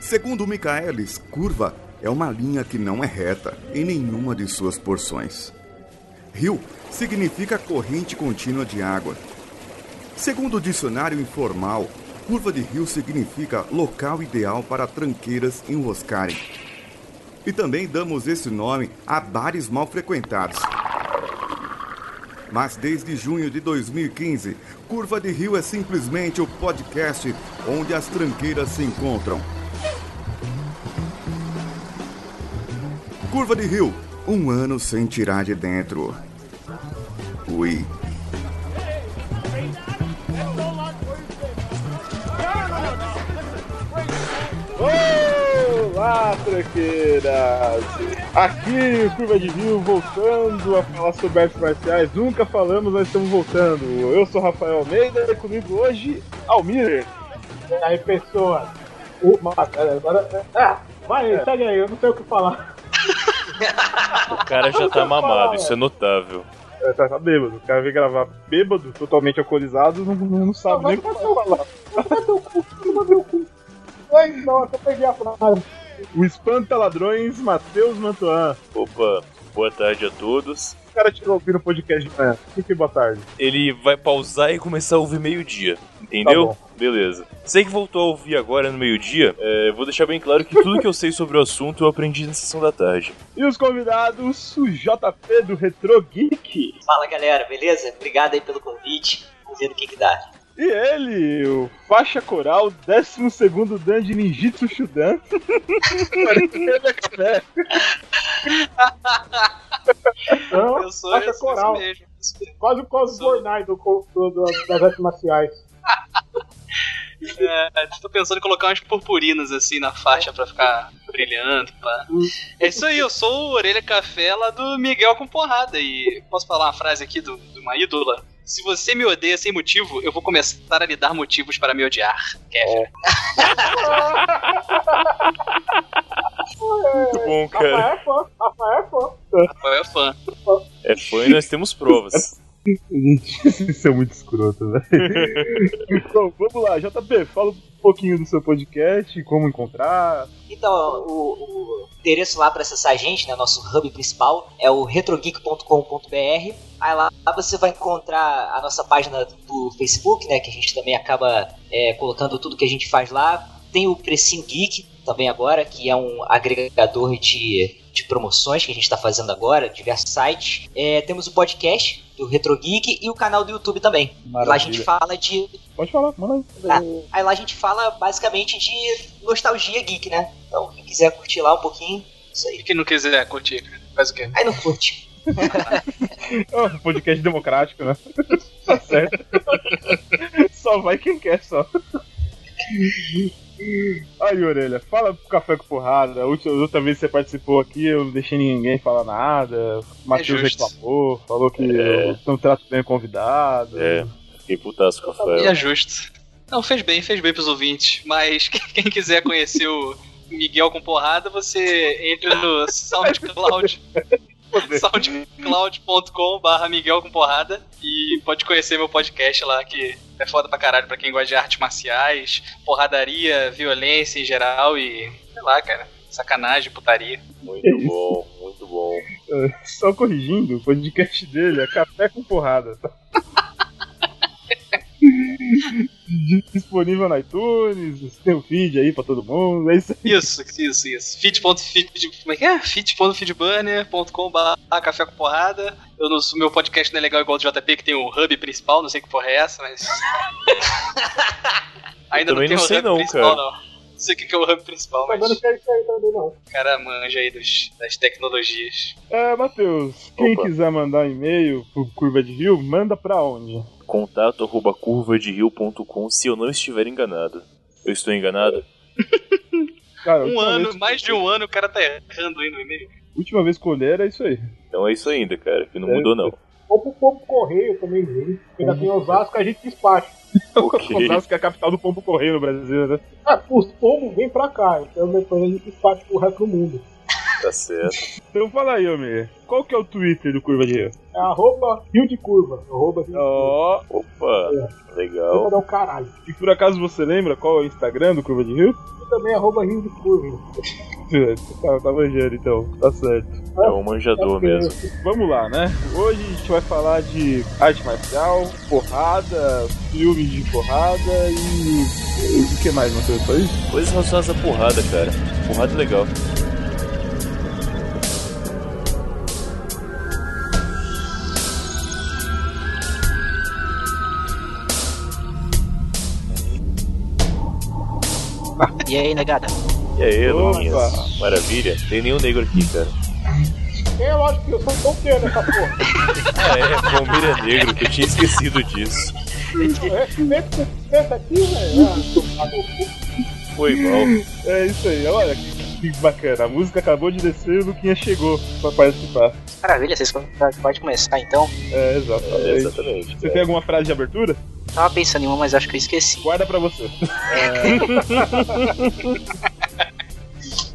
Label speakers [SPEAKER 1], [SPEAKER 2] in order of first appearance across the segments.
[SPEAKER 1] Segundo Michaelis, curva é uma linha que não é reta em nenhuma de suas porções. Rio significa corrente contínua de água. Segundo o dicionário informal, curva de rio significa local ideal para tranqueiras enroscarem. E também damos esse nome a bares mal frequentados. Mas desde junho de 2015, Curva de Rio é simplesmente o podcast onde as tranqueiras se encontram. Curva de Rio, um ano sem tirar de dentro. Ui.
[SPEAKER 2] Olá, tranqueiras! Aqui, o Curva de Rio, voltando a falar sobre artes marciais. Nunca falamos, nós estamos voltando. Eu sou Rafael Almeida e comigo hoje, Almir.
[SPEAKER 3] E aí, pessoas? O... Nossa, cara, agora. Ah, vai,
[SPEAKER 2] É.
[SPEAKER 3] segue aí, eu não sei o que falar.
[SPEAKER 4] O cara já tá mamado, isso é notável.
[SPEAKER 2] É, tá, tá bêbado. O cara vem gravar bêbado, totalmente alcoolizado, não, não sabe nem o que falar.
[SPEAKER 3] Ai, nossa, eu peguei a frase.
[SPEAKER 2] O espanta ladrões, Matheus Mantuan.
[SPEAKER 4] Opa, boa tarde a todos.
[SPEAKER 2] O cara tirou ouvir o podcast de manhã. Fique boa tarde.
[SPEAKER 4] Ele vai pausar e começar a ouvir meio-dia, entendeu?
[SPEAKER 2] Tá
[SPEAKER 4] Beleza. Sei que voltou a ouvir agora no meio-dia, é, vou deixar bem claro que tudo que eu sei sobre o assunto eu aprendi na sessão da tarde.
[SPEAKER 2] E os convidados, o JP do Retro Geek.
[SPEAKER 5] Fala galera, beleza? Obrigado aí pelo convite. Vamos ver no que, que dá.
[SPEAKER 2] E ele, o faixa coral, 12 Dan de Ninjitsu Shudan.
[SPEAKER 3] Então,
[SPEAKER 5] eu sou
[SPEAKER 3] faixa
[SPEAKER 5] esse,
[SPEAKER 3] coral.
[SPEAKER 5] esse mesmo.
[SPEAKER 3] Quase o Cosmo
[SPEAKER 5] Sou.
[SPEAKER 3] Bornai do, co- do- do- das artes marciais.
[SPEAKER 5] É, tô pensando em colocar umas purpurinas assim na faixa pra ficar brilhando. Pá. É isso aí, eu sou o Orelha Café lá do Miguel com Porrada. E posso falar uma frase aqui do- de uma ídola? Se você me odeia sem motivo, eu vou começar a lhe dar motivos para me odiar. Kéfera.
[SPEAKER 4] Muito bom, cara.
[SPEAKER 3] Rafael é fã, Rafael é fã.
[SPEAKER 5] Rafael é fã.
[SPEAKER 4] É fã e nós temos provas.
[SPEAKER 2] Gente, isso é muito escroto, velho. então, vamos lá, JP, fala um pouquinho do seu podcast, como encontrar.
[SPEAKER 6] Então, o, o endereço lá para acessar a gente, né, nosso hub principal, é o retrogeek.com.br. Aí lá lá você vai encontrar a nossa página do Facebook, né, que a gente também acaba é, colocando tudo que a gente faz lá. Tem o Precinho Geek também agora, que é um agregador de, de promoções que a gente está fazendo agora, diversos sites. É, temos o podcast do Retro Geek e o canal do YouTube também. Lá a gente fala de
[SPEAKER 2] Pode falar, manda aí.
[SPEAKER 6] Aí lá a gente fala basicamente de nostalgia geek, né? Então, quem quiser curtir lá um pouquinho, isso
[SPEAKER 5] E
[SPEAKER 6] aí.
[SPEAKER 5] quem não quiser curtir, cara, faz o quê?
[SPEAKER 6] Aí não curte.
[SPEAKER 2] É um podcast democrático, né? tá certo. só vai quem quer, só. Aí, Orelha, fala pro Café com Porrada. A última, outra vez que você participou aqui, eu não deixei ninguém falar nada. O Matheus
[SPEAKER 5] justo.
[SPEAKER 2] reclamou, falou que
[SPEAKER 4] É.
[SPEAKER 2] eu não trato bem o convidado.
[SPEAKER 4] É, fiquei putaço com a
[SPEAKER 5] E
[SPEAKER 4] Rafael.
[SPEAKER 5] é justo. Não, fez bem, fez bem pros ouvintes. Mas quem quiser conhecer o Miguel com porrada, você entra no SoundCloud. soundcloud.com.br Miguel com porrada e pode conhecer meu podcast lá que é foda pra caralho pra quem gosta de artes marciais, porradaria, violência em geral e sei lá, cara, sacanagem, putaria.
[SPEAKER 4] Muito bom, muito bom.
[SPEAKER 2] Só corrigindo, o podcast dele é Café com Porrada. tá? Disponível no iTunes, tem o feed aí pra todo mundo. É isso aí.
[SPEAKER 5] Isso, isso, isso. Feed.feed. Como é que é? Feed.feedburner.com.br Café com Porrada. Eu não, sou- meu podcast não é legal igual ao do JP, que tem o hub principal, não sei que porra é essa, mas. Ainda
[SPEAKER 4] também
[SPEAKER 5] tem
[SPEAKER 4] não
[SPEAKER 5] o
[SPEAKER 4] sei
[SPEAKER 5] hub
[SPEAKER 4] não,
[SPEAKER 5] principal, não. Não sei o que que é o hub principal,
[SPEAKER 3] Mas eu não
[SPEAKER 5] mas
[SPEAKER 3] quero isso aí também, não.
[SPEAKER 5] o cara manja aí dos- das tecnologias.
[SPEAKER 2] É, Matheus, quem
[SPEAKER 4] Opa.
[SPEAKER 2] quiser mandar um e-mail pro Curva de Rio, manda pra onde?
[SPEAKER 4] Contato arroba curva de rio.com se eu não estiver enganado. Eu estou enganado?
[SPEAKER 2] Cara,
[SPEAKER 5] Um
[SPEAKER 2] última
[SPEAKER 5] ano,
[SPEAKER 2] vez-
[SPEAKER 5] mais de um ano o cara tá errando aí no e-mail.
[SPEAKER 2] Última vez que eu olhei era isso aí.
[SPEAKER 4] Então é isso ainda, cara, que não
[SPEAKER 2] É.
[SPEAKER 4] mudou não.
[SPEAKER 3] Ou pro povo correio também, dele. Porque já tem Osasco, a gente despacha.
[SPEAKER 4] Ok.
[SPEAKER 2] Osasco é a capital do pombo correio no Brasil, né?
[SPEAKER 3] Ah, os pombos vêm pra cá, então depois a gente despacha pro resto do mundo.
[SPEAKER 4] Tá certo.
[SPEAKER 2] Então fala aí, Almir. Qual que é o Twitter do Curva de Rio?
[SPEAKER 3] É arroba rio de curva. Arroba rio de
[SPEAKER 5] Oh,
[SPEAKER 3] curva.
[SPEAKER 2] Ó,
[SPEAKER 4] Opa, legal.
[SPEAKER 3] Curva é o caralho.
[SPEAKER 2] e por acaso você lembra qual é o Instagram do Curva de Rio?
[SPEAKER 3] E também é arroba rio de curva.
[SPEAKER 2] Tá, tá manjando então, tá certo.
[SPEAKER 4] É um manjador mesmo.
[SPEAKER 2] Vamos lá, né? Hoje a gente vai falar de arte marcial, porrada, filmes de porrada e. O que mais, Matheus? Só isso?
[SPEAKER 4] Coisas relacionadas à porrada, cara. Porrada é legal.
[SPEAKER 6] E aí, negada?
[SPEAKER 4] E aí,
[SPEAKER 2] Opa.
[SPEAKER 4] Luquinhas? Maravilha. Tem nenhum negro aqui, cara.
[SPEAKER 3] É lógico que eu sou né? solteiro nessa porra.
[SPEAKER 4] Ah, é, Palmeira é negro, que eu tinha esquecido disso.
[SPEAKER 3] É cimento com cimento aqui, velho. Ah,
[SPEAKER 4] Foi mal.
[SPEAKER 2] É isso aí, olha que, que bacana. A música acabou de descer e o Luquinha chegou pra participar.
[SPEAKER 6] Maravilha, vocês podem começar então.
[SPEAKER 2] É,
[SPEAKER 4] É,
[SPEAKER 2] exatamente.
[SPEAKER 4] exatamente.
[SPEAKER 2] Você tem alguma frase de abertura?
[SPEAKER 6] Tava pensando em uma, mas acho que eu esqueci.
[SPEAKER 2] Guarda pra você.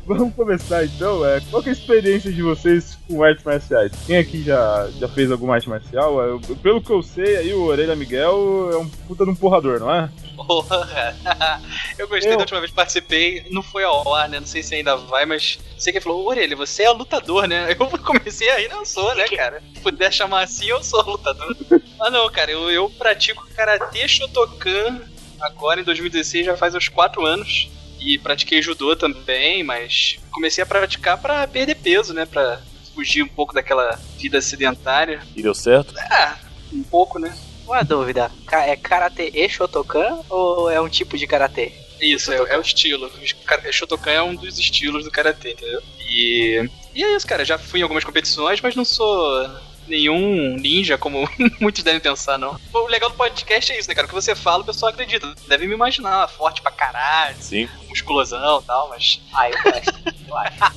[SPEAKER 2] Vamos começar então. É, qual que é a experiência de vocês com artes marciais? Quem aqui já, já fez alguma arte marcial? É, eu- pelo que eu sei, aí o Orelha Miguel é um puta de um porrador, não é?
[SPEAKER 5] Porra! Eu gostei
[SPEAKER 2] Eu.
[SPEAKER 5] da última vez que participei, não foi ao ar, né? Não sei se ainda vai, mas sei que falou, Orelha, você é lutador, né? Eu comecei a rir, não sou, né, cara? Se puder chamar assim, eu sou lutador. Mas não, cara, eu, eu pratico Karatê Shotokan agora em 2016, já faz uns 4 anos. E pratiquei judô também, mas comecei a praticar pra perder peso, né? Pra fugir um pouco daquela vida sedentária.
[SPEAKER 4] E deu certo?
[SPEAKER 5] Ah, um pouco, né?
[SPEAKER 6] Uma dúvida, Ka- é karatê e Shotokan ou é um tipo de karatê?
[SPEAKER 5] Isso, é, é o estilo. Os kara- Shotokan é um dos estilos do karatê, entendeu? E, e é isso, cara. Já fui em algumas competições, mas não sou nenhum ninja, como muitos devem pensar, não. O legal do podcast é isso, né, cara? O que você fala, o pessoal acredita. Deve me imaginar, forte pra caralho,
[SPEAKER 4] Sim.
[SPEAKER 5] musculosão e tal, mas.
[SPEAKER 6] Ah, eu gosto.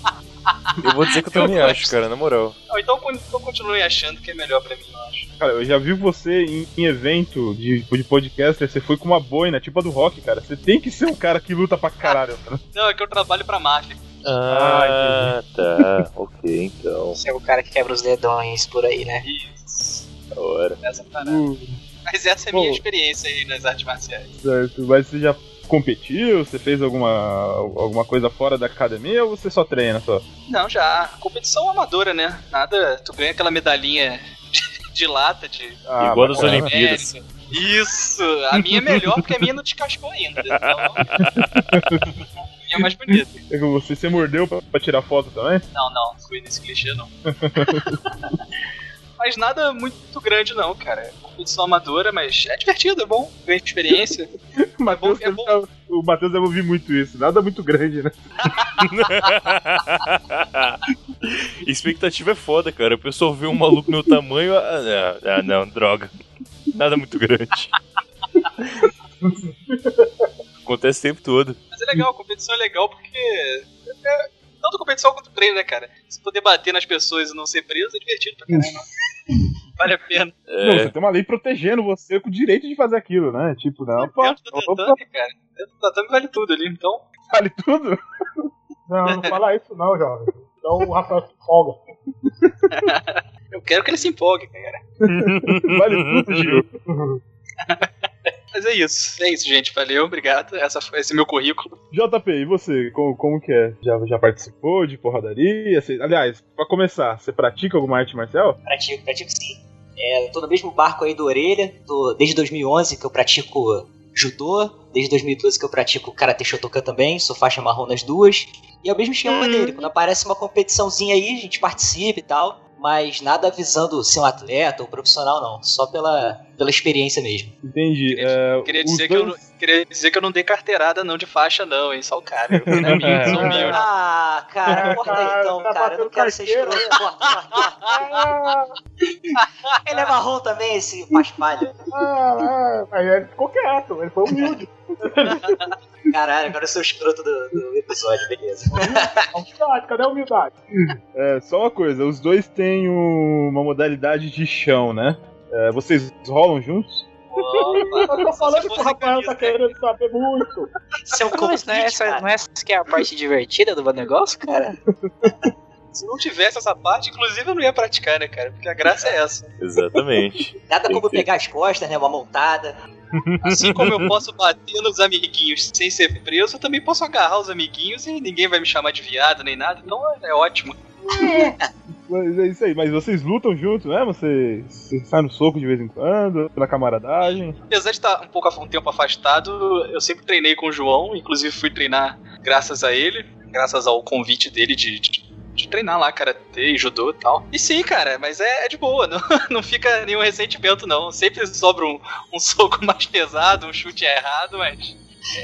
[SPEAKER 4] Eu vou dizer que eu também
[SPEAKER 5] Eu
[SPEAKER 4] acho,
[SPEAKER 5] gosto.
[SPEAKER 4] cara, na moral.
[SPEAKER 5] Não, então, con- então continue achando que é melhor pra mim, eu acho.
[SPEAKER 2] Cara, eu já vi você em, em evento de, de podcaster, você foi com uma boina, tipo a do rock, cara. Você tem que ser um cara que luta pra caralho. cara.
[SPEAKER 5] Não, é que eu trabalho pra máfia.
[SPEAKER 4] Ah, tá. Ok, então.
[SPEAKER 6] Você é o cara que quebra os dedões por aí, né?
[SPEAKER 5] é Isso.
[SPEAKER 4] Da hora.
[SPEAKER 5] Essa é parada.
[SPEAKER 2] Uh,
[SPEAKER 5] Mas essa é a minha
[SPEAKER 2] Bom.
[SPEAKER 5] experiência aí nas artes marciais.
[SPEAKER 2] certo. Mas você já competiu? Você fez alguma, alguma coisa fora da academia ou você só treina só?
[SPEAKER 5] Não, já. Competição amadora, né? Nada. Tu ganha aquela medalhinha de, de lata de.
[SPEAKER 2] Ah,
[SPEAKER 4] Igual das
[SPEAKER 2] bacana.
[SPEAKER 4] Olimpíadas. Olimpíadas.
[SPEAKER 5] mérito. Isso! A minha é melhor porque a minha não descascou ainda. Então. A minha é mais bonita.
[SPEAKER 2] É que Você se mordeu pra, pra tirar foto também?
[SPEAKER 5] Não, não, não fui nesse clichê não. mas nada muito grande não, cara. É Competição amadora, mas é divertido, é bom. Ganha experiência.
[SPEAKER 2] O Matheus
[SPEAKER 5] é
[SPEAKER 2] deve, tá- o Matheus deve ouvir muito isso. Nada muito grande, né?
[SPEAKER 4] Expectativa é foda, cara. O pessoal vê um maluco meu tamanho. Ah, ah, ah, não, droga. Nada muito grande. Acontece o tempo todo.
[SPEAKER 5] Mas é legal, competição é legal porque. é- tanto competição quanto treino, né, cara? Se poder bater nas pessoas e não ser preso é divertido pra caramba. vale a pena.
[SPEAKER 2] Não,
[SPEAKER 4] É,
[SPEAKER 2] você tem uma lei protegendo você com o direito de fazer aquilo, né? Tipo, não, opa,
[SPEAKER 5] Dentro do
[SPEAKER 2] opa,
[SPEAKER 5] tatame, cara. Dentro do tatame vale tudo ali, então.
[SPEAKER 2] vale tudo.
[SPEAKER 3] Não, não fala isso não, jovem. Então o Rafael se folga.
[SPEAKER 5] Eu quero que ele se empolgue, cara.
[SPEAKER 2] Vale tudo, Gil.
[SPEAKER 5] Mas é isso. É isso, gente. Valeu, obrigado. Essa foi esse é meu currículo.
[SPEAKER 2] JP, e você? Como, como que é? Já, já participou de porradaria? Você- aliás, pra começar, você pratica alguma arte marcial?
[SPEAKER 6] Pratico, pratico sim. É, tô no mesmo barco aí do Orelha, tô, desde 2011 que eu pratico judô, desde 2012 que eu pratico karatê shotokan também, sou faixa marrom nas duas. E é o mesmo esquema
[SPEAKER 3] Uhum.
[SPEAKER 6] dele, quando aparece uma competiçãozinha aí, a gente participa e tal, mas nada visando ser um atleta ou profissional não, só pela, pela experiência mesmo.
[SPEAKER 2] Entendi.
[SPEAKER 5] Queria-
[SPEAKER 2] é,
[SPEAKER 5] Queria
[SPEAKER 2] os
[SPEAKER 5] dizer, que eu,
[SPEAKER 2] dois-
[SPEAKER 5] não- queria dizer que eu não dei carteirada, não, de faixa, não, hein? Só o cara. Eu fui na minha, É, sou humilde.
[SPEAKER 6] Ah, cara, corta aí então,
[SPEAKER 3] Tá
[SPEAKER 6] cara, eu não
[SPEAKER 3] batendo
[SPEAKER 6] quero ser
[SPEAKER 3] carteira,
[SPEAKER 6] escroto, corta, corta, corta. Ele é marrom também, esse paspalho.
[SPEAKER 3] Ah, ah, aí ele ficou quieto, ele foi humilde.
[SPEAKER 6] Caralho, agora eu sou o escroto do, do episódio, beleza.
[SPEAKER 3] A Humildade, cadê a humildade?
[SPEAKER 2] É, só uma coisa, os dois têm um- uma modalidade de chão, né? É, vocês rolam juntos?
[SPEAKER 3] Eu
[SPEAKER 5] Opa.
[SPEAKER 3] tô
[SPEAKER 5] Se
[SPEAKER 3] falando que o
[SPEAKER 5] fosse
[SPEAKER 3] Rafael
[SPEAKER 5] camisa,
[SPEAKER 3] tá querendo saber muito.
[SPEAKER 6] Isso é um convite,
[SPEAKER 7] Mas não é, essa,
[SPEAKER 6] cara.
[SPEAKER 7] não é essa que é a parte divertida do negócio, cara?
[SPEAKER 5] Se não tivesse essa parte, inclusive eu não ia praticar, né, cara? Porque a graça é essa.
[SPEAKER 4] Exatamente.
[SPEAKER 6] Nada
[SPEAKER 4] Tem
[SPEAKER 6] como
[SPEAKER 4] que-
[SPEAKER 6] pegar as costas, né? Uma montada.
[SPEAKER 5] Assim como eu posso bater nos amiguinhos sem ser preso, eu também posso agarrar os amiguinhos e ninguém vai me chamar de viado nem nada, então é ótimo.
[SPEAKER 2] Mas é isso aí, mas vocês lutam junto, né? Vocês, vocês saem no soco de vez em quando, pela camaradagem.
[SPEAKER 5] Apesar de estar um pouco af- um tempo afastado, eu sempre treinei com o João, inclusive fui treinar graças a ele, graças ao convite dele de, de- de treinar lá karatê e judô e tal. E sim, cara, mas é, é de boa, não, não fica nenhum ressentimento não. Sempre sobra um, um soco mais pesado, um chute errado, mas.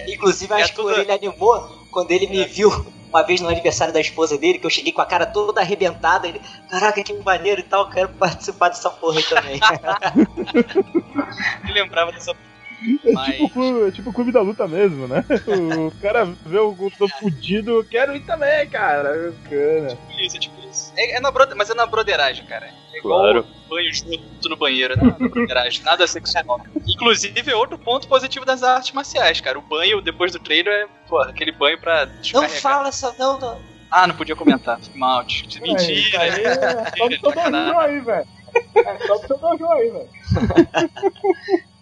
[SPEAKER 6] Inclusive, acho
[SPEAKER 5] É
[SPEAKER 6] que o
[SPEAKER 5] tudo- É.
[SPEAKER 6] Orelha animou quando ele me viu uma vez no aniversário da esposa dele, que eu cheguei com a cara toda arrebentada. Ele, caraca, que maneiro e tal, quero participar dessa porra aí também.
[SPEAKER 5] Eu lembrava dessa.
[SPEAKER 2] É tipo, o clube, é tipo o clube da luta mesmo, né? O cara vê o Guto fudido, eu quero ir também, cara. Bacana.
[SPEAKER 5] Isso, é tipo isso. É, é na brode- mas é na broderagem, cara. É igual
[SPEAKER 4] Claro.
[SPEAKER 5] banho junto no banheiro, né? Na broderagem, nada sexual. Inclusive, é outro ponto positivo das artes marciais, cara. O banho depois do treino é, pô, aquele banho pra
[SPEAKER 6] não
[SPEAKER 5] descarregar.
[SPEAKER 6] fala só, não, não.
[SPEAKER 5] Ah, não podia comentar. Fiquei mal. tch- Mentira.
[SPEAKER 3] Aí, é só pro seu dojinho aí, velho. É só pro seu dojinho aí, velho.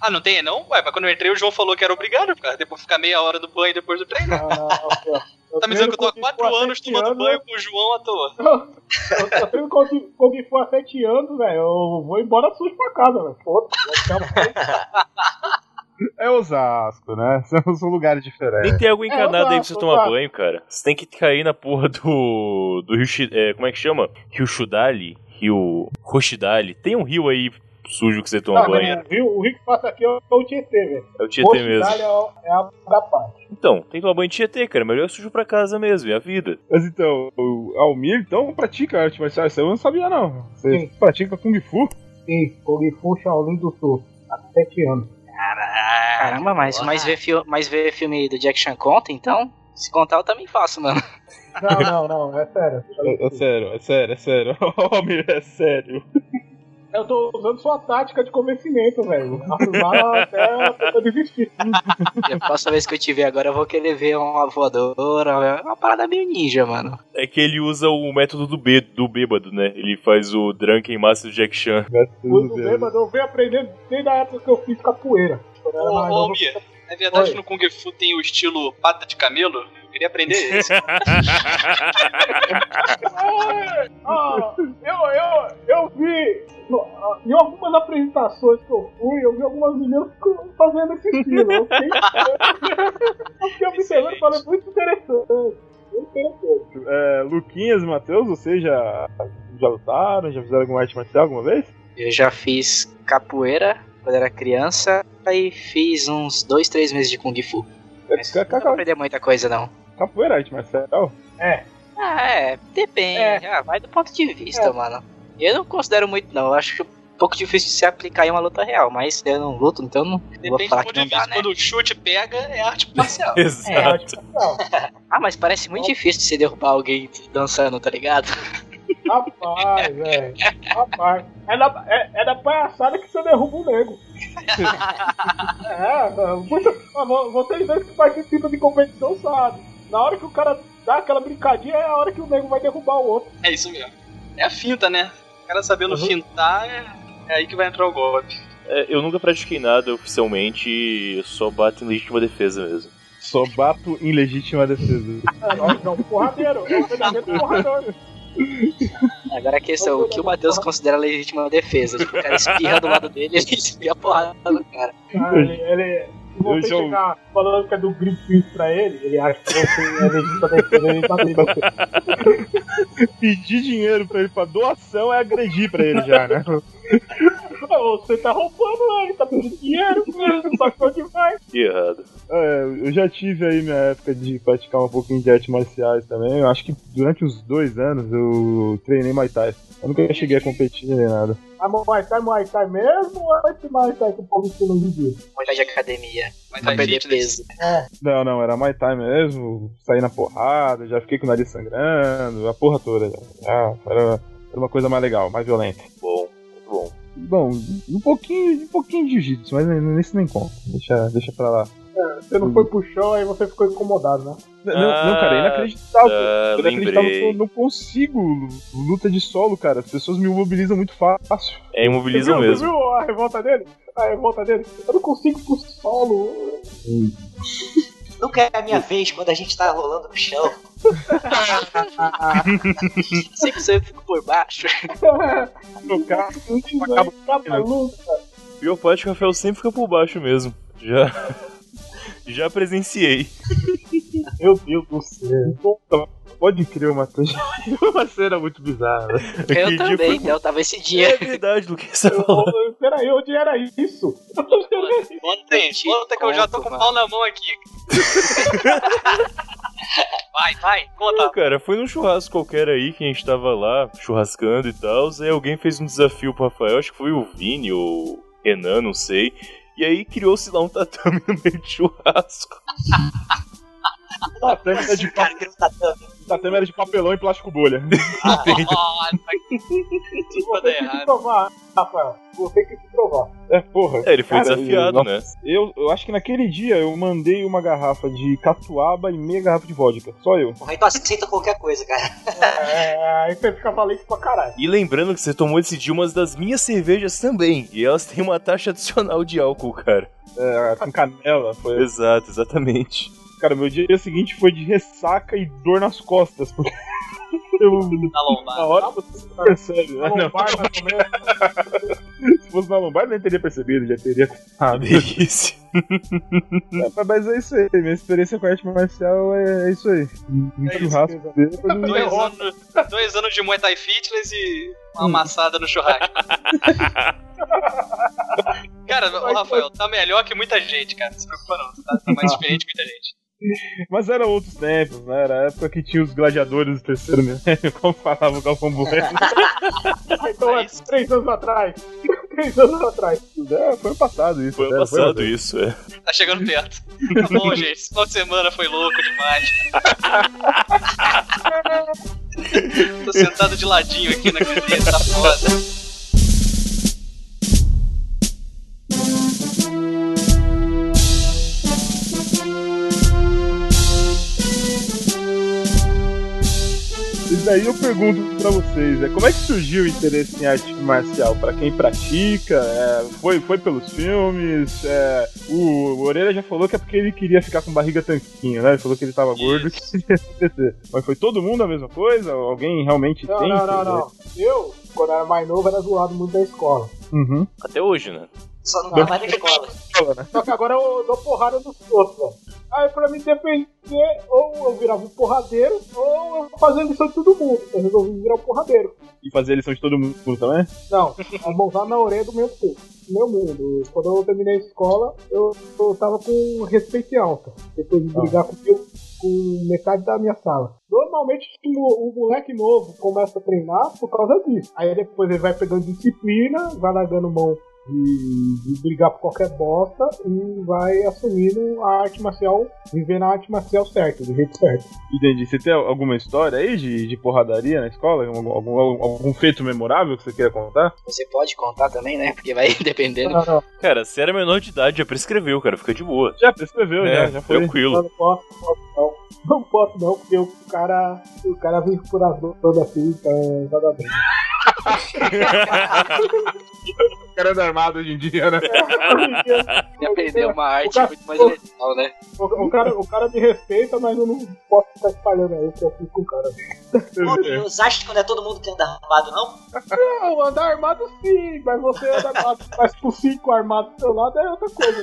[SPEAKER 5] Ah, não tem, não? Ué, mas quando eu entrei, o João falou que era obrigado, cara. Depois ficar meia hora do banho depois do treino.
[SPEAKER 3] Ah, Não, não, não. Eu
[SPEAKER 5] Tá me dizendo que eu tô há
[SPEAKER 3] treino
[SPEAKER 5] quatro
[SPEAKER 3] Kung Fu
[SPEAKER 5] anos
[SPEAKER 3] sete
[SPEAKER 5] tomando
[SPEAKER 3] anos, né?
[SPEAKER 5] banho com o João à toa.
[SPEAKER 3] Eu eu treino Kung Kung Fu há sete anos, velho. Eu vou embora sujo pra casa, velho. Foda-se. vai ficar-
[SPEAKER 2] É Osasco, né? São, são lugares
[SPEAKER 3] É.
[SPEAKER 2] diferentes.
[SPEAKER 4] Nem tem água encanada aí pra você
[SPEAKER 3] Osasco,
[SPEAKER 4] tomar
[SPEAKER 3] Osasco.
[SPEAKER 4] banho, cara. Você tem que cair na porra do. do rio. Shi- é, como é que chama? Rio Shudali? Rio. Roshidali. Tem um rio aí sujo que você toma
[SPEAKER 3] Não,
[SPEAKER 4] banho.
[SPEAKER 3] mas o Rio- O Rio que passa aqui é o é o Tietê, velho.
[SPEAKER 4] É o Tietê
[SPEAKER 3] Porto
[SPEAKER 4] mesmo.
[SPEAKER 3] Itália É o- é a da paz.
[SPEAKER 4] Então, tem que tomar banho de Tietê, cara. Melhor sujo pra casa mesmo, é a vida.
[SPEAKER 2] Mas então, o Almir, então, pratica arte marcial. Isso eu não sabia, não. Você
[SPEAKER 3] Sim.
[SPEAKER 2] pratica Kung Fu?
[SPEAKER 3] Sim, Kung Fu Shaolin do Sul. Há sete anos.
[SPEAKER 7] Caramba, mas, mas, ver, fi- mas ver filme do Jack Chan conta, então? Se contar, eu também faço, mano.
[SPEAKER 3] Não, não, não. É sério.
[SPEAKER 2] É, é sério, é sério, é sério. Almir, é sério.
[SPEAKER 3] Eu tô usando sua tática de convencimento, velho. Afirmar até a pessoa desistir.
[SPEAKER 7] E a próxima vez que eu tiver agora, eu vou querer ver uma voadora, uma- uma parada meio ninja, mano.
[SPEAKER 4] É que ele usa o método do, bê, do bêbado, né? Ele faz o drunken master Jack Chan.
[SPEAKER 3] Muito bêbado, eu venho aprendendo desde a época que eu fiz capoeira. Quando eu
[SPEAKER 5] Ô,
[SPEAKER 3] era mais
[SPEAKER 5] ô,
[SPEAKER 3] novo,
[SPEAKER 5] Almir, é verdade
[SPEAKER 3] Oi.
[SPEAKER 5] que no Kung Fu tem o estilo pata de camelo? Eu queria aprender esse.
[SPEAKER 3] Ah, eu, eu, eu vi no, ah, em algumas apresentações que eu fui, eu vi algumas meninas co- fazendo esse estilo. Eu fiquei, eu fiquei observando e falei, muito interessante. Muito interessante.
[SPEAKER 2] É, Luquinhas e Matheus, vocês já, já lutaram? Já fizeram alguma arte marcial alguma vez?
[SPEAKER 7] Eu já fiz capoeira quando era criança, aí fiz uns dois, três meses de Kung Fu. Mas
[SPEAKER 2] Ca-
[SPEAKER 7] não
[SPEAKER 2] ca-
[SPEAKER 7] dá pra aprender muita coisa, não.
[SPEAKER 2] Capoeira é arte marcial?
[SPEAKER 7] Ah, é, depende. Ah, vai do ponto de vista, mano. Eu não considero muito, não. Eu acho que é um pouco difícil de se aplicar em uma luta real, mas eu não luto, então não vou
[SPEAKER 5] Depende do
[SPEAKER 7] falar
[SPEAKER 5] ponto de
[SPEAKER 7] que não
[SPEAKER 5] vista.
[SPEAKER 7] dá, né?
[SPEAKER 5] Quando o chute pega, é arte marcial.
[SPEAKER 3] É,
[SPEAKER 4] Exato.
[SPEAKER 3] arte marcial.
[SPEAKER 7] Ah, mas parece muito difícil de você derrubar alguém dançando, tá ligado?
[SPEAKER 3] Rapaz, velho. Rapaz. É da, é, é da palhaçada que você derruba o nego. é, muito, ah, vo- vocês dois que participam de competição sabem. Na hora que o cara dá aquela brincadinha, é a hora que o nego vai derrubar o outro.
[SPEAKER 5] É isso mesmo. É a finta, né? O cara sabendo
[SPEAKER 3] Uhum.
[SPEAKER 5] fintar, é- é aí que vai entrar o golpe.
[SPEAKER 4] É, eu nunca pratiquei nada oficialmente, eu só bato em legítima defesa mesmo.
[SPEAKER 2] Só bato em legítima defesa.
[SPEAKER 3] É, não, não, porradeiro. É um verdadeiro porradeiro.
[SPEAKER 7] Agora a questão, o que o Matheus considera legítima defesa? Tipo, o cara espirra do lado dele e ele espirra a porrada no cara.
[SPEAKER 3] Ah, ele, ele, se
[SPEAKER 2] Eu
[SPEAKER 3] você
[SPEAKER 2] já-
[SPEAKER 3] chegar falando que é do Greenpeace pra ele, ele acha que você é legítimo defesa, ele tá vendo você.
[SPEAKER 2] Pedir dinheiro pra ele pra doação é agredir pra ele já, né?
[SPEAKER 3] Ah, Você tá roubando ele, tá pedindo dinheiro, não sabe pra onde vai.
[SPEAKER 4] Que errado.
[SPEAKER 2] É, eu já tive aí minha época de praticar um pouquinho de artes marciais também. Eu acho que durante uns dois anos eu treinei Muay Thai. Eu nunca cheguei a competir nem nada.
[SPEAKER 3] Ah, Muay Thai, Muay Thai mesmo ou é esse Muay Thai que o povo estilo hoje em dia?
[SPEAKER 7] Mulher de academia,
[SPEAKER 5] Mas
[SPEAKER 7] pra
[SPEAKER 5] a
[SPEAKER 7] perder
[SPEAKER 5] gente, né?
[SPEAKER 7] peso.
[SPEAKER 2] Não, não, era Muay Thai mesmo. Saí na porrada, já fiquei com o nariz sangrando, a porra toda. Já. Ah, era, era uma coisa mais legal, mais violenta.
[SPEAKER 4] Bom, muito bom.
[SPEAKER 2] Bom, um pouquinho, um pouquinho de jiu-jitsu, mas nesse nem conta. Deixa, deixa pra lá.
[SPEAKER 3] Você não foi pro chão, aí você ficou incomodado, né?
[SPEAKER 2] Não, não, cara, é
[SPEAKER 4] Ah,
[SPEAKER 2] inacreditável. É inacreditável que eu não consigo luta de solo, cara. As pessoas me mobilizam muito fácil.
[SPEAKER 4] É imobilizam
[SPEAKER 3] Você viu-
[SPEAKER 4] mesmo.
[SPEAKER 3] Você viu a revolta dele? A revolta dele? Eu não consigo ir pro solo.
[SPEAKER 6] Nunca é a minha vez quando a gente tá rolando no chão.
[SPEAKER 7] Sempre você fica por baixo.
[SPEAKER 2] No cara,
[SPEAKER 3] Acaba,
[SPEAKER 2] Tá,
[SPEAKER 3] acaba a luta.
[SPEAKER 4] Pior parte que o Rafael sempre fica por baixo mesmo. Já. Já presenciei.
[SPEAKER 2] meu Deus do céu. Puta, Pode crer, Matheus. Uma cena muito bizarra. né?
[SPEAKER 4] Aquele
[SPEAKER 7] Eu
[SPEAKER 4] dia
[SPEAKER 7] também,
[SPEAKER 4] foi-
[SPEAKER 7] então, eu tava esse dia.
[SPEAKER 4] É verdade, Luquinha, você falou.
[SPEAKER 3] Eu- eu- Peraí, onde era isso?
[SPEAKER 5] Ontem,
[SPEAKER 7] Te
[SPEAKER 5] conta que eu já tô
[SPEAKER 7] conto,
[SPEAKER 5] com o
[SPEAKER 7] mano.
[SPEAKER 5] pau na mão aqui. vai, vai, conta.
[SPEAKER 4] Não, cara, foi num churrasco qualquer aí que a gente tava lá churrascando e tal. Aí alguém fez um desafio pro Rafael, acho que foi o Vini ou o Renan, não sei. E aí criou-se lá um tatame no meio de churrasco.
[SPEAKER 2] Tatame era de, pa-
[SPEAKER 6] Cara, que não tá dando.
[SPEAKER 2] tatame era de papelão e plástico bolha.
[SPEAKER 5] Nossa, que tudo
[SPEAKER 3] Você tem que
[SPEAKER 5] errado.
[SPEAKER 3] provar, Rafael. Você tem que provar.
[SPEAKER 2] É, porra.
[SPEAKER 4] É, ele foi
[SPEAKER 2] Cara,
[SPEAKER 4] desafiado,
[SPEAKER 2] nossa.
[SPEAKER 4] né?
[SPEAKER 2] Eu, eu acho que naquele dia eu mandei uma garrafa de catuaba e meia garrafa de vodka. Só eu.
[SPEAKER 6] Porra, então aceita qualquer coisa, cara.
[SPEAKER 3] É, aí você fica valente pra caralho.
[SPEAKER 4] E lembrando que você tomou esse dia umas das minhas cervejas também. E elas têm uma taxa adicional de álcool, cara.
[SPEAKER 2] É, com canela. Foi.
[SPEAKER 4] Exato, exatamente.
[SPEAKER 2] Cara, meu dia seguinte foi de ressaca e dor nas costas. Porque eu,
[SPEAKER 5] Na
[SPEAKER 2] na
[SPEAKER 5] lombada.
[SPEAKER 2] hora você não percebe. Ah, não.
[SPEAKER 3] Lombar, mais ou menos.
[SPEAKER 2] Se fosse na lombar, eu nem teria percebido, já teria.
[SPEAKER 4] Ah, delícia.
[SPEAKER 2] É, mas é isso aí. Minha experiência com arte marcial é, é isso aí. Um
[SPEAKER 5] É isso,
[SPEAKER 2] churrasco.
[SPEAKER 5] Dois
[SPEAKER 2] é.
[SPEAKER 5] anos, dois anos de Muay Thai Fitness e uma amassada no churrasco. cara, ô Rafael, tá melhor que muita gente, cara. Não se preocupa não. Tá, tá mais experiente que muita gente.
[SPEAKER 2] é. Mas era outros tempos, né? Era a época que tinha os gladiadores do terceiro milênio, como falava o Galvão Bueno.
[SPEAKER 3] Então é
[SPEAKER 5] Mas-
[SPEAKER 3] três anos atrás. Três anos atrás.
[SPEAKER 2] É, foi ano passado isso.
[SPEAKER 4] Foi
[SPEAKER 2] né?
[SPEAKER 4] passado isso, é.
[SPEAKER 5] Tá chegando perto. Tá bom, gente. Esse final de semana foi louco demais. Tô sentado de ladinho aqui na cadeira, tá foda.
[SPEAKER 2] E daí eu pergunto pra vocês, é, como é que surgiu o interesse em arte marcial? Pra quem pratica, é, foi, foi pelos filmes, é, o, o Orelha já falou que é porque ele queria ficar com barriga tanquinho, né? Ele falou que ele tava gordo. Que
[SPEAKER 5] Isso.
[SPEAKER 2] queria emagrecer. Mas foi todo mundo a mesma coisa? Alguém realmente
[SPEAKER 3] Não,
[SPEAKER 2] tem? né?
[SPEAKER 3] não, não, não. Eu, quando era mais novo, era zoado muito da escola.
[SPEAKER 2] Uhum. né?
[SPEAKER 4] Até hoje, né?
[SPEAKER 6] Só não dá mais na escola.
[SPEAKER 3] Só que agora eu dou porrada nos outros, velho. Aí pra me defender, ou eu virava um porradeiro, ou eu fazia lição de todo mundo. Eu resolvi virar um porradeiro.
[SPEAKER 2] E fazer a lição de todo mundo também?
[SPEAKER 3] Não, a mãozada na orelha do meu povo. Meu mundo. Quando eu terminei a escola, eu, eu tava com respeito em alta. Depois de brigar com, o meu- com metade da minha sala. Normalmente o, o moleque novo começa a treinar por causa disso. Aí depois ele vai pegando disciplina, vai largando mão de, de brigar por qualquer bosta e vai assumindo a arte marcial, vivendo a arte marcial certa, do jeito certo.
[SPEAKER 2] Entendi. Você tem alguma história aí de, de porradaria na escola? Algum, algum, algum feito memorável que você queira contar?
[SPEAKER 7] Você pode contar também, né? Porque vai dependendo.
[SPEAKER 3] Não, não,
[SPEAKER 4] Cara, se era menor de idade, já prescreveu, cara. Fica de boa.
[SPEAKER 2] Já prescreveu,
[SPEAKER 4] É,
[SPEAKER 2] já, já foi.
[SPEAKER 4] tranquilo.
[SPEAKER 3] não posso, não posso não. Não posso não, porque o cara, o cara vive por as mãos toda assim, então nada bem.
[SPEAKER 2] O cara é armado hoje em dia, né?
[SPEAKER 7] Depender uma arte
[SPEAKER 3] cara-
[SPEAKER 7] muito mais legal, né?
[SPEAKER 3] O, o cara, o cara me respeita, mas eu não posso ficar espalhando aí, porque eu fico com o cara.
[SPEAKER 6] Pô, e os acham que não é todo mundo que anda armado, não?
[SPEAKER 3] Não, andar armado sim, mas você anda armado, mas com cinco armados do seu lado é outra coisa.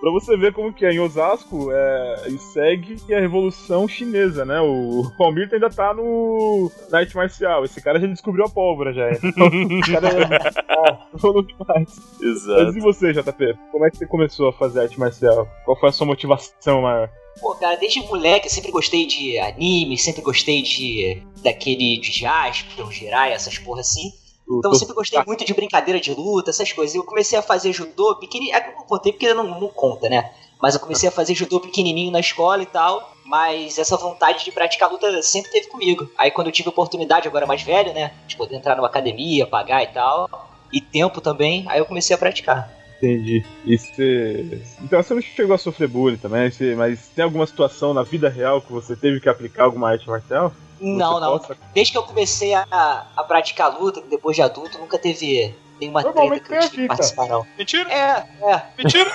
[SPEAKER 2] Pra você ver como que é, em Osasco, é, e segue a Revolução Chinesa, né? O, o Almir ainda tá no na arte marcial. Esse cara já descobriu a pólvora, já. Então, o cara é, evoluiu demais.
[SPEAKER 4] Exato.
[SPEAKER 2] Mas e você, JP? Como é que você começou a fazer arte marcial? Qual foi a sua motivação maior?
[SPEAKER 6] Pô, cara, desde moleque eu sempre gostei de anime, sempre gostei de daquele de Jasper, Jirai, essas porra assim.
[SPEAKER 2] O
[SPEAKER 6] Então eu
[SPEAKER 2] Tor-
[SPEAKER 6] sempre gostei muito de brincadeira de luta, essas coisas. Eu comecei a fazer judô pequenininho. É que eu não contei porque não, não conta, né? Mas eu comecei a fazer judô pequenininho na escola e tal. Mas essa vontade de praticar luta sempre teve comigo. Aí quando eu tive oportunidade, agora mais velho, né? De poder entrar numa academia, pagar e tal. E tempo também, aí eu comecei a praticar.
[SPEAKER 2] Entendi. E você. Então você não chegou a sofrer bullying também, você- mas tem alguma situação na vida real que você teve que aplicar alguma arte marcial?
[SPEAKER 6] Não,
[SPEAKER 2] Você
[SPEAKER 6] não.
[SPEAKER 2] possa-
[SPEAKER 6] Desde que eu comecei a, a praticar luta, depois de adulto, nunca teve nenhuma treta
[SPEAKER 2] Normalmente
[SPEAKER 6] que eu
[SPEAKER 2] tem
[SPEAKER 6] tive que
[SPEAKER 2] a fita.
[SPEAKER 6] participar, não.
[SPEAKER 5] Mentira,
[SPEAKER 6] É, é.
[SPEAKER 5] mentira.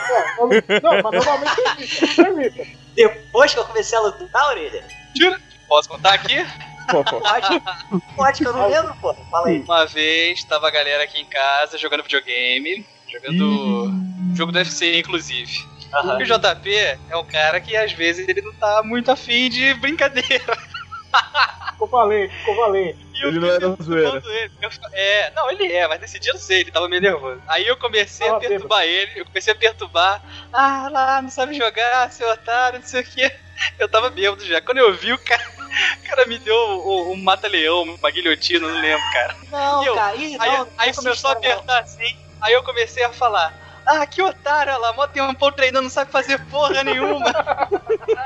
[SPEAKER 3] Não, mas normalmente tem isso, né, Mika?
[SPEAKER 6] Depois que eu comecei a lutar, orelha.
[SPEAKER 5] Posso contar aqui?
[SPEAKER 2] Pô, pô.
[SPEAKER 6] Pode, pode que eu não lembro, pô. Fala aí.
[SPEAKER 5] Uma vez tava a galera aqui em casa jogando videogame, jogando jogo do UFC, inclusive.
[SPEAKER 6] Aham.
[SPEAKER 5] E o JP é um cara que às vezes ele não tá muito afim de brincadeira.
[SPEAKER 3] Ficou valente, ficou valente.
[SPEAKER 5] E eu
[SPEAKER 2] Ele não
[SPEAKER 5] fiquei
[SPEAKER 2] era zoeira.
[SPEAKER 5] zoando ele. Eu fa- É, não, ele é, mas nesse dia eu não sei, ele tava meio nervoso. Aí eu comecei a
[SPEAKER 3] Tava
[SPEAKER 5] perturbar ele, eu comecei a perturbar. Ah, lá, não sabe jogar, seu otário, não sei o quê. Eu tava bêbado já. Quando eu vi, o cara, o cara me deu um, um mata-leão, uma guilhotina, não lembro, cara.
[SPEAKER 6] Não,
[SPEAKER 5] E eu?
[SPEAKER 6] cara, ih,
[SPEAKER 5] Aí,
[SPEAKER 6] não, não
[SPEAKER 5] aí
[SPEAKER 6] essa
[SPEAKER 5] começou a
[SPEAKER 6] história, não.
[SPEAKER 5] apertar assim, aí eu comecei a falar. Ah, que otário, olha lá, mó tempão treinando, não sabe fazer porra nenhuma.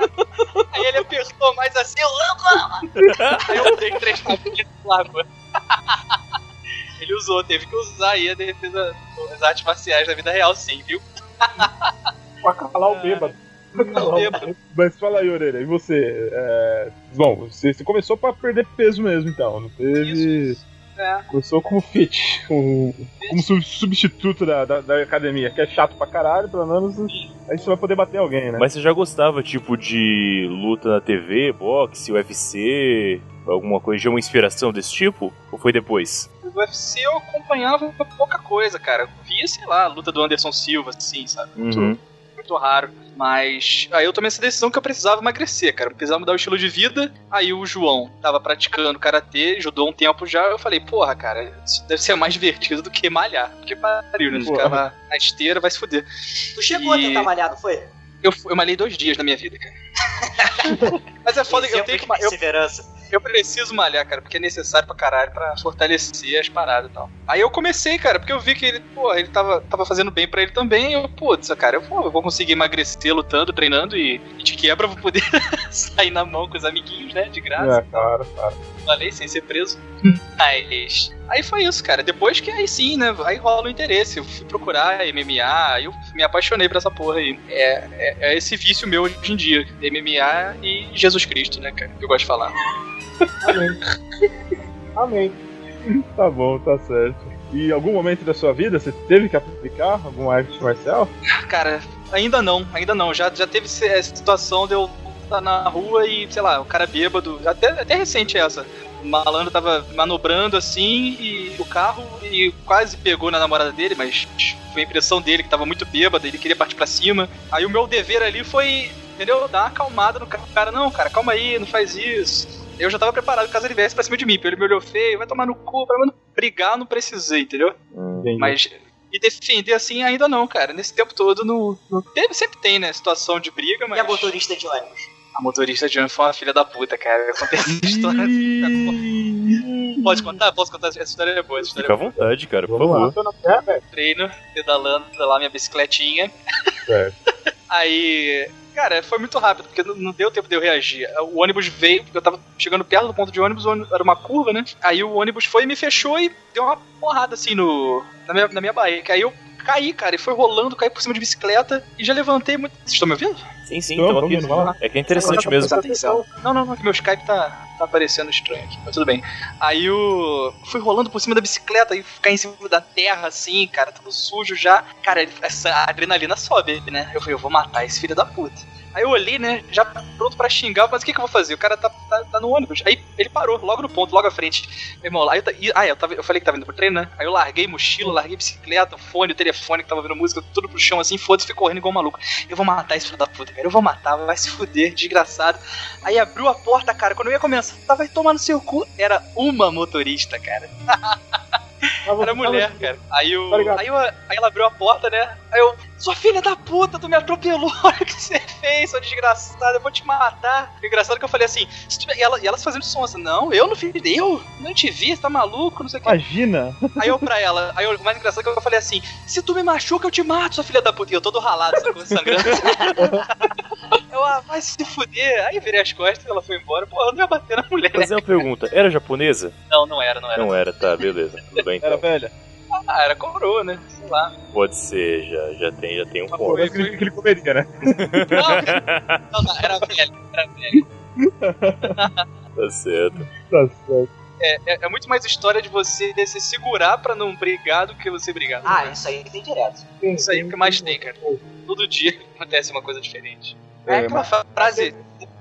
[SPEAKER 5] aí ele apertou mais assim, eu lama! aí eu dei três tapinhas no lama. ele usou, teve que usar aí a defesa, as artes marciais da vida real, sim, viu?
[SPEAKER 3] Pra calar o bêbado. Pra calar o
[SPEAKER 5] bêbado.
[SPEAKER 3] bêbado.
[SPEAKER 2] Mas fala aí, Orelha, e você? É, Bom, você, você começou pra perder peso mesmo, então. Não teve.
[SPEAKER 5] É.
[SPEAKER 2] Começou como fit, como, como sub- substituto da, da, da academia, que é chato pra caralho, pelo menos aí você vai poder bater alguém, né?
[SPEAKER 4] Mas você já gostava, tipo, de luta na TV, boxe, UFC, alguma coisa? Já uma inspiração desse tipo? Ou foi depois?
[SPEAKER 5] O UFC eu acompanhava pouca coisa, cara. Eu via, sei lá, a luta do Anderson Silva, assim, sabe? Muito-
[SPEAKER 2] Uhum.
[SPEAKER 5] muito raro. Mas aí eu tomei essa decisão que eu precisava emagrecer, cara. Eu precisava mudar o estilo de vida. Aí o João tava praticando karatê, judô há um tempo já. Eu falei, porra, cara, isso deve ser mais divertido do que malhar. Porque pariu, né? Ficar na, na esteira vai se fuder.
[SPEAKER 6] Tu chegou
[SPEAKER 5] E-
[SPEAKER 6] a tentar malhar, não foi?
[SPEAKER 5] Eu, fu- eu malhei dois dias na minha vida, cara. Mas é foda que eu
[SPEAKER 6] Exemplo
[SPEAKER 5] tenho que.
[SPEAKER 6] de
[SPEAKER 5] ma- Eu,
[SPEAKER 6] perseverança.
[SPEAKER 5] eu preciso malhar, cara, porque é necessário pra caralho pra fortalecer as paradas e tal. Aí eu comecei, cara, porque eu vi que ele, porra, ele tava, tava fazendo bem pra ele também. Eu, putz, cara, eu vou, eu vou conseguir emagrecer lutando, treinando e, e de quebra eu vou poder sair na mão com os amiguinhos, né? De graça.
[SPEAKER 2] É, claro, claro.
[SPEAKER 5] Falei sem ser preso. Mas. Aí foi isso, cara. Depois que aí sim, né? Aí rola o interesse. Eu fui procurar MMA, aí eu me apaixonei por essa porra aí. É, é, é esse vício meu hoje em dia. MMA e Jesus Cristo, né, cara? Que eu gosto de falar.
[SPEAKER 3] Amém.
[SPEAKER 2] Tá bom, tá certo. E em algum momento da sua vida você teve que aplicar alguma arte marcial?
[SPEAKER 5] Cara, ainda não, ainda não. Já, já teve se- essa situação de eu estar na rua e, sei lá, o cara bêbado. Até, até recente essa. O malandro tava manobrando assim e o carro e quase pegou na namorada dele, mas foi a impressão dele que tava muito bêbado, ele queria partir pra cima. Aí o meu dever ali foi, entendeu? Dar uma acalmada no cara. O cara, não, cara, calma aí, não faz isso. Eu já tava preparado caso ele viesse pra cima de mim, porque ele me olhou feio, vai tomar no cu, pra mim não brigar, não precisei, entendeu?
[SPEAKER 2] Entendi.
[SPEAKER 5] Mas me defender assim ainda não, cara. Nesse tempo todo não. não teve, sempre tem, né? Situação de briga, mas.
[SPEAKER 6] E a motorista de ônibus?
[SPEAKER 5] A motorista de ônibus foi uma filha da puta, cara. Acontece essa história.
[SPEAKER 2] Ih,
[SPEAKER 5] Pode contar? Posso contar? Essa história é boa. Essa história
[SPEAKER 4] Fica à
[SPEAKER 5] é boa.
[SPEAKER 4] vontade, cara, por
[SPEAKER 2] Vamos lá.
[SPEAKER 4] favor.
[SPEAKER 3] Tô na terra, velho.
[SPEAKER 5] Treino, pedalando tá lá minha bicicletinha.
[SPEAKER 2] Certo.
[SPEAKER 5] Aí. Cara, foi muito rápido, porque não- não deu tempo de eu reagir. O ônibus veio, eu tava chegando perto do ponto de ônibus, o ônibus- era uma curva, né? Aí o ônibus foi e me fechou e deu uma porrada assim no. na minha, na minha barriga. Aí eu caí, cara, e foi rolando, caí por cima de bicicleta e já levantei muito. Vocês estão me ouvindo?
[SPEAKER 4] Sim, sim,
[SPEAKER 2] Então,
[SPEAKER 4] então
[SPEAKER 2] vamos
[SPEAKER 4] aqui.
[SPEAKER 2] indo, vamos lá. tá
[SPEAKER 4] É que é interessante mesmo.
[SPEAKER 5] atenção. Não, não, não, que meu Skype tá, tá aparecendo estranho aqui, mas tudo bem. Aí eu fui rolando por cima da bicicleta e ficar em cima da terra, assim, cara, tudo sujo já. Cara, ele- essa adrenalina sobe, né? Eu falei, eu vou matar esse filho da puta. Aí eu olhei, né, já pronto pra xingar, mas o que que eu vou fazer? O cara tá, tá, tá no ônibus. Aí ele parou, logo no ponto, logo à frente. Meu irmão, aí eu, ta- e- ah, eu, tava, eu falei que tava indo pro treino, né? Aí eu larguei mochila, larguei bicicleta, fone, telefone, que tava ouvindo música, tudo pro chão, assim, foda-se, fui correndo igual um maluco. Eu vou matar esse filho da puta, cara. Eu vou matar, vai se fuder, desgraçado. Aí abriu a porta, cara. Quando eu ia começar, tava vai tomar no seu cu. Era uma motorista, cara.
[SPEAKER 3] Mas você
[SPEAKER 5] Era
[SPEAKER 3] tava-
[SPEAKER 5] mulher, cara. Aí, eu,
[SPEAKER 3] Tá ligado.
[SPEAKER 5] aí, eu- aí ela abriu a porta, né? Aí eu, sua filha da puta, tu me atropelou. Olha o que você fez, sua desgraçada. Eu vou te matar. E o engraçado é que eu falei assim. "Se tu me-" E ela, e ela se fazendo sonsa. Não, eu não fiz. Eu não te vi, você tá maluco, não sei o que.
[SPEAKER 2] Imagina!
[SPEAKER 5] Aí eu pra ela, aí eu, o mais engraçado é que eu falei assim: se tu me machuca, eu te mato, sua filha da puta. E eu todo ralado, essa coisa sangrando. eu, ah, vai se fuder. Aí eu virei as costas, ela foi embora. Pô, eu não ia bater na mulher. né?
[SPEAKER 4] Fazer uma pergunta, era japonesa?
[SPEAKER 5] Não, não era, não era.
[SPEAKER 4] Não era, tá, beleza. Tudo bem
[SPEAKER 2] Era
[SPEAKER 4] então.
[SPEAKER 2] velha.
[SPEAKER 5] Ah, era coroa, né? Sei lá.
[SPEAKER 4] Pode ser, já, já tem, já tem um
[SPEAKER 5] Uma
[SPEAKER 4] ponto.
[SPEAKER 2] Mas que ele, que ele comeria, né?
[SPEAKER 5] Não, não, não, era velho, era velho.
[SPEAKER 4] Tá certo.
[SPEAKER 2] Tá certo.
[SPEAKER 5] É, é- é muito mais história de você se segurar pra não brigar do que você brigar. né?
[SPEAKER 6] Ah, isso aí tem direto.
[SPEAKER 3] assim,
[SPEAKER 5] Isso aí é o que mais tem, cara. Todo dia acontece uma coisa diferente. É,
[SPEAKER 1] É,
[SPEAKER 5] aquela fra- frase.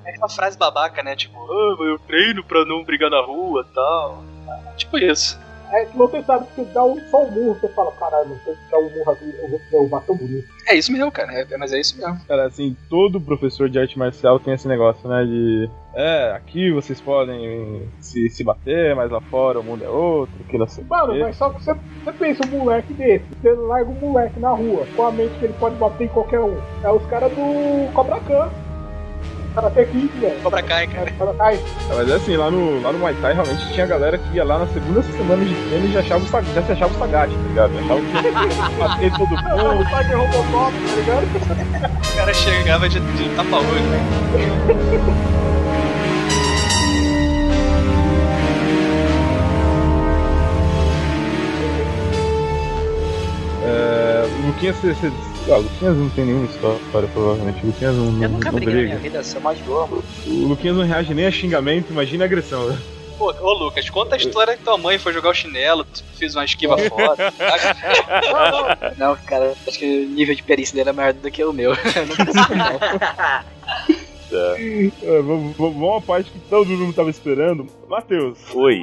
[SPEAKER 5] É aquela frase babaca, né? Tipo, "Ah, eu treino pra não brigar na rua tal. Ah, Tipo isso.
[SPEAKER 3] É que você sabe que dá um, só um murro, você fala, caralho, não sei se dá um murro aqui, eu vou um te derrubar tão bonito.
[SPEAKER 5] É isso mesmo, cara. É- mas é isso mesmo.
[SPEAKER 2] Cara, assim, todo professor de arte marcial tem esse negócio, né? De. É, aqui vocês podem se, se bater, mas lá fora o mundo é outro, que não sei o
[SPEAKER 3] Mano,
[SPEAKER 2] quê.
[SPEAKER 3] mas só que você, você pensa um moleque desse, você larga um moleque na rua, com a mente que ele pode bater em qualquer um. É os caras do Cobra Khan. Cara até aqui, velho.
[SPEAKER 5] Cobra Kai, cara.
[SPEAKER 3] É, cara, ai,
[SPEAKER 2] É, Mas é assim, lá no, lá no Muay Thai realmente tinha galera que ia lá na segunda semana de treino e já, achava o, sa- já se achava o Sagat, tá ligado? Já achava que ia bater todo mundo.
[SPEAKER 3] o Tiger Robocop, tá ligado?
[SPEAKER 5] O cara chegava de, de tapa-olho, né?
[SPEAKER 2] É, o Luquinhas, você, você, ah, o Luquinhas não tem nenhuma história, provavelmente. O Luquinhas não,
[SPEAKER 7] Eu
[SPEAKER 2] não,
[SPEAKER 7] nunca
[SPEAKER 2] não
[SPEAKER 7] briguei na minha
[SPEAKER 2] briga.
[SPEAKER 7] vida, eu sou mais de boa, mano.
[SPEAKER 2] O Luquinhas não reage nem a xingamento, imagina a agressão. né?
[SPEAKER 5] Pô, ô Lucas, conta a história que tua mãe foi jogar o chinelo, tu fez uma esquiva foda. tá?
[SPEAKER 7] É. Não, cara, acho que o nível de perícia dele é maior do que o meu. Eu não consigo, não.
[SPEAKER 4] Tá.
[SPEAKER 2] É, vamos, vamos vamos a parte que todo mundo tava esperando. Matheus,
[SPEAKER 4] Oi.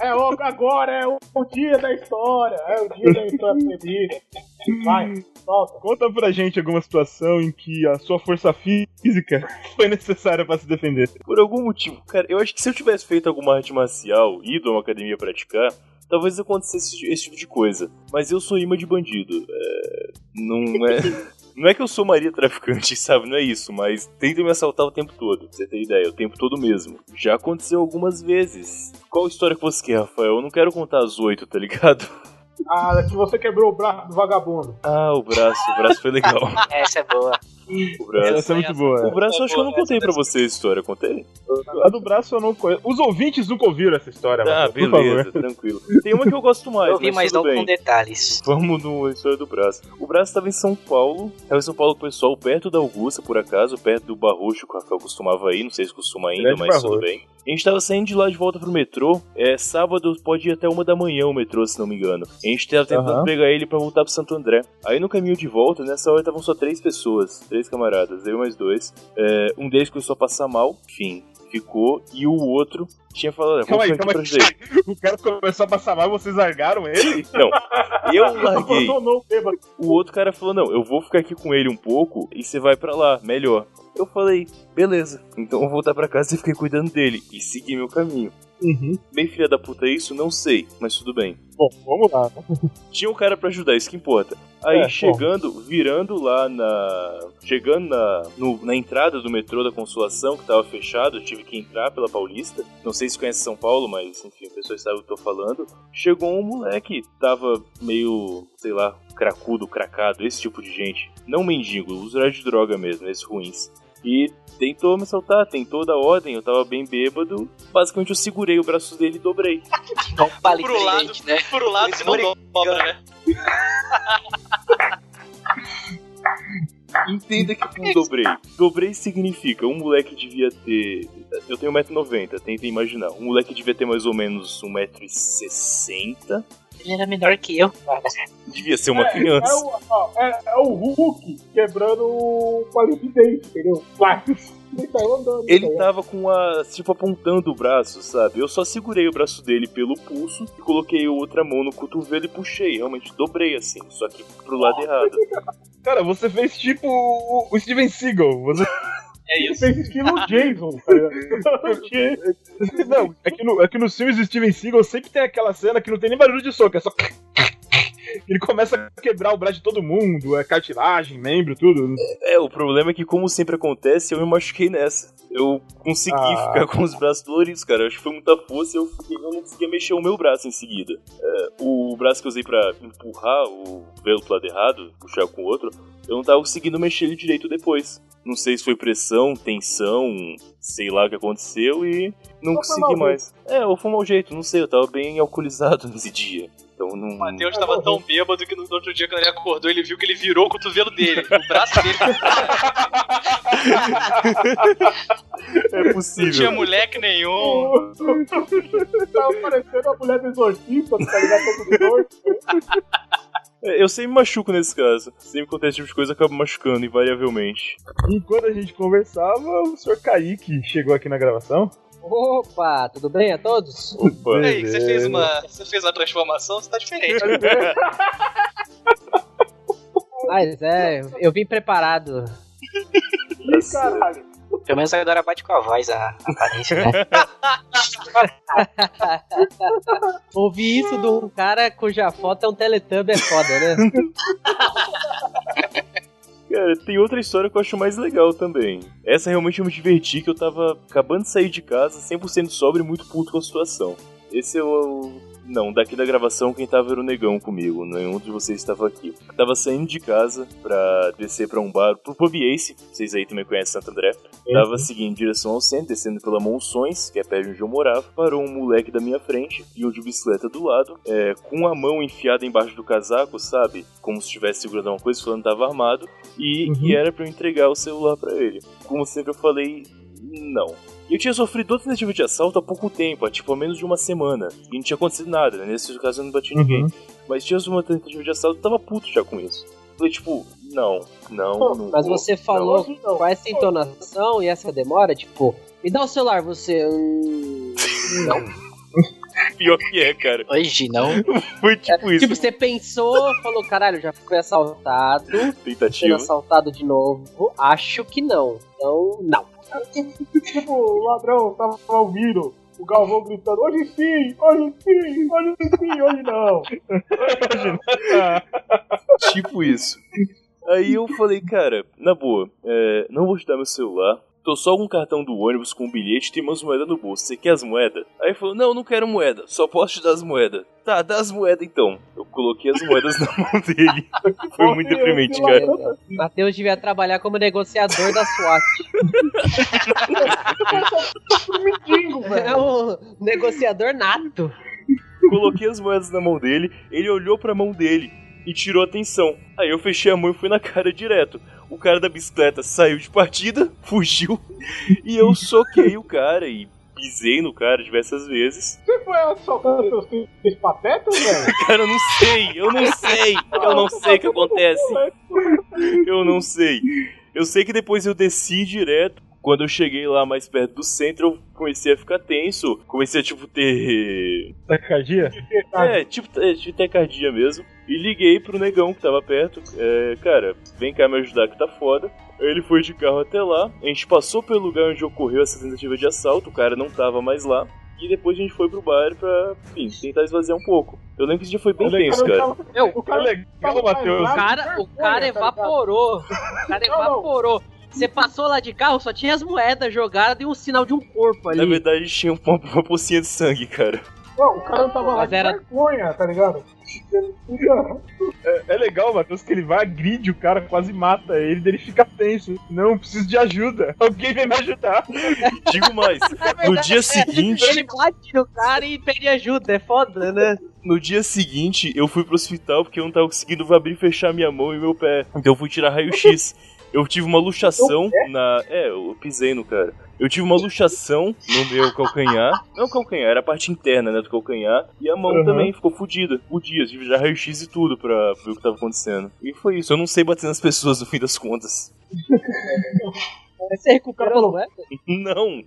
[SPEAKER 3] É, ó, agora é o, o dia da história, é o dia da história perdida. Vai, solta.
[SPEAKER 2] conta pra gente alguma situação em que a sua força física foi necessária pra se defender.
[SPEAKER 4] Por algum motivo, cara, eu acho que se eu tivesse feito alguma arte marcial, ido a uma academia praticar, talvez acontecesse esse, esse tipo de coisa. Mas eu sou imã de bandido. É, não é. Não é que eu sou Maria traficante, sabe? Não é isso, mas tentam me assaltar o tempo todo, pra você ter ideia, o tempo todo mesmo. Já aconteceu algumas vezes. Qual história que você quer, Rafael? Eu não quero contar as oito, tá ligado?
[SPEAKER 3] Ah, que você quebrou o braço do vagabundo.
[SPEAKER 4] Ah, o braço, o braço foi legal.
[SPEAKER 7] Essa é boa.
[SPEAKER 4] O
[SPEAKER 2] Essa,
[SPEAKER 4] braço.
[SPEAKER 2] é muito boa.
[SPEAKER 4] O
[SPEAKER 2] né?
[SPEAKER 4] braço eu acho que eu não contei pra você a história, contei?
[SPEAKER 3] é
[SPEAKER 2] A do braço eu não conheço. Os ouvintes nunca ouviram essa história,
[SPEAKER 4] Ah,
[SPEAKER 2] Matheus, por favor.
[SPEAKER 4] beleza, tranquilo. Tem uma que eu gosto mais,
[SPEAKER 7] eu vi, mas
[SPEAKER 4] tudo
[SPEAKER 7] não
[SPEAKER 4] bem.
[SPEAKER 7] com detalhes.
[SPEAKER 4] Vamos no história do Braço. O Braço estava em São Paulo. Estava em São Paulo, pessoal, perto da Augusta, por acaso, perto do Barrocho, que o Rafael costumava ir. Não sei se costuma ainda,
[SPEAKER 2] Grande
[SPEAKER 4] mas tudo
[SPEAKER 2] Barrocho.
[SPEAKER 4] bem. A gente estava saindo de lá de volta pro metrô. É sábado, pode ir até uma da manhã o metrô, se não me engano. A gente estava tentando
[SPEAKER 2] Aham.
[SPEAKER 4] pegar ele para voltar pro Santo André. Aí no caminho de volta, nessa hora estavam só três pessoas, três camaradas, eu e mais dois. É, um deles começou a passar mal, enfim, ficou. E o outro tinha falado: "Olha,
[SPEAKER 2] Calma aí,
[SPEAKER 4] vamos ficar
[SPEAKER 2] calma
[SPEAKER 4] aqui pra ajudar ele."
[SPEAKER 2] aí. O cara começou a passar mal, vocês largaram ele?
[SPEAKER 4] Eu larguei.
[SPEAKER 3] Abandonou o bêbado.
[SPEAKER 4] O outro cara falou: Não, eu vou ficar aqui com ele um pouco e você vai pra lá, melhor. Eu falei: Beleza, então eu vou voltar pra casa e fiquei cuidando dele e segui meu caminho.
[SPEAKER 2] Uhum.
[SPEAKER 4] Bem, filha da puta, é isso? Não sei, mas tudo bem.
[SPEAKER 2] Bom, vamos lá.
[SPEAKER 4] Tinha um cara pra ajudar, isso que importa. Aí
[SPEAKER 2] É, bom.
[SPEAKER 4] chegando, virando lá na. Chegando na, no- na entrada do metrô da Consolação, que tava fechado, eu tive que entrar pela Paulista. Não sei se conhece São Paulo, mas enfim, a pessoa sabe o que eu tô falando. Chegou um moleque, tava meio, sei lá, cracudo, cracado, esse tipo de gente. Não mendigo, usuário de droga mesmo, esses ruins. E tentou me assaltar, tentou dar ordem, eu tava bem bêbado. Basicamente eu segurei o braço dele e dobrei.
[SPEAKER 7] Não palito
[SPEAKER 5] Pro
[SPEAKER 7] de
[SPEAKER 5] lado.
[SPEAKER 7] leite, né?
[SPEAKER 5] Por um lado, você
[SPEAKER 7] Esse
[SPEAKER 5] não
[SPEAKER 7] moleque-
[SPEAKER 5] dobra, né?
[SPEAKER 4] Entenda que eu dobrei. Dobrei significa um moleque devia ter. Eu tenho 1,90m, tenta imaginar. Um moleque devia ter mais ou menos 1,60m.
[SPEAKER 7] Ele era menor que eu.
[SPEAKER 4] Devia ser uma
[SPEAKER 3] É
[SPEAKER 4] criança.
[SPEAKER 3] o, ó, é, é o Hulk quebrando o palito de dente, entendeu? Vai. Ele saiu andando.
[SPEAKER 4] Ele
[SPEAKER 3] saiu.
[SPEAKER 4] tava com a. tipo apontando o braço, sabe? Eu só segurei o braço dele pelo pulso e coloquei a outra mão no cotovelo e puxei. Realmente dobrei assim, só que pro lado errado.
[SPEAKER 2] Cara, você fez tipo o o Steven Seagal. Você...
[SPEAKER 5] É
[SPEAKER 3] Ele
[SPEAKER 5] isso.
[SPEAKER 3] fez estilo Jason, tá ligado? Eu tinha-
[SPEAKER 2] Não, é que, no, é que nos filmes do Steven Seagal sempre tem aquela cena que não tem nem barulho de soco, é só. Ele começa a quebrar o braço de todo mundo, é cartilagem, membro, tudo.
[SPEAKER 4] É, o problema é que, como sempre acontece, eu me machuquei nessa. Eu consegui
[SPEAKER 2] Ah.
[SPEAKER 4] ficar com os braços doloridos, cara. Eu acho que foi muita força e eu, fiquei- eu não conseguia mexer o meu braço em seguida. É, o braço que eu usei pra empurrar o velo pro lado errado, puxar com o outro, eu não tava conseguindo mexer ele direito depois. Não sei se foi pressão, tensão, sei lá o que aconteceu e não
[SPEAKER 3] Ou foi
[SPEAKER 4] consegui
[SPEAKER 3] mau
[SPEAKER 4] mais. É, ou foi um mau jeito, não sei, eu tava bem alcoolizado nesse dia. Então não.
[SPEAKER 5] O Matheus tava tão bêbado que no outro dia, quando ele acordou, ele viu que ele virou o cotovelo dele, o braço dele.
[SPEAKER 4] É
[SPEAKER 5] Não tinha
[SPEAKER 4] possível.
[SPEAKER 5] moleque nenhum.
[SPEAKER 3] Tava tá parecendo a mulher do exorcista, tá ligado? Todo doido.
[SPEAKER 4] É, Eu sempre me machuco nesse caso. Sempre acontece esse tipo de coisa, eu acabo me machucando, invariavelmente.
[SPEAKER 2] Enquanto a gente conversava, o senhor Kaique chegou aqui na gravação.
[SPEAKER 6] Opa, tudo bem a todos?
[SPEAKER 4] Opa.
[SPEAKER 5] Peraí, você fez
[SPEAKER 2] Beleza.
[SPEAKER 5] uma. Você fez uma transformação, você tá diferente.
[SPEAKER 6] Mas é, eu vim preparado.
[SPEAKER 3] Ih, caralho.
[SPEAKER 7] Pelo menos agora bate com a voz a a aparência, né?
[SPEAKER 6] Ouvi isso de um cara cuja foto é um teletubb, é foda, né?
[SPEAKER 4] Cara, tem outra história que eu acho mais legal também. Essa realmente eu me diverti, que eu tava acabando de sair de casa, 100% sóbrio e muito puto com a situação. Esse é o... Não, daqui da gravação quem tava era o negão comigo, nenhum de vocês estava aqui. Tava saindo de casa pra descer pra um bar, pro Pub Ace, vocês aí também conhecem Santo André. Tava seguindo em direção ao centro, descendo pela Monções, que é perto de onde eu morava. Parou um moleque da minha frente e eu de bicicleta do lado, é, com a mão enfiada embaixo do casaco, sabe? Como se estivesse segurando alguma coisa, falando que tava armado e, e era pra eu entregar o celular pra ele. Como sempre eu falei, não. E Eu tinha sofrido outra tentativa de assalto há pouco tempo, há tipo há menos de uma semana. E não tinha acontecido nada, né? Nesse caso eu não
[SPEAKER 2] Uhum.
[SPEAKER 4] bati ninguém. Mas tinha uma tentativa de assalto, eu tava puto já com isso. Falei, tipo, não, não, não.
[SPEAKER 6] Mas
[SPEAKER 4] vou,
[SPEAKER 6] você falou
[SPEAKER 3] Hoje não.
[SPEAKER 6] com essa entonação e essa demora, tipo, me dá o celular, você. hum, Não.
[SPEAKER 4] não. Pior que é, cara.
[SPEAKER 7] Hoje não.
[SPEAKER 4] Foi tipo
[SPEAKER 3] É,
[SPEAKER 4] isso.
[SPEAKER 6] Tipo, você pensou, falou, caralho, já fui assaltado, sendo
[SPEAKER 4] Tentativa.
[SPEAKER 6] assaltado de novo. Acho que não. Então, não.
[SPEAKER 3] Tipo, o ladrão tava ouvindo o Galvão gritando: hoje sim, hoje sim, hoje sim, hoje não.
[SPEAKER 4] tipo isso. Aí eu falei, cara, na boa, é, não vou te dar meu celular. Tô só com um cartão do ônibus, com um bilhete, tem umas moedas no bolso. Você quer as moedas? Aí ele falou, não, não quero moeda, só posso te dar as moedas. Tá, dá as moedas então. Eu coloquei as moedas na mão dele. Foi muito deprimente, cara.
[SPEAKER 6] Meu Deus. Matheus devia trabalhar como negociador da SWAT.
[SPEAKER 3] Mendigo,
[SPEAKER 6] É
[SPEAKER 3] velho.
[SPEAKER 6] um negociador nato.
[SPEAKER 4] Coloquei as moedas na mão dele, ele olhou pra mão dele e tirou a atenção. Aí eu fechei a mão e fui na cara direto. O cara da bicicleta saiu de partida, fugiu, e eu soquei o cara e pisei no cara diversas vezes.
[SPEAKER 3] Você foi assaltando seus três patetas, velho?
[SPEAKER 4] Cara, eu não sei, eu não sei, eu não sei o que acontece, eu não sei. Eu sei que depois eu desci direto. Quando eu cheguei lá mais perto do centro, eu comecei a ficar tenso, comecei a tipo ter
[SPEAKER 2] Tacardia?
[SPEAKER 4] É, tipo, é, tipo taquicardia mesmo. E liguei pro negão que tava perto. É, cara, vem cá me ajudar que tá foda. Aí Ele foi de carro até lá. A gente passou pelo lugar onde ocorreu essa tentativa de assalto. O cara não tava mais lá. E depois a gente foi pro bar pra, enfim, tentar esvaziar um pouco. Eu lembro que esse dia foi bem
[SPEAKER 2] Olha,
[SPEAKER 4] tenso, cara.
[SPEAKER 6] Meu,
[SPEAKER 2] O cara é legal, Matheus.
[SPEAKER 6] O cara, o cara evaporou. O cara
[SPEAKER 3] Não, não.
[SPEAKER 6] evaporou. Você passou lá de carro, só tinha as moedas jogadas e um sinal de um corpo
[SPEAKER 4] Na
[SPEAKER 6] ali.
[SPEAKER 4] É verdade, tinha uma, uma pocinha de sangue, cara.
[SPEAKER 3] Não, o cara tava lá
[SPEAKER 6] Mas
[SPEAKER 3] de
[SPEAKER 6] era-
[SPEAKER 3] vergonha, tá ligado?
[SPEAKER 2] É legal, Matheus, que ele vai, agride o cara, quase mata ele, daí ele fica tenso. Não, preciso de ajuda. Alguém vem me ajudar.
[SPEAKER 4] Digo mais, no dia seguinte,
[SPEAKER 6] É Ele bate no cara e pede ajuda, é foda, né?
[SPEAKER 4] No dia seguinte, eu fui pro hospital porque eu não tava conseguindo abrir e fechar minha mão e meu pé. Então eu fui tirar raio-x. Eu tive uma luxação na. É, eu pisei no cara. Eu tive uma luxação no meu calcanhar. Não calcanhar, era a parte interna, né, do calcanhar. E a mão
[SPEAKER 2] Uhum.
[SPEAKER 4] também ficou fodida. O dia, tive já raio-x e tudo pra ver o que tava acontecendo. E foi isso. Eu não sei bater nas pessoas no fim das contas.
[SPEAKER 6] Você é? recupera as moedas?
[SPEAKER 4] Não!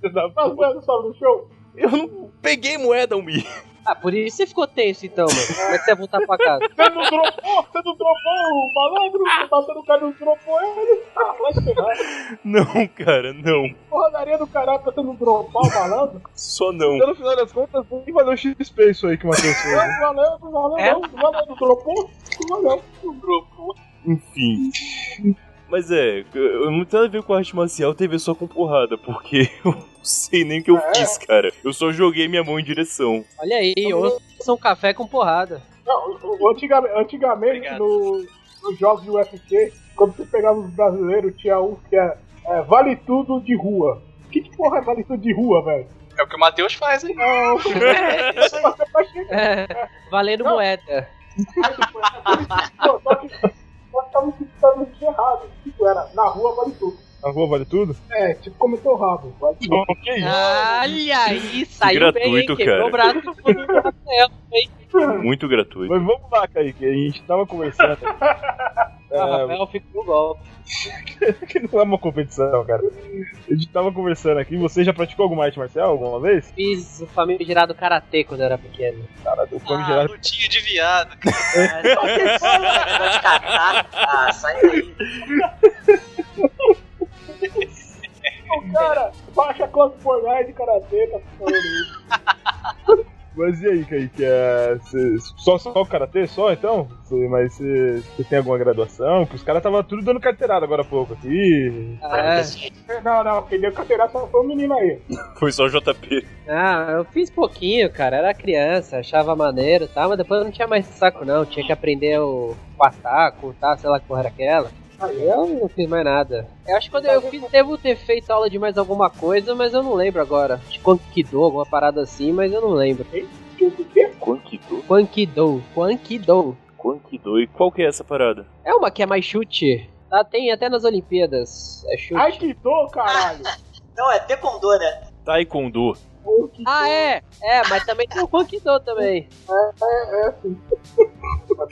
[SPEAKER 2] Filho da puta.
[SPEAKER 3] Fazendo Tá só no show.
[SPEAKER 4] Eu não peguei moeda, Almir.
[SPEAKER 6] Ah, por isso você ficou tenso então, mano. Como é que você ia voltar pra casa?
[SPEAKER 3] Você não dropou, você não dropou o malandro, batendo o cara não dropou ele. Ah, vai chegar.
[SPEAKER 4] Não, cara, não.
[SPEAKER 3] Porradaria do caralho pra você não dropar o malandro.
[SPEAKER 4] Só não.
[SPEAKER 2] Então, no final das contas, nem valeu o XP isso aí que o Matheus fez. né?
[SPEAKER 3] Não É, valeu, não valeu,
[SPEAKER 7] É?
[SPEAKER 3] não. Não valeu, não dropou. Não valeu.
[SPEAKER 4] Enfim. Mas é, eu não tem nada a ver com arte marcial, tem a ver só com porrada, porque eu não sei nem o que eu
[SPEAKER 7] É.
[SPEAKER 4] fiz, cara. Eu só joguei minha mão em direção.
[SPEAKER 6] Olha aí, ouça um café com porrada.
[SPEAKER 3] Não, antigamente, antigamente
[SPEAKER 5] Obrigado.
[SPEAKER 3] no, nos jogos de UFC, quando você pegava os brasileiros, tinha um que é, é, vale tudo de rua. Que, que porra é vale tudo de rua, velho?
[SPEAKER 5] É o que o Matheus faz, hein?
[SPEAKER 7] É, isso aí. É, valendo moeda.
[SPEAKER 3] Pô, só que nós estávamos ficando muito errado. Tipo, era na rua vale tudo.
[SPEAKER 2] Na rua vale tudo?
[SPEAKER 3] É, tipo, começou rabo. Vale tudo.
[SPEAKER 2] Bom, que isso?
[SPEAKER 7] Olha aí, saiu
[SPEAKER 4] Gratuito,
[SPEAKER 7] bem, quebrou o braço do Marcelo, hein?
[SPEAKER 4] Muito gratuito.
[SPEAKER 2] Mas vamos lá, Kaique. A gente tava conversando É,
[SPEAKER 7] Ah, Rafael ficou no golpe.
[SPEAKER 2] que não é uma competição, cara. A gente tava conversando aqui. Você já praticou alguma arte marcial alguma vez?
[SPEAKER 7] Fiz o família girado karatê quando eu era pequeno.
[SPEAKER 2] Cara, o Fome
[SPEAKER 5] Ah,
[SPEAKER 2] Gerardo
[SPEAKER 5] lutinha de viado.
[SPEAKER 6] Pode catar. Ah, sai daí.
[SPEAKER 3] O cara baixa a conta por nós de karatê, tá falando isso.
[SPEAKER 2] Mas e aí, Kaique? É, cê- só, só o Karatê, só então? Cê- mas você tem alguma graduação? Porque os caras tava tudo dando carteirada agora há pouco aqui.
[SPEAKER 7] Ah,
[SPEAKER 3] Não, não, quem deu carteirada só foi o menino aí.
[SPEAKER 4] Foi só o JP.
[SPEAKER 7] ah, eu fiz pouquinho, cara. Era criança, achava maneiro e tal, mas depois eu não tinha mais saco, não. Tinha que aprender o, o ataco, tá? Sei lá que porra era aquela. Aí eu não fiz mais nada. Eu acho que quando eu fiz, devo ter feito aula de mais alguma coisa, mas eu não lembro agora. De Quankido, alguma parada assim, mas eu não lembro.
[SPEAKER 3] Tipo, o quê?
[SPEAKER 4] Quankido?
[SPEAKER 7] Quankido, Quankido.
[SPEAKER 4] Quankido? E qual que é essa parada?
[SPEAKER 7] É uma que é mais chute. Tá, tem até nas Olimpíadas. É chute.
[SPEAKER 3] Ai, que dor, caralho.
[SPEAKER 6] Não, é taekwondo, né?
[SPEAKER 4] Taekwondo.
[SPEAKER 3] Pô, que
[SPEAKER 7] Ah,
[SPEAKER 3] dor.
[SPEAKER 7] é! É, mas também tem o Quankido também.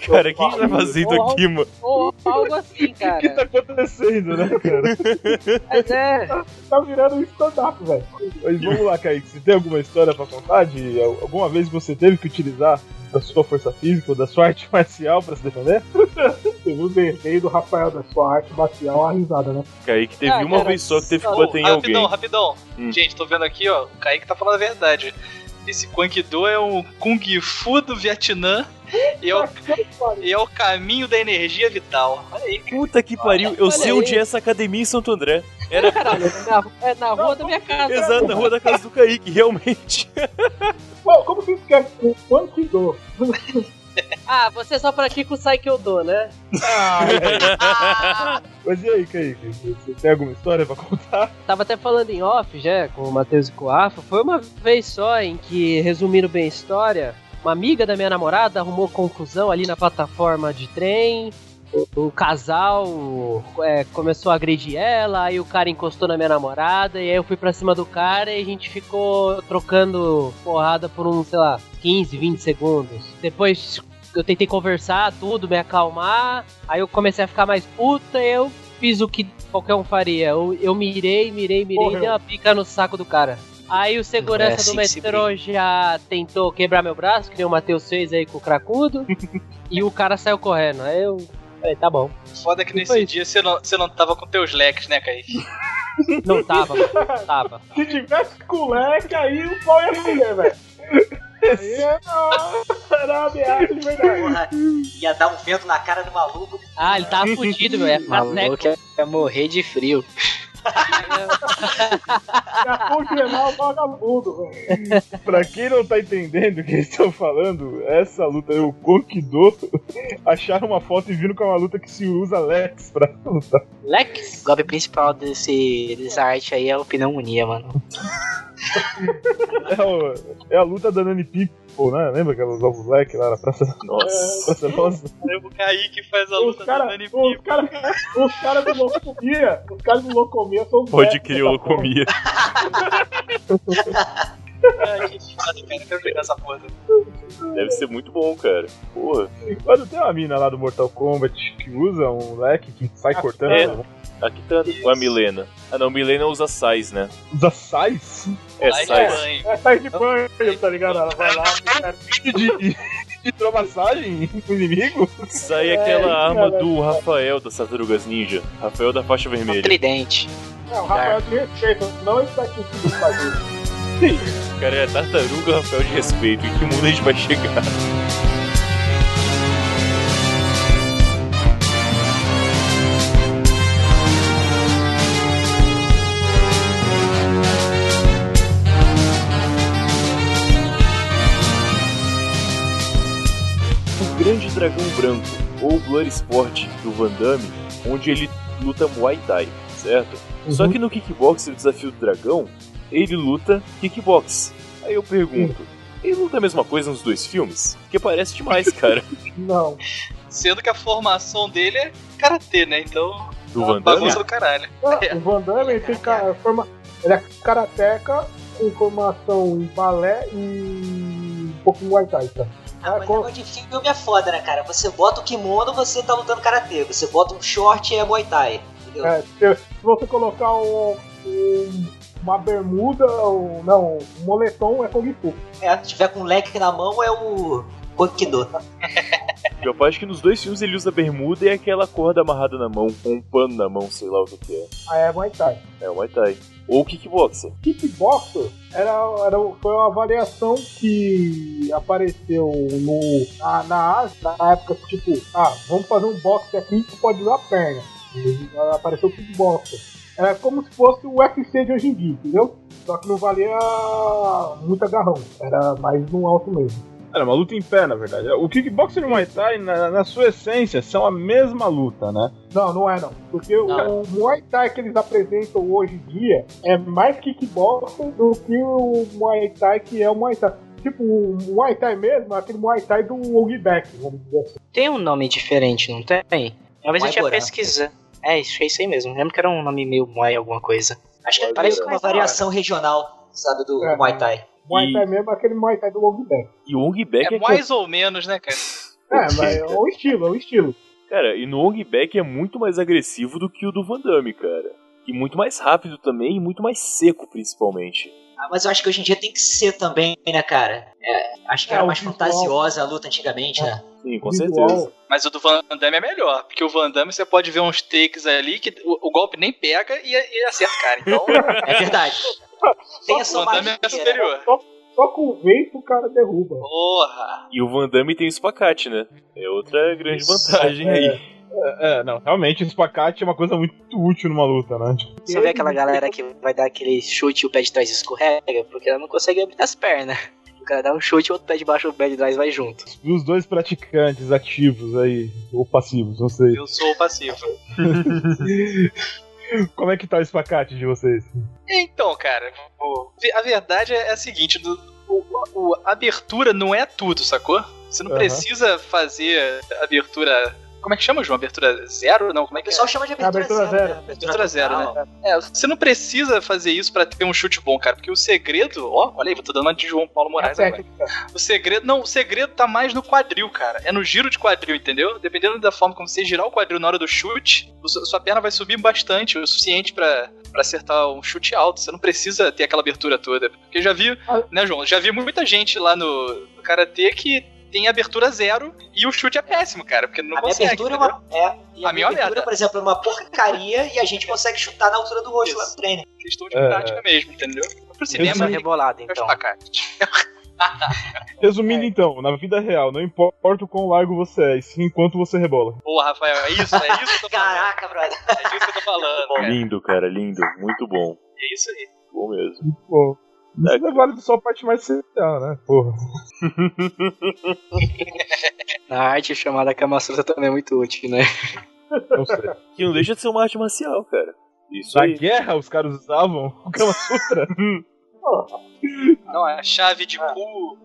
[SPEAKER 4] Cara, o que a gente tá fazendo
[SPEAKER 7] Porra.
[SPEAKER 4] aqui, mano?
[SPEAKER 7] Ou algo assim,
[SPEAKER 2] O que tá
[SPEAKER 7] cara.
[SPEAKER 2] acontecendo, né, cara?
[SPEAKER 7] Mas é.
[SPEAKER 3] Tá virando um stand-up, velho.
[SPEAKER 2] Mas vamos lá, Kaique. Você tem alguma história pra contar de al- alguma vez que você teve que utilizar da sua força física ou da sua arte marcial pra se defender?
[SPEAKER 3] Eu não desenho do Rafael da sua arte marcial, uma risada, né?
[SPEAKER 4] Kaique teve
[SPEAKER 7] Ah,
[SPEAKER 4] uma
[SPEAKER 7] cara,
[SPEAKER 4] vez só que teve que
[SPEAKER 7] só-
[SPEAKER 4] bater em alguém.
[SPEAKER 5] rapidão, rapidão.
[SPEAKER 4] Hum.
[SPEAKER 5] Gente, tô vendo aqui, ó. O Kaique tá falando a verdade. Esse Quankido é um Kung Fu do Vietnã e é o, e é o caminho da energia vital. Olha aí, cara.
[SPEAKER 4] Puta que pariu, eu
[SPEAKER 7] Ah, Olha
[SPEAKER 4] sei
[SPEAKER 7] aí.
[SPEAKER 4] onde é essa academia em Santo André.
[SPEAKER 7] Caralho, é na, é na rua da minha casa.
[SPEAKER 4] Exato, na rua da casa do Kaique, realmente.
[SPEAKER 3] Pô, como se esquece? O quanto que dor.
[SPEAKER 7] Ah, você só pratica o sai que eu dou, né?
[SPEAKER 2] Mas e aí, Kaique? Você tem alguma história pra contar?
[SPEAKER 7] Tava até falando em off, já, com o Matheus e com o Rafa. Foi uma vez só em que, resumindo bem a história, uma amiga da minha namorada arrumou confusão ali na plataforma de trem. O, o casal é, começou a agredir ela, aí o cara encostou na minha namorada, e aí eu fui pra cima do cara e a gente ficou trocando porrada por uns, sei lá, 15, 20 segundos. Depois eu tentei conversar, tudo, me acalmar, aí eu comecei a ficar mais puta e eu fiz o que qualquer um faria. Eu, eu mirei, mirei, mirei
[SPEAKER 3] Morreu.
[SPEAKER 7] e dei uma pica no saco do cara. Aí o segurança
[SPEAKER 5] É assim
[SPEAKER 7] do
[SPEAKER 5] que se
[SPEAKER 7] metrô já tentou quebrar meu braço, que nem o Matheus fez aí com o cracudo. e o cara saiu correndo. Aí eu. Falei, tá bom.
[SPEAKER 5] Foda que nesse
[SPEAKER 7] Foi.
[SPEAKER 5] dia você não, você não tava com teus leques, né, Kaique?
[SPEAKER 7] Não tava, não tava.
[SPEAKER 3] Se tivesse culeque, aí o pau ia comer, velho. Aí é não, era uma ameaça de verdade.
[SPEAKER 6] Porra, ia dar um vento na cara do maluco.
[SPEAKER 7] Ah, ele tava fudido, velho. Ia ficar seco.
[SPEAKER 8] Maluco é morrer de frio.
[SPEAKER 3] Ia congelar o vagabundo, velho.
[SPEAKER 2] Pra quem não tá entendendo o que eles estão falando, essa luta é o Kokido. Acharam uma foto e viram que é uma luta que se usa Lex pra lutar.
[SPEAKER 8] Lex! O golpe principal desse, dessa arte aí é o pneumonia, mano.
[SPEAKER 2] É, o- é a luta da Nani People, né? Lembra aquelas ovos Lex lá na Praça,
[SPEAKER 4] Nossa.
[SPEAKER 2] Praça Nossa?
[SPEAKER 5] É o Kaique faz a
[SPEAKER 3] Os
[SPEAKER 5] luta da
[SPEAKER 3] caras
[SPEAKER 5] Dani
[SPEAKER 3] os cara, os cara do Locomia, os caras do Locomia são os
[SPEAKER 4] Pode
[SPEAKER 3] velhos
[SPEAKER 4] crer,
[SPEAKER 3] dessa
[SPEAKER 4] locomia.
[SPEAKER 5] Ai, que foda, cara. Quero pegar essa porra.
[SPEAKER 4] Deve ser muito bom, cara. Porra.
[SPEAKER 2] Mas não tem uma mina lá do Mortal Kombat que usa um leque que sai
[SPEAKER 5] Ah,
[SPEAKER 2] cortando.
[SPEAKER 4] é. Aqui tá
[SPEAKER 5] Isso.
[SPEAKER 4] ou é a Milena. Ah não, Milena usa sais, né?
[SPEAKER 2] Usa sais?
[SPEAKER 4] É
[SPEAKER 5] Ai,
[SPEAKER 4] sais.
[SPEAKER 5] mãe.
[SPEAKER 3] porra. É sai de banho, tá ligado? Ela vai lá, cara.
[SPEAKER 2] De, de, de trovassagem com o inimigo?
[SPEAKER 4] Sai é aquela arma
[SPEAKER 3] cara.
[SPEAKER 4] do Rafael das Tartarugas Ninja. Rafael da faixa vermelha.
[SPEAKER 8] Um tridente.
[SPEAKER 3] Não, Rafael de respeito, não está aqui tudo fazendo.
[SPEAKER 4] Cara, é tartaruga Rafael de respeito. Em que mundo a gente vai chegar? O Grande Dragão Branco, ou Bloodsport do Van Damme, onde ele luta Muay Thai, certo? Só que no Kickboxer, o desafio do dragão, ele luta kickbox. Aí eu pergunto, ele luta a mesma coisa nos dois filmes? Porque parece demais, cara.
[SPEAKER 3] Não.
[SPEAKER 5] Sendo que a formação dele é karatê, né? Então,
[SPEAKER 4] Do
[SPEAKER 5] uma
[SPEAKER 4] Van Damme.
[SPEAKER 5] bagunça do caralho.
[SPEAKER 3] Ah, O Van Damme ele tem ca- forma... ele é karateca com formação em balé e um pouco em Muay Thai, tá?
[SPEAKER 6] Ah,
[SPEAKER 3] Ah,
[SPEAKER 6] mas
[SPEAKER 3] com-
[SPEAKER 6] negócio de filme é foda, né, cara? Você bota o kimono, você tá lutando karatê. Você bota um short, é muay thai. Entendeu?
[SPEAKER 3] É, se, se você colocar um- um- uma bermuda, ou não, um moletom é Kung Fu.
[SPEAKER 6] É, se tiver com um leque na mão, é o Kokido.
[SPEAKER 4] Eu acho que nos dois filmes ele usa bermuda e aquela corda amarrada na mão, com um pano na mão, sei lá o que que é.
[SPEAKER 3] Aí é Muay Thai.
[SPEAKER 4] É o Muay Thai. Ou kickboxer.
[SPEAKER 3] Kickboxer era, era, foi uma variação que apareceu no, na, na Ásia, na época, tipo, ah, vamos fazer um boxe aqui que pode usar a perna. E Apareceu o kickboxer. Era como se fosse o UFC de hoje em dia, entendeu? Só que não valia muito agarrão, era mais no alto mesmo.
[SPEAKER 2] Era é uma luta em pé, na verdade. O kickboxing e o Muay Thai, na, na sua essência, são a mesma luta, né?
[SPEAKER 3] Não, não é não. Porque
[SPEAKER 7] Não.
[SPEAKER 3] o Muay Thai que eles apresentam hoje em dia é mais kickboxing do que o Muay Thai que é o Muay Thai. Tipo, o Muay Thai mesmo, é aquele Muay Thai do Ogback, vamos dizer assim.
[SPEAKER 8] Tem um nome diferente, não tem? Uma vez eu tinha
[SPEAKER 6] Moibora.
[SPEAKER 8] pesquisado. É, isso é isso aí mesmo. Lembro que era um nome meio Moai alguma coisa.
[SPEAKER 6] Acho que
[SPEAKER 4] Pode
[SPEAKER 6] parece
[SPEAKER 8] ser.
[SPEAKER 6] uma variação regional, sabe, do
[SPEAKER 3] É.
[SPEAKER 6] muay thai.
[SPEAKER 3] Muay
[SPEAKER 4] E-
[SPEAKER 3] Thai mesmo é aquele Muay Thai do Ogback.
[SPEAKER 4] E o Ong Bak
[SPEAKER 5] É
[SPEAKER 4] é,
[SPEAKER 5] mais ou menos, né, cara?
[SPEAKER 3] É, mas é o estilo, é o estilo.
[SPEAKER 4] Cara, e no Ong Bak é muito mais agressivo do que o do Van Damme, cara. E muito mais rápido também, e muito mais seco, principalmente.
[SPEAKER 6] Ah, mas eu acho que hoje em dia tem que ser também, né, cara? É, acho que
[SPEAKER 3] É,
[SPEAKER 6] era
[SPEAKER 3] o
[SPEAKER 6] mais
[SPEAKER 3] visual.
[SPEAKER 6] fantasiosa a luta antigamente, né?
[SPEAKER 4] Sim, com
[SPEAKER 3] Visual.
[SPEAKER 4] certeza.
[SPEAKER 5] Mas o do Van Damme é melhor, porque o Van Damme você pode ver uns takes ali que o, o golpe nem pega e, e acerta o cara. Então,
[SPEAKER 6] É verdade. Tem essa
[SPEAKER 5] o Van Damme
[SPEAKER 6] magia,
[SPEAKER 5] é
[SPEAKER 6] né?
[SPEAKER 5] superior.
[SPEAKER 3] Só com o vento o cara derruba.
[SPEAKER 5] Porra!
[SPEAKER 4] E o Van Damme tem o espacate, né? É outra grande
[SPEAKER 6] Isso,
[SPEAKER 4] vantagem aí.
[SPEAKER 2] É, é, não, realmente, o espacate é uma coisa muito útil numa luta, né?
[SPEAKER 8] Você vê aquela galera que vai dar aquele chute e o pé de trás escorrega, porque ela não consegue abrir as pernas. O cara dá um chute, o outro pé de baixo, o pé de trás vai junto.
[SPEAKER 2] E os dois praticantes ativos aí, ou passivos, não sei.
[SPEAKER 5] Eu sou o passivo.
[SPEAKER 2] Como é que tá o espacate de vocês?
[SPEAKER 5] Então, cara, o- a verdade é a seguinte: do- o- o- a abertura não é tudo, sacou? Você não
[SPEAKER 2] Aham.
[SPEAKER 5] precisa fazer abertura. Como é que chama, João? Abertura zero? Não, como é
[SPEAKER 6] O
[SPEAKER 5] que é?
[SPEAKER 6] pessoal chama de abertura,
[SPEAKER 3] Abertura
[SPEAKER 6] zero.
[SPEAKER 3] zero.
[SPEAKER 6] né?
[SPEAKER 5] Abertura zero, né?
[SPEAKER 6] total.
[SPEAKER 5] É, você não precisa fazer isso pra ter um chute bom, cara, porque o segredo, ó, olha aí, vou tô dando uma de João Paulo
[SPEAKER 3] É a
[SPEAKER 5] Moraes agora.
[SPEAKER 3] técnica.
[SPEAKER 5] O segredo, não, o segredo tá mais no quadril, cara. É no giro de quadril, entendeu? Dependendo da forma como você girar o quadril na hora do chute, o su- sua perna vai subir bastante, o suficiente pra pra acertar um chute alto. Você não precisa ter aquela abertura toda, porque eu já vi,
[SPEAKER 3] Ah.
[SPEAKER 5] né, João? Já vi muita gente lá no, no karatê que tem abertura zero e o chute é péssimo, cara, porque não
[SPEAKER 6] A minha
[SPEAKER 5] consegue.
[SPEAKER 6] abertura é uma. É, e a,
[SPEAKER 5] A
[SPEAKER 6] minha
[SPEAKER 5] minha
[SPEAKER 6] abertura,
[SPEAKER 5] olhada.
[SPEAKER 6] por exemplo, é uma porcaria e a gente consegue chutar na altura do rosto lá no
[SPEAKER 5] Isso.
[SPEAKER 6] treino.
[SPEAKER 5] entendeu? Questão de
[SPEAKER 2] É.
[SPEAKER 5] prática mesmo, entendeu? Pro
[SPEAKER 8] Tem essa
[SPEAKER 5] cinema, é
[SPEAKER 8] rebolada, então.
[SPEAKER 5] então.
[SPEAKER 2] Resumindo então, na vida real, não importa o quão largo você é, e sim quanto você rebola.
[SPEAKER 5] Boa, Rafael, é isso, é isso que eu tô falando.
[SPEAKER 6] Caraca, brother.
[SPEAKER 5] É disso que eu tô falando, cara.
[SPEAKER 4] Lindo, cara, lindo. Muito bom.
[SPEAKER 5] É isso aí.
[SPEAKER 4] Bom mesmo.
[SPEAKER 2] Pô, isso é válido só a parte marcial, né? Porra.
[SPEAKER 8] Na arte chamada Kama Sutra também é muito útil, né?
[SPEAKER 2] Não sei.
[SPEAKER 4] Que não deixa de ser uma arte marcial, cara. Isso
[SPEAKER 2] Na
[SPEAKER 4] aí.
[SPEAKER 2] guerra os caras usavam o Kama Sutra.
[SPEAKER 5] Não, é chave de cu.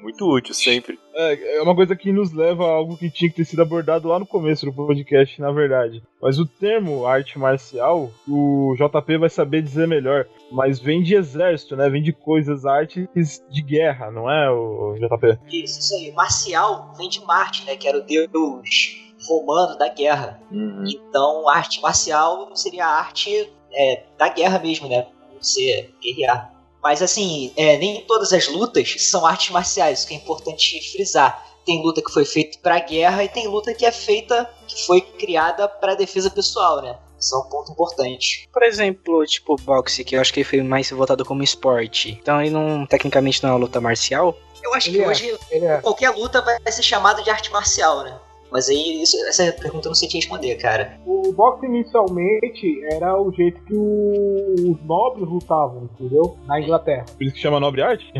[SPEAKER 4] Muito útil, sempre.
[SPEAKER 2] É, é uma coisa que nos leva a algo que tinha que ter sido abordado lá no começo do podcast, na verdade. Mas o termo arte marcial, o JP vai saber dizer melhor. Mas vem de exército, né? Vem de coisas, artes de guerra, não é, o JP?
[SPEAKER 6] Isso, isso aí. Marcial vem de Marte, né? Que era o deus romano da guerra.
[SPEAKER 4] Uhum.
[SPEAKER 6] Então, arte marcial seria a arte é, da guerra mesmo, né? Você guerrear. Mas, assim, é, nem todas as lutas são artes marciais, isso que é importante frisar. Tem luta que foi feita pra guerra e tem luta que é feita, que foi criada pra defesa pessoal, né? Isso é um ponto importante.
[SPEAKER 8] Por exemplo, tipo boxe, que eu acho que ele foi mais voltado como esporte. Então ele não, tecnicamente não é uma luta marcial.
[SPEAKER 6] Eu acho que
[SPEAKER 3] Ele é.
[SPEAKER 6] hoje
[SPEAKER 3] Ele é
[SPEAKER 6] qualquer luta vai ser chamada de arte marcial, né? Mas aí, isso- essa pergunta eu não sei te responder, cara.
[SPEAKER 3] O boxe inicialmente era o jeito que o- os nobres lutavam, entendeu? Na Inglaterra.
[SPEAKER 2] Por isso que chama nobre arte?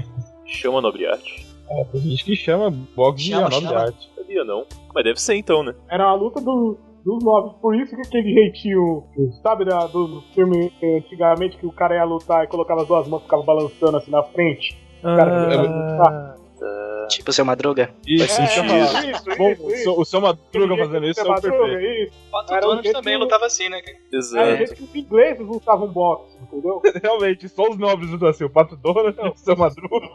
[SPEAKER 4] Chama nobre arte.
[SPEAKER 2] É, tem gente que chama boxe de
[SPEAKER 6] Chama,
[SPEAKER 2] nobre
[SPEAKER 6] chama.
[SPEAKER 2] arte.
[SPEAKER 4] Sabia não. Mas deve ser então, né?
[SPEAKER 3] Era a luta do, dos nove. Por isso que aquele jeitinho, sabe, da, do, do filme eh, antigamente que o cara ia lutar e colocava as duas mãos e ficava balançando assim na frente. Ah, O cara
[SPEAKER 8] Tipo,
[SPEAKER 5] é
[SPEAKER 8] seu Madruga.
[SPEAKER 2] Isso,
[SPEAKER 4] Faz sentido.
[SPEAKER 2] isso.
[SPEAKER 3] isso,
[SPEAKER 2] Bom, o seu- o seu Madruga fazendo isso É. é o perfeito.
[SPEAKER 5] Quatro
[SPEAKER 3] Era um
[SPEAKER 5] anos
[SPEAKER 3] jeito-
[SPEAKER 5] também lutava assim, né? cara?
[SPEAKER 3] Era o
[SPEAKER 4] Exato.
[SPEAKER 3] jeito que É, os ingleses lutavam boxe, entendeu?
[SPEAKER 2] Realmente, só os nobres do assim, o Pato Donald, o seu Madruga.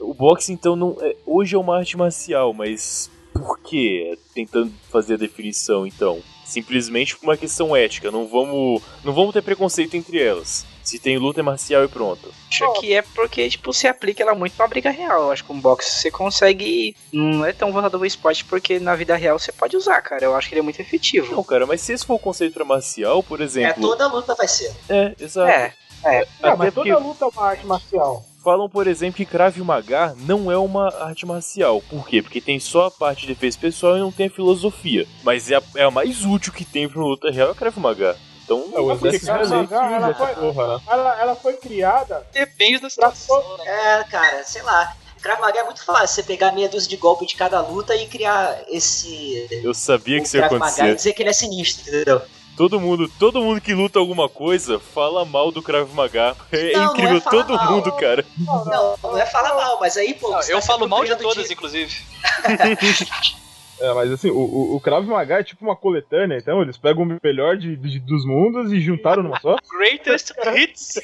[SPEAKER 4] O boxe, então, não é- hoje é uma arte marcial, mas por quê? Tentando fazer a definição, então. Simplesmente por uma questão ética. Não vamos, não vamos ter preconceito entre elas. Se tem luta, é marcial e pronto.
[SPEAKER 8] Acho que é porque, tipo, você aplica ela muito na briga real. Eu acho que um boxe você consegue. Não é tão voltado pro esporte, porque na vida real você pode usar, cara. Eu acho que ele é muito efetivo.
[SPEAKER 4] Não, cara, mas se esse for o conceito pra marcial, por
[SPEAKER 6] É,
[SPEAKER 4] exemplo.
[SPEAKER 6] toda luta vai ser.
[SPEAKER 4] É, exato.
[SPEAKER 8] É,
[SPEAKER 3] Não,
[SPEAKER 4] Até
[SPEAKER 3] mas
[SPEAKER 4] porque
[SPEAKER 3] toda luta é uma arte marcial.
[SPEAKER 4] falam, por exemplo, que Krav Maga não é uma arte marcial. Por quê? Porque tem só a parte de defesa pessoal e não tem a filosofia. Mas é a, é a mais útil que tem pra uma luta real é Krav Maga. Então,
[SPEAKER 2] É, o
[SPEAKER 4] não
[SPEAKER 2] exército
[SPEAKER 3] cara,
[SPEAKER 2] brasileiro que
[SPEAKER 3] ela
[SPEAKER 2] usa essa
[SPEAKER 3] foi-
[SPEAKER 2] porra, né?
[SPEAKER 3] Ela, ela foi criada
[SPEAKER 5] Depende da
[SPEAKER 3] pra
[SPEAKER 5] situação.
[SPEAKER 3] to-
[SPEAKER 6] É, cara, sei lá. Krav Maga é muito fácil. Você pegar meia dúzia de golpe de cada luta e criar esse.
[SPEAKER 4] eu sabia
[SPEAKER 6] o
[SPEAKER 4] que isso ia
[SPEAKER 6] Krav Maga
[SPEAKER 4] acontecer.
[SPEAKER 6] e dizer que ele é sinistro, entendeu?
[SPEAKER 4] Todo mundo, todo mundo que luta alguma coisa fala mal do Krav Maga. É
[SPEAKER 6] Não, não
[SPEAKER 4] incrível,
[SPEAKER 6] é falar
[SPEAKER 4] todo
[SPEAKER 6] mal.
[SPEAKER 4] mundo, cara.
[SPEAKER 6] Não, não é falar mal, mas aí, pô.
[SPEAKER 5] Não,
[SPEAKER 6] você
[SPEAKER 5] eu
[SPEAKER 6] tá
[SPEAKER 5] falo
[SPEAKER 6] sendo
[SPEAKER 5] mal de
[SPEAKER 6] privado
[SPEAKER 5] todas, inclusive.
[SPEAKER 2] É, mas assim, o, o, o Krav Maga é tipo uma coletânea, então eles pegam o melhor de, de- dos mundos e juntaram numa só.
[SPEAKER 5] Greatest Hits.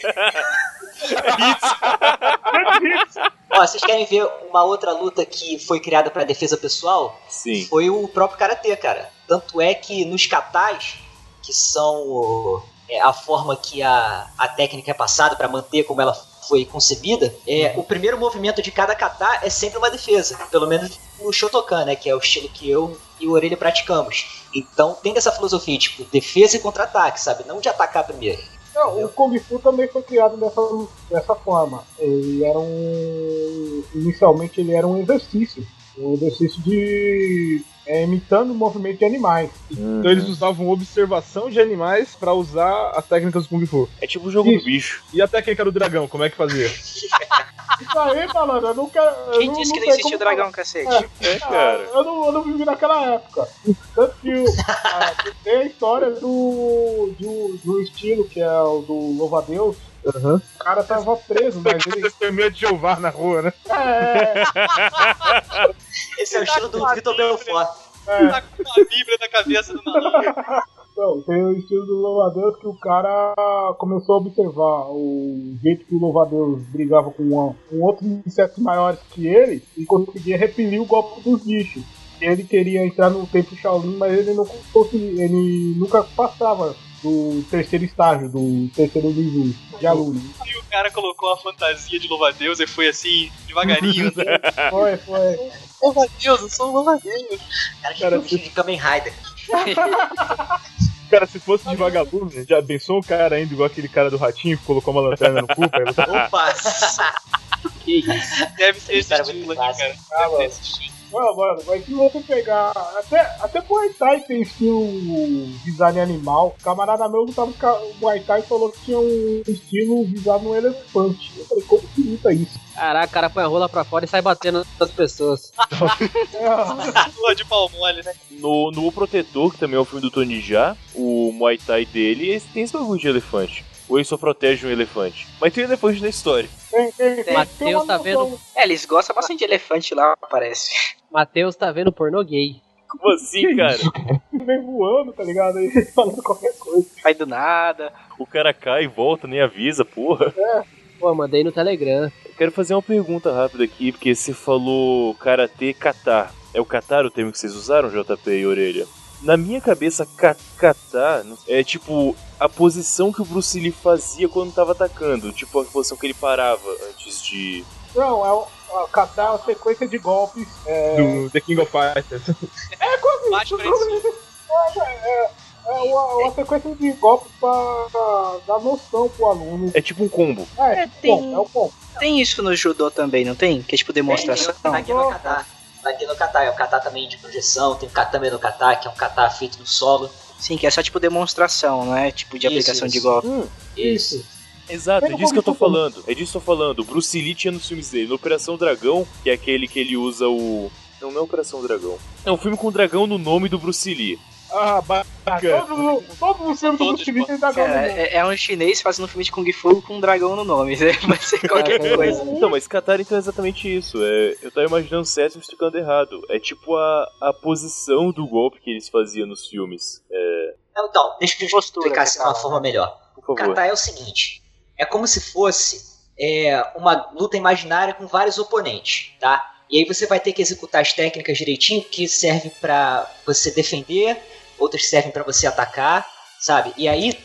[SPEAKER 6] Ó, vocês querem ver uma outra luta que foi criada pra defesa pessoal?
[SPEAKER 4] Sim.
[SPEAKER 6] Foi o próprio Karatê, cara. Tanto é que nos katas, que são o- é, a forma que a, a técnica é passada pra manter como ela foi concebida, é, o primeiro movimento de cada kata é sempre uma defesa. Pelo menos o Shotokan, né? Que é o estilo que eu e o Orelha praticamos. Então tem essa filosofia, tipo, defesa e contra-ataque, sabe? Não de atacar primeiro.
[SPEAKER 3] Não, o Kung Fu também foi criado dessa, dessa forma. Ele era um. Inicialmente ele era um exercício. Um exercício de. é, imitando o movimento de animais.
[SPEAKER 2] Então eles usavam observação de animais pra usar as técnicas do Kung Fu.
[SPEAKER 4] É tipo o jogo
[SPEAKER 3] Isso.
[SPEAKER 4] do bicho.
[SPEAKER 2] E a técnica do dragão, como é que fazia?
[SPEAKER 3] Isso aí, malandro, eu não quero. eu
[SPEAKER 8] Quem
[SPEAKER 3] não-
[SPEAKER 8] disse
[SPEAKER 3] não
[SPEAKER 8] que não
[SPEAKER 3] sei
[SPEAKER 8] existia
[SPEAKER 3] como
[SPEAKER 8] o dragão, cacete?
[SPEAKER 4] É,
[SPEAKER 3] falar.
[SPEAKER 4] cara.
[SPEAKER 3] Eu não, eu não vivi naquela época. Tanto que o- a- tem a história do, do, do estilo, que é o do Louva-a-Deus. O cara tava preso, mas ele.
[SPEAKER 2] medo de Jeová na rua, né?
[SPEAKER 3] É,
[SPEAKER 6] Esse é o estilo do Vitor Belfort.
[SPEAKER 3] é.
[SPEAKER 5] Tá com a Bíblia na cabeça do maluco.
[SPEAKER 3] Não, tem o estilo do Louvadeus que o cara começou a observar o jeito que o Louvadeus brigava com, um, uma, com outros insetos maiores que ele e conseguia repelir o golpe dos bichos. Ele queria entrar no tempo Shaolin, mas ele não conseguia, ele nunca passava do terceiro estágio, do terceiro nível de aluno.
[SPEAKER 5] E o cara colocou a fantasia de louva-a-Deus e foi assim, devagarinho. andando.
[SPEAKER 3] Foi, foi.
[SPEAKER 5] louva-a-Deus, eu sou um louva-a-Deus.
[SPEAKER 6] Cara, que filme de Kamen Rider.
[SPEAKER 2] Cara, se fosse de vagalume, já pensou o cara ainda igual aquele cara do ratinho que colocou uma lanterna no cu, cara?
[SPEAKER 6] Opa! que isso?
[SPEAKER 5] Deve ser
[SPEAKER 6] Esse
[SPEAKER 5] esse
[SPEAKER 6] cara é
[SPEAKER 5] estilo
[SPEAKER 6] muito
[SPEAKER 5] aqui, cara.
[SPEAKER 3] Ah,
[SPEAKER 5] Deve
[SPEAKER 3] mano.
[SPEAKER 5] ter esse estilo.
[SPEAKER 3] Não, mano, mas se você pegar. Até, até Muay Thai tem estilo visado em animal. O camarada meu lutava com ca- o Muay Thai e falou que tinha um estilo visado no elefante. Eu falei, como que luta isso?
[SPEAKER 7] Ah, Caraca, o cara põe a rola pra fora e sai batendo nas pessoas.
[SPEAKER 3] É,
[SPEAKER 5] Lua de pau mole, né?
[SPEAKER 4] No, no O Protetor, que também é o filme do Tony Jaa, o Muay Thai dele esse- tem esse bagulho de elefante. Ou ele só protege um elefante. Mas tem um elefante na história.
[SPEAKER 3] Tem, tem, tem,
[SPEAKER 7] Mateus
[SPEAKER 3] tem uma
[SPEAKER 7] tá
[SPEAKER 3] noção.
[SPEAKER 8] É, eles gostam bastante de elefante lá, parece.
[SPEAKER 7] Matheus tá vendo pornô gay.
[SPEAKER 4] Como assim, cara?
[SPEAKER 3] Ele vem voando, tá ligado? Ele falando qualquer coisa.
[SPEAKER 8] Sai do nada.
[SPEAKER 4] O cara cai e volta, nem avisa, porra.
[SPEAKER 7] Pô, mandei no Telegram.
[SPEAKER 4] Eu quero fazer uma pergunta rápida aqui, porque você falou karatê kata. É o kata o termo que vocês usaram, JP e orelha? Na minha cabeça, ka- kata é tipo a posição que o Bruce Lee fazia quando tava atacando, tipo a posição que ele parava antes de.
[SPEAKER 3] Não, é o. ó, Catar é uma sequência de golpes. É,
[SPEAKER 2] Do The King of Fighters.
[SPEAKER 5] Bate pra isso.
[SPEAKER 3] é uma, uma sequência de golpes pra pra dar noção pro aluno.
[SPEAKER 4] É tipo um combo.
[SPEAKER 3] É,
[SPEAKER 8] É,
[SPEAKER 3] bom,
[SPEAKER 8] tem-
[SPEAKER 3] é o bom.
[SPEAKER 8] Tem isso no judô também, não tem? Que é tipo demonstração.
[SPEAKER 6] Aqui no Catar. Aqui no Catar. É o Catar também de projeção. Tem o Katame no Catar, que é um Catar feito no solo.
[SPEAKER 8] Sim, que é só tipo demonstração, não é tipo de
[SPEAKER 6] Isso,
[SPEAKER 8] aplicação
[SPEAKER 6] isso.
[SPEAKER 8] de golpe.
[SPEAKER 6] Isso.
[SPEAKER 4] Exato,
[SPEAKER 3] Eu
[SPEAKER 4] é
[SPEAKER 3] não
[SPEAKER 4] disso que eu tô
[SPEAKER 3] vou me
[SPEAKER 4] falando. É disso que eu tô falando. O Bruce Lee tinha nos filmes dele. No Operação Dragão, que é aquele que ele usa o. Não, não é Operação Dragão. É um filme com dragão no nome do Bruce Lee.
[SPEAKER 2] Ah, bacana.
[SPEAKER 3] Todo, todo o filme do
[SPEAKER 5] Todos
[SPEAKER 3] Bruce Lee tem dragão no
[SPEAKER 8] Cara,
[SPEAKER 3] mundo.
[SPEAKER 8] é, é um chinês fazendo um filme de Kung Fu com um dragão no nome. né? Vai ser qualquer coisa.
[SPEAKER 3] Uhum.
[SPEAKER 4] Então, mas Catar então é exatamente isso. É, eu tava imaginando certo e explicando errado. É tipo a, a posição do golpe que eles faziam nos filmes.
[SPEAKER 6] Então, deixa eu
[SPEAKER 8] Postura,
[SPEAKER 6] explicar assim de uma
[SPEAKER 8] cara.
[SPEAKER 6] forma melhor.
[SPEAKER 4] Por favor.
[SPEAKER 6] Kata é o seguinte: é como se fosse é, uma luta imaginária com vários oponentes, tá? E aí você vai ter que executar as técnicas direitinho, que servem pra você defender, outras servem pra você atacar, sabe? E aí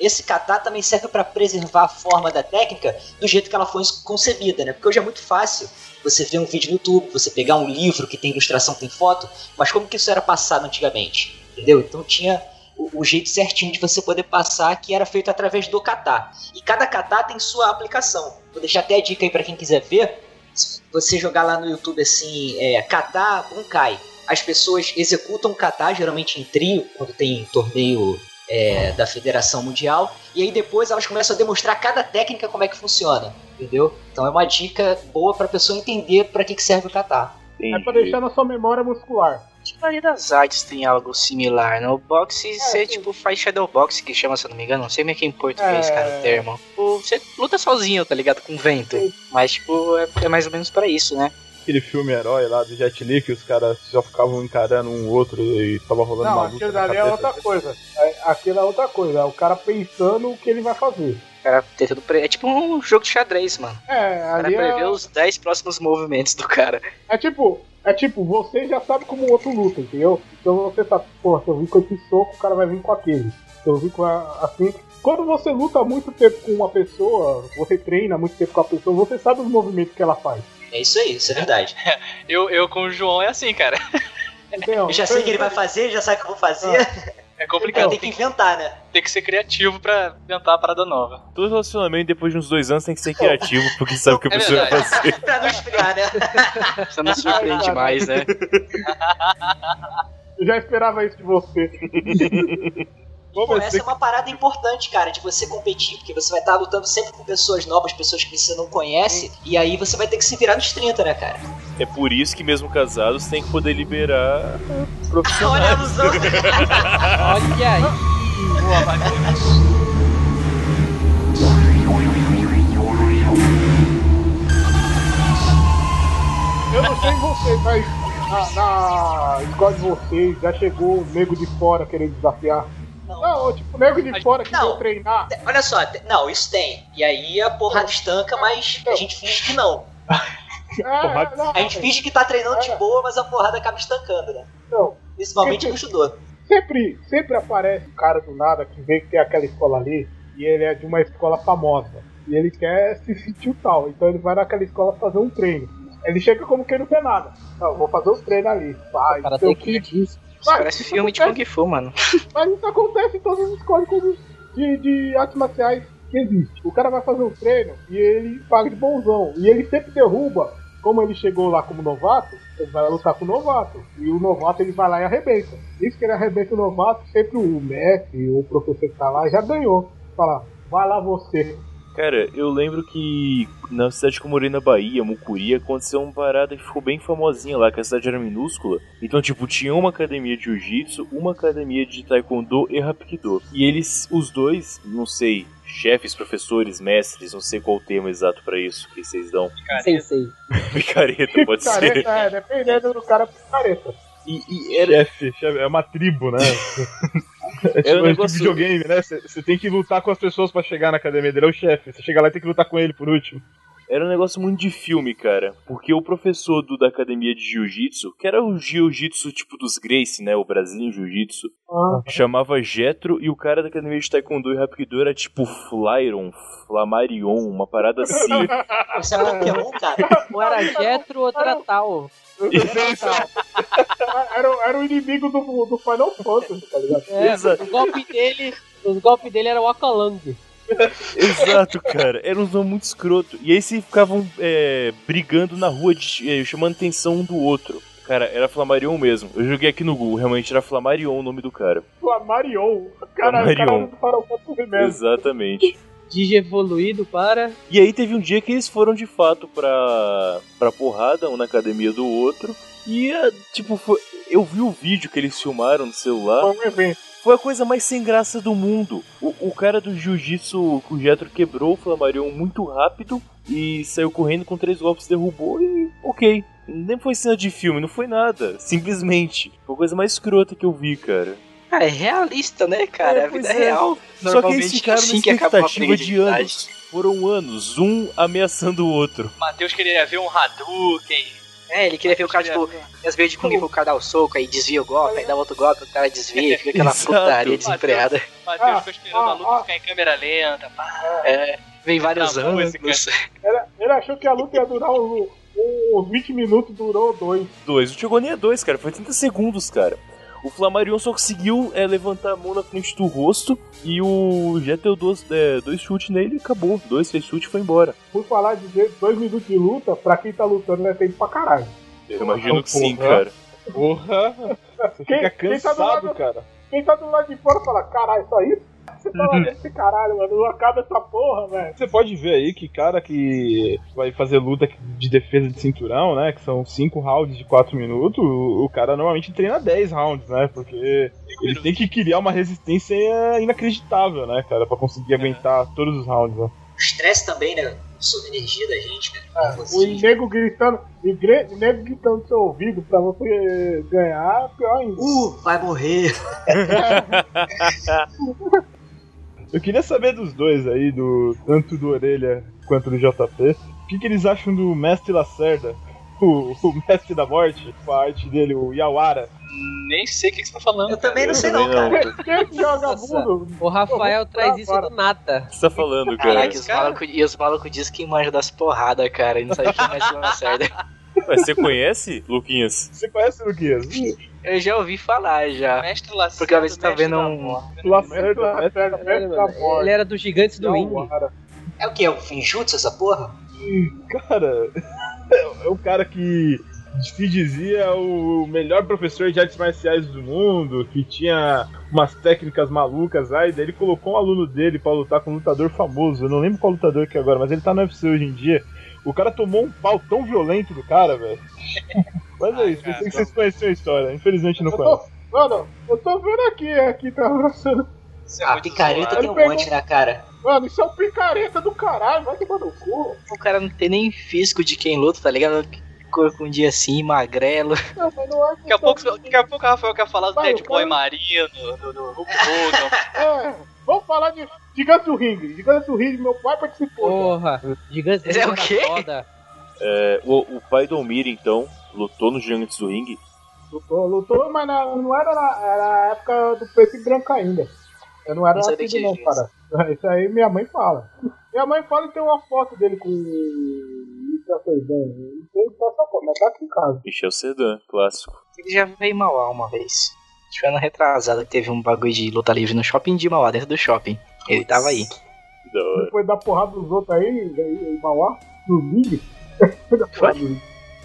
[SPEAKER 6] esse kata também serve pra preservar a forma da técnica do jeito que ela foi concebida, né? Porque hoje é muito fácil você ver um vídeo no YouTube, você pegar um livro que tem ilustração, tem foto, mas como que isso era passado antigamente? Entendeu? Então tinha o, o jeito certinho de você poder passar, que era feito através do kata. E cada kata tem sua aplicação. Vou deixar até a dica aí pra quem quiser ver. Se você jogar lá no YouTube assim, é, kata bunkai. As pessoas executam kata, geralmente em trio, quando tem torneio é, da Federação Mundial. E aí depois elas começam a demonstrar cada técnica como é que funciona. Entendeu? Então é uma dica boa pra pessoa entender pra que, que serve o kata.
[SPEAKER 3] É pra deixar na sua memória muscular.
[SPEAKER 8] A maioria das artes tem algo similar, né? O
[SPEAKER 6] É,
[SPEAKER 8] boxe, você,
[SPEAKER 3] sim.
[SPEAKER 8] tipo, faz shadow boxe, que chama, se eu não me engano, não sei como é que é em português,
[SPEAKER 2] É.
[SPEAKER 8] cara, o termo. Tipo, você luta sozinho, tá ligado? Com vento. Mas, tipo, é, é mais ou menos pra isso, né?
[SPEAKER 2] Aquele filme herói lá do Jet Li, que os caras já ficavam encarando um outro e tava rolando
[SPEAKER 3] Não,
[SPEAKER 2] uma luta
[SPEAKER 3] aquilo
[SPEAKER 2] na
[SPEAKER 3] dali é
[SPEAKER 2] cabeça.
[SPEAKER 3] outra coisa. É- Aquilo é outra coisa. É o cara pensando o que ele vai fazer.
[SPEAKER 8] O cara tem tudo pre... É tipo um jogo de xadrez, mano.
[SPEAKER 3] É,
[SPEAKER 8] O cara
[SPEAKER 3] ali
[SPEAKER 8] prevê
[SPEAKER 3] é,
[SPEAKER 8] os 10 próximos movimentos do cara.
[SPEAKER 3] é tipo. É tipo, você já sabe como o outro luta, entendeu? Então você sabe, pô, se eu vim com esse soco, o cara vai vir com aquele. Se eu vim com a, assim. Quando você luta muito tempo com uma pessoa, você treina muito tempo com a pessoa, você sabe os movimentos que ela faz.
[SPEAKER 6] É isso aí, isso é verdade.
[SPEAKER 5] Eu, eu com o João é assim, cara.
[SPEAKER 3] Entendeu?
[SPEAKER 6] Eu já sei o que ele vai fazer, já sabe o que eu vou fazer.
[SPEAKER 5] É
[SPEAKER 6] O cara
[SPEAKER 5] complicado.
[SPEAKER 6] tem que inventar, né?
[SPEAKER 5] Tem que ser criativo pra inventar a parada nova.
[SPEAKER 4] Todo relacionamento depois de uns dois anos tem que ser criativo, porque sabe o que a
[SPEAKER 5] É
[SPEAKER 4] pessoa vai
[SPEAKER 5] verdade.
[SPEAKER 4] fazer.
[SPEAKER 6] pra não esfriar, né?
[SPEAKER 8] Você não surpreende mais, né?
[SPEAKER 3] Eu já esperava isso de você.
[SPEAKER 2] Pô,
[SPEAKER 6] Pô,
[SPEAKER 2] mas
[SPEAKER 6] essa é uma parada importante, cara, de você competir, porque você vai estar lutando sempre com pessoas novas, pessoas que você não conhece, e aí você vai ter que se virar nos 30, né, cara?
[SPEAKER 4] É por isso que mesmo casados tem que poder liberar profissionais.
[SPEAKER 6] Olha a ilusão.
[SPEAKER 7] Olha aí.
[SPEAKER 5] Boa, bacana.
[SPEAKER 3] Eu não sei você, mas na, na escola de vocês já chegou o nego de fora querendo desafiar.
[SPEAKER 6] Não.
[SPEAKER 3] Não, tipo, o nego de fora que
[SPEAKER 6] Não.
[SPEAKER 3] veio treinar.
[SPEAKER 6] Te- Olha só, te- não, isso tem. E aí a
[SPEAKER 3] Ah.
[SPEAKER 6] porrada estanca, mas a gente finge que não.
[SPEAKER 3] É, não,
[SPEAKER 6] A gente finge que tá treinando
[SPEAKER 3] Ah.
[SPEAKER 6] de boa, mas a porrada acaba estancando, né?
[SPEAKER 3] não.
[SPEAKER 6] Principalmente no judô.
[SPEAKER 3] Sempre, sempre aparece um cara do nada que vê que tem aquela escola ali e ele é de uma escola famosa. E ele quer se sentir o tal, então ele vai naquela escola fazer um treino. Ele chega como quem não quer nada. Não, vou fazer os treinos ali. Vai,
[SPEAKER 7] O cara
[SPEAKER 3] sei
[SPEAKER 7] tem
[SPEAKER 3] o quê.
[SPEAKER 7] que diz.
[SPEAKER 8] Isso parece filme de Kung Fu, mano.
[SPEAKER 3] Mas isso acontece em todas as escolas inclusive, de, de artes marciais que existe. O cara vai fazer um treino e ele paga de bonzão. E ele sempre derruba. Como ele chegou lá como novato, ele vai lutar com o novato. E o novato ele vai lá e arrebenta. Isso que ele arrebenta o novato, sempre o mestre ou o professor que tá lá já ganhou. Fala, vai lá você.
[SPEAKER 4] Cara, eu lembro que na cidade que eu morei na Bahia, Mucuri, aconteceu uma parada que ficou bem famosinha lá, que a cidade era minúscula. Então, tipo, tinha uma academia de jiu-jitsu, uma academia de taekwondo e rapido. E eles, os dois, não sei, chefes, professores, mestres, não sei qual o termo exato pra isso que vocês dão.
[SPEAKER 7] Sensei.
[SPEAKER 4] Picareta, pode ser.
[SPEAKER 3] Careta, é, dependendo do cara, careta.
[SPEAKER 4] E, e era,
[SPEAKER 2] chefe, chefe, é uma tribo, né? É tipo,
[SPEAKER 4] É um
[SPEAKER 2] é
[SPEAKER 4] negócio-
[SPEAKER 2] tipo videogame, né? Você tem que lutar com as pessoas pra chegar na academia dele, é o chefe. Você chega lá e tem que lutar com ele por último.
[SPEAKER 4] Era um negócio muito de filme, cara. Porque o professor do, da academia de jiu-jitsu, que era o jiu-jitsu tipo dos Gracie, né? O Brasil Jiu-Jitsu,
[SPEAKER 3] Ah.
[SPEAKER 4] chamava Jetro e o cara da academia de Taekwondo e Rapido era tipo Flyron, Flamarion, uma parada assim.
[SPEAKER 6] Isso é
[SPEAKER 3] Ah.
[SPEAKER 6] Pokémon, cara.
[SPEAKER 7] Um era Jetro, outro era Tal.
[SPEAKER 3] Era, era o inimigo do, do Final Fantasy, tá ligado?
[SPEAKER 7] É,
[SPEAKER 4] Exato.
[SPEAKER 7] o golpe dele. Os golpes dele era o Aqualung.
[SPEAKER 4] Exato, cara. Era um nome muito escroto. E aí se ficavam é, brigando na rua, de- é, chamando atenção um do outro. Cara, era Flamarion mesmo. Eu joguei aqui no Google, realmente era Flamarion o nome do cara.
[SPEAKER 3] Flamarion. Caralho, o cara
[SPEAKER 4] Flamarion.
[SPEAKER 3] do Final Fantasy mesmo.
[SPEAKER 4] Exatamente.
[SPEAKER 7] Digievoluído para.
[SPEAKER 4] E aí teve um dia que eles foram de fato pra, pra porrada, um na academia do outro. E, ah, tipo, foi- eu vi o vídeo que eles filmaram no celular.
[SPEAKER 3] Foi um evento.
[SPEAKER 4] Foi a coisa mais sem graça do mundo. O, o cara do jiu-jitsu que o Jetro quebrou o Flamarion muito rápido e saiu correndo com três golpes, derrubou e ok. Nem foi cena de filme, não foi nada. Simplesmente. Foi a coisa mais escrota que eu vi, cara.
[SPEAKER 6] Ah, é realista, né, cara?
[SPEAKER 4] É,
[SPEAKER 6] a vida
[SPEAKER 4] pois é.
[SPEAKER 6] real.
[SPEAKER 4] Só que
[SPEAKER 6] Normalmente
[SPEAKER 4] eles ficaram
[SPEAKER 6] assim que
[SPEAKER 4] na
[SPEAKER 6] acaba uma
[SPEAKER 4] expectativa
[SPEAKER 6] briga
[SPEAKER 4] de
[SPEAKER 6] verdade.
[SPEAKER 4] anos. Foram anos, um ameaçando o outro.
[SPEAKER 5] Matheus queria ver um Hadouken.
[SPEAKER 6] É, ele queria ver o cara,
[SPEAKER 5] um
[SPEAKER 6] tipo, às vezes de Kung Fu, o cara dá o soco, aí desvia o golpe, aí dá outro golpe, o cara desvia, e fica aquela
[SPEAKER 4] Exato.
[SPEAKER 6] putaria desenfreada.
[SPEAKER 5] Matheus
[SPEAKER 3] Ah,
[SPEAKER 5] ficou esperando
[SPEAKER 3] ah,
[SPEAKER 5] a luta
[SPEAKER 3] ah. É.
[SPEAKER 5] ficar em câmera lenta. Pá,
[SPEAKER 6] É, Vem vários
[SPEAKER 5] Tá bom
[SPEAKER 6] anos.
[SPEAKER 5] esse cara.
[SPEAKER 3] Era- Ele achou que a luta ia durar uns, uns 20 minutos, durou dois.
[SPEAKER 4] Dois. Não chegou nem a dois, cara. Foi 30 segundos, cara. O Flamarion só conseguiu é, levantar a mão na frente do rosto e o Jet deu dois, é, dois chutes nele e acabou. Dois, três chutes e foi embora.
[SPEAKER 3] Por falar de dois- dois minutos de luta, pra quem tá lutando, né? Tem pra caralho.
[SPEAKER 4] Eu imagino que sim, né?
[SPEAKER 2] Porra.
[SPEAKER 4] cara.
[SPEAKER 2] Porra! Você
[SPEAKER 3] Quem-
[SPEAKER 2] fica
[SPEAKER 3] quem tá do
[SPEAKER 2] cansado,
[SPEAKER 3] lado-
[SPEAKER 2] cara.
[SPEAKER 3] Quem tá do lado de fora fala, caralho, só isso? Você tá lá dentro, caralho, mano, não acaba essa porra, velho.
[SPEAKER 2] Você pode ver aí que cara que vai fazer luta de defesa de cinturão, né? Que são 5 rounds de 4 minutos, o o cara normalmente treina 10 rounds, né? Porque ele tem que criar uma resistência inacreditável, né, cara? Pra conseguir aguentar todos os rounds, né?
[SPEAKER 9] O estresse também, né? Sobre a energia da gente,
[SPEAKER 6] né?
[SPEAKER 9] cara.
[SPEAKER 3] Ah, O
[SPEAKER 6] assim?
[SPEAKER 3] nego gritando, e gre- o nego gritando no seu ouvido pra você ganhar, pior ainda.
[SPEAKER 9] Uh, vai morrer.
[SPEAKER 2] Eu queria saber dos dois aí, do tanto do Orelha quanto do JP, o que, que eles acham do Mestre Lacerda, o, o Mestre da Morte, com a arte dele, o Yawara.
[SPEAKER 5] Nem sei o que que você tá falando.
[SPEAKER 9] Eu também não sei
[SPEAKER 4] também
[SPEAKER 9] não, cara.
[SPEAKER 3] Quem- Quem que joga mundo?
[SPEAKER 7] O Rafael
[SPEAKER 3] Pô,
[SPEAKER 7] traz
[SPEAKER 3] tá,
[SPEAKER 7] isso
[SPEAKER 3] bora.
[SPEAKER 7] do nada.
[SPEAKER 4] O que você tá falando, cara?
[SPEAKER 6] Caraca, e os malucos e os malucos dizem que manja das porradas, cara. e Não sabe quem mais lançada.
[SPEAKER 4] Mas você conhece, Luquinhas?
[SPEAKER 2] Você conhece, Luquinhas?
[SPEAKER 6] Eu já ouvi falar já.
[SPEAKER 5] Mestre Lacerda.
[SPEAKER 6] Porque a vez você tá
[SPEAKER 5] mestre
[SPEAKER 6] vendo
[SPEAKER 5] da
[SPEAKER 6] um-
[SPEAKER 5] morte.
[SPEAKER 2] Lacerda, Lacerda.
[SPEAKER 3] Lacerda, mestre da
[SPEAKER 7] Ele
[SPEAKER 3] morte.
[SPEAKER 7] era dos gigantes do Wing.
[SPEAKER 3] Yawara.
[SPEAKER 9] É o que? É um finjutsu essa porra?
[SPEAKER 2] Cara, é- é o cara que se dizia é o melhor professor de artes marciais do mundo, que tinha umas técnicas malucas lá, e daí ele colocou um aluno dele pra lutar com um lutador famoso. Eu não lembro qual lutador que é agora, mas ele tá no UFC hoje em dia. O cara tomou um pau tão violento do cara, velho. Mas é isso,
[SPEAKER 5] cara,
[SPEAKER 2] pensei que vocês conheciam a história. Infelizmente não
[SPEAKER 3] Eu
[SPEAKER 2] conhece.
[SPEAKER 3] tô, mano, eu tô vendo aqui, aqui tá abraçando.
[SPEAKER 5] Isso é
[SPEAKER 9] A
[SPEAKER 5] muito
[SPEAKER 9] picareta
[SPEAKER 5] zoado.
[SPEAKER 9] tem um monte
[SPEAKER 5] né,
[SPEAKER 9] na cara.
[SPEAKER 3] Mano, isso é um picareta do caralho, vai tomar no cu.
[SPEAKER 6] O cara não tem nem físico de quem luta, tá ligado? Corpo um dia assim, magrelo.
[SPEAKER 3] Não, mas não é que
[SPEAKER 5] Daqui a, pouco, daqui a pouco o Rafael quer falar do
[SPEAKER 3] Vai,
[SPEAKER 5] Dead Boy
[SPEAKER 3] vai.
[SPEAKER 5] Marino, do, do Hulk Hogan.
[SPEAKER 3] É, vamos falar de Gigante do Ringue. Gigante do Ringue, meu pai participou.
[SPEAKER 7] Porra, gigantes do
[SPEAKER 6] Esse é o
[SPEAKER 7] Wing era
[SPEAKER 6] quê?
[SPEAKER 7] foda.
[SPEAKER 4] É, o, o pai do Almir, então, lutou nos Gigantes do Ringue.
[SPEAKER 3] Lutou, lutou, mas na- não, era na era a época do preto e branco ainda. Eu não era
[SPEAKER 6] Não sei
[SPEAKER 3] nascido
[SPEAKER 6] de que
[SPEAKER 3] não,
[SPEAKER 6] jeito.
[SPEAKER 3] cara. Isso aí minha mãe fala. Minha mãe fala e tem uma foto dele com o Ita Ferdinand. Não sei se tá essa foto, mas tá aqui em casa.
[SPEAKER 4] Michel Sedan, clássico.
[SPEAKER 6] Ele já veio em Mauá uma vez. Acho que ano retrasado que teve um bagulho de luta livre no shopping de Mauá, dentro do shopping. Ele tava aí.
[SPEAKER 4] Que Da hora.
[SPEAKER 3] Depois da porrada dos outros aí, aí em Mauá, no Ringue.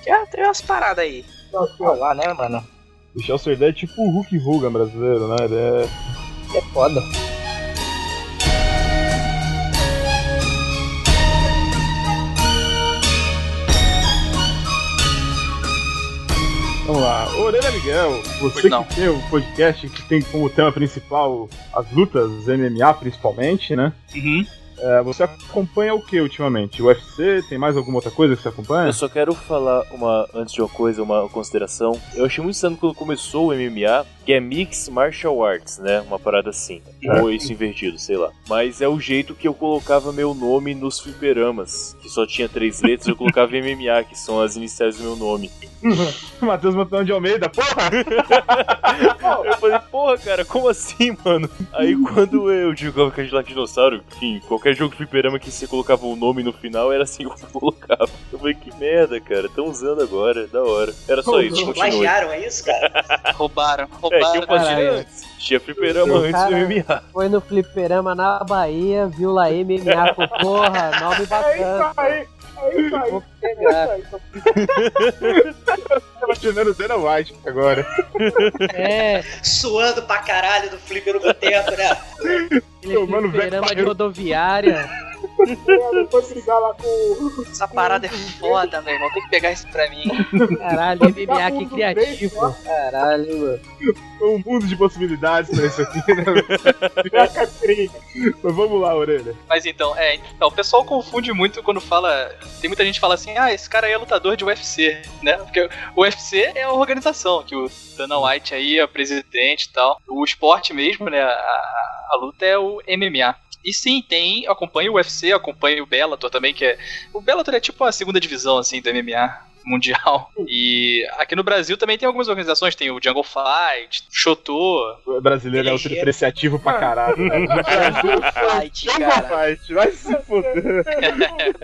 [SPEAKER 6] Já tem umas paradas aí.
[SPEAKER 3] Nossa,
[SPEAKER 6] Mauá, né, mano?
[SPEAKER 2] Michel Serdé é tipo o Hulk Hogan brasileiro, né? Ele é
[SPEAKER 7] É foda.
[SPEAKER 2] Vamos lá, Orelha Miguel, você
[SPEAKER 5] Pois não.
[SPEAKER 2] que tem um podcast que tem como tema principal as lutas MMA principalmente, né? É, você acompanha o que ultimamente? UFC? Tem mais alguma outra coisa que você acompanha?
[SPEAKER 4] Ah, Eu só quero falar uma, antes de uma coisa, uma consideração. Eu achei muito estranho quando começou o MMA, que é Mixed Martial Arts, né? Uma parada assim. Ou isso invertido, sei lá. Mas é o jeito que eu colocava meu nome nos fliperamas, que só tinha três letras, eu colocava MMA, que são as iniciais do meu nome.
[SPEAKER 2] Matheus Matão de Almeida, porra!
[SPEAKER 4] Eu falei, porra, cara, como assim, mano? Aí quando eu jogava Cadillac Dinossauro, enfim, qualquer jogo de fliperama que você colocava o nome no final, era assim que eu colocava. Eu falei, que merda, cara, tão usando agora, da hora. Era só isso, continue.
[SPEAKER 9] Plagiaram, é isso, cara?
[SPEAKER 5] Roubaram,
[SPEAKER 4] É,
[SPEAKER 5] roubaram.
[SPEAKER 4] tinha um pastilha
[SPEAKER 7] Caralho.
[SPEAKER 4] antes. Tinha fliperama antes
[SPEAKER 7] Caralho.
[SPEAKER 4] do MMA.
[SPEAKER 7] Foi no fliperama na Bahia, viu lá MMA, pô, porra, nome
[SPEAKER 3] é
[SPEAKER 7] bacana.
[SPEAKER 3] isso aí, é isso aí.
[SPEAKER 7] Vou pegar.
[SPEAKER 3] É isso aí.
[SPEAKER 2] Tá imaginando o Dana White agora.
[SPEAKER 7] É,
[SPEAKER 9] Suando pra caralho do flipper no tempo, né?
[SPEAKER 7] aquele
[SPEAKER 2] Tomando
[SPEAKER 7] é fliperama
[SPEAKER 2] velho
[SPEAKER 7] de rodoviária.
[SPEAKER 3] Depois brigar lá com
[SPEAKER 5] Essa parada é foda, meu irmão. Tem que pegar isso pra mim.
[SPEAKER 7] Caralho, MMA, que criativo. Caralho, mano.
[SPEAKER 10] Um mundo de possibilidades pra isso aqui, né?
[SPEAKER 3] a Catrina.
[SPEAKER 10] Mas vamos lá, orelha.
[SPEAKER 5] Mas então, é, então, o pessoal confunde muito quando fala. Tem muita gente que fala assim, ah, esse cara aí é lutador de UFC, né? Porque o UFC é a organização, que o Dana White aí é presidente e tal. O esporte mesmo, né? A, a- a luta é o MMA. E sim, tem. Acompanha o UFC, acompanha o Bellator também, que é. O Bellator é tipo a segunda divisão, assim, do MMA mundial. E aqui no Brasil também tem algumas organizações, tem o Jungle Fight, Chotô,
[SPEAKER 10] O brasileiro é autodepreciativo pra caralho. Né?
[SPEAKER 4] Ah.
[SPEAKER 8] Fight, cara.
[SPEAKER 10] Fight, vai se fuder.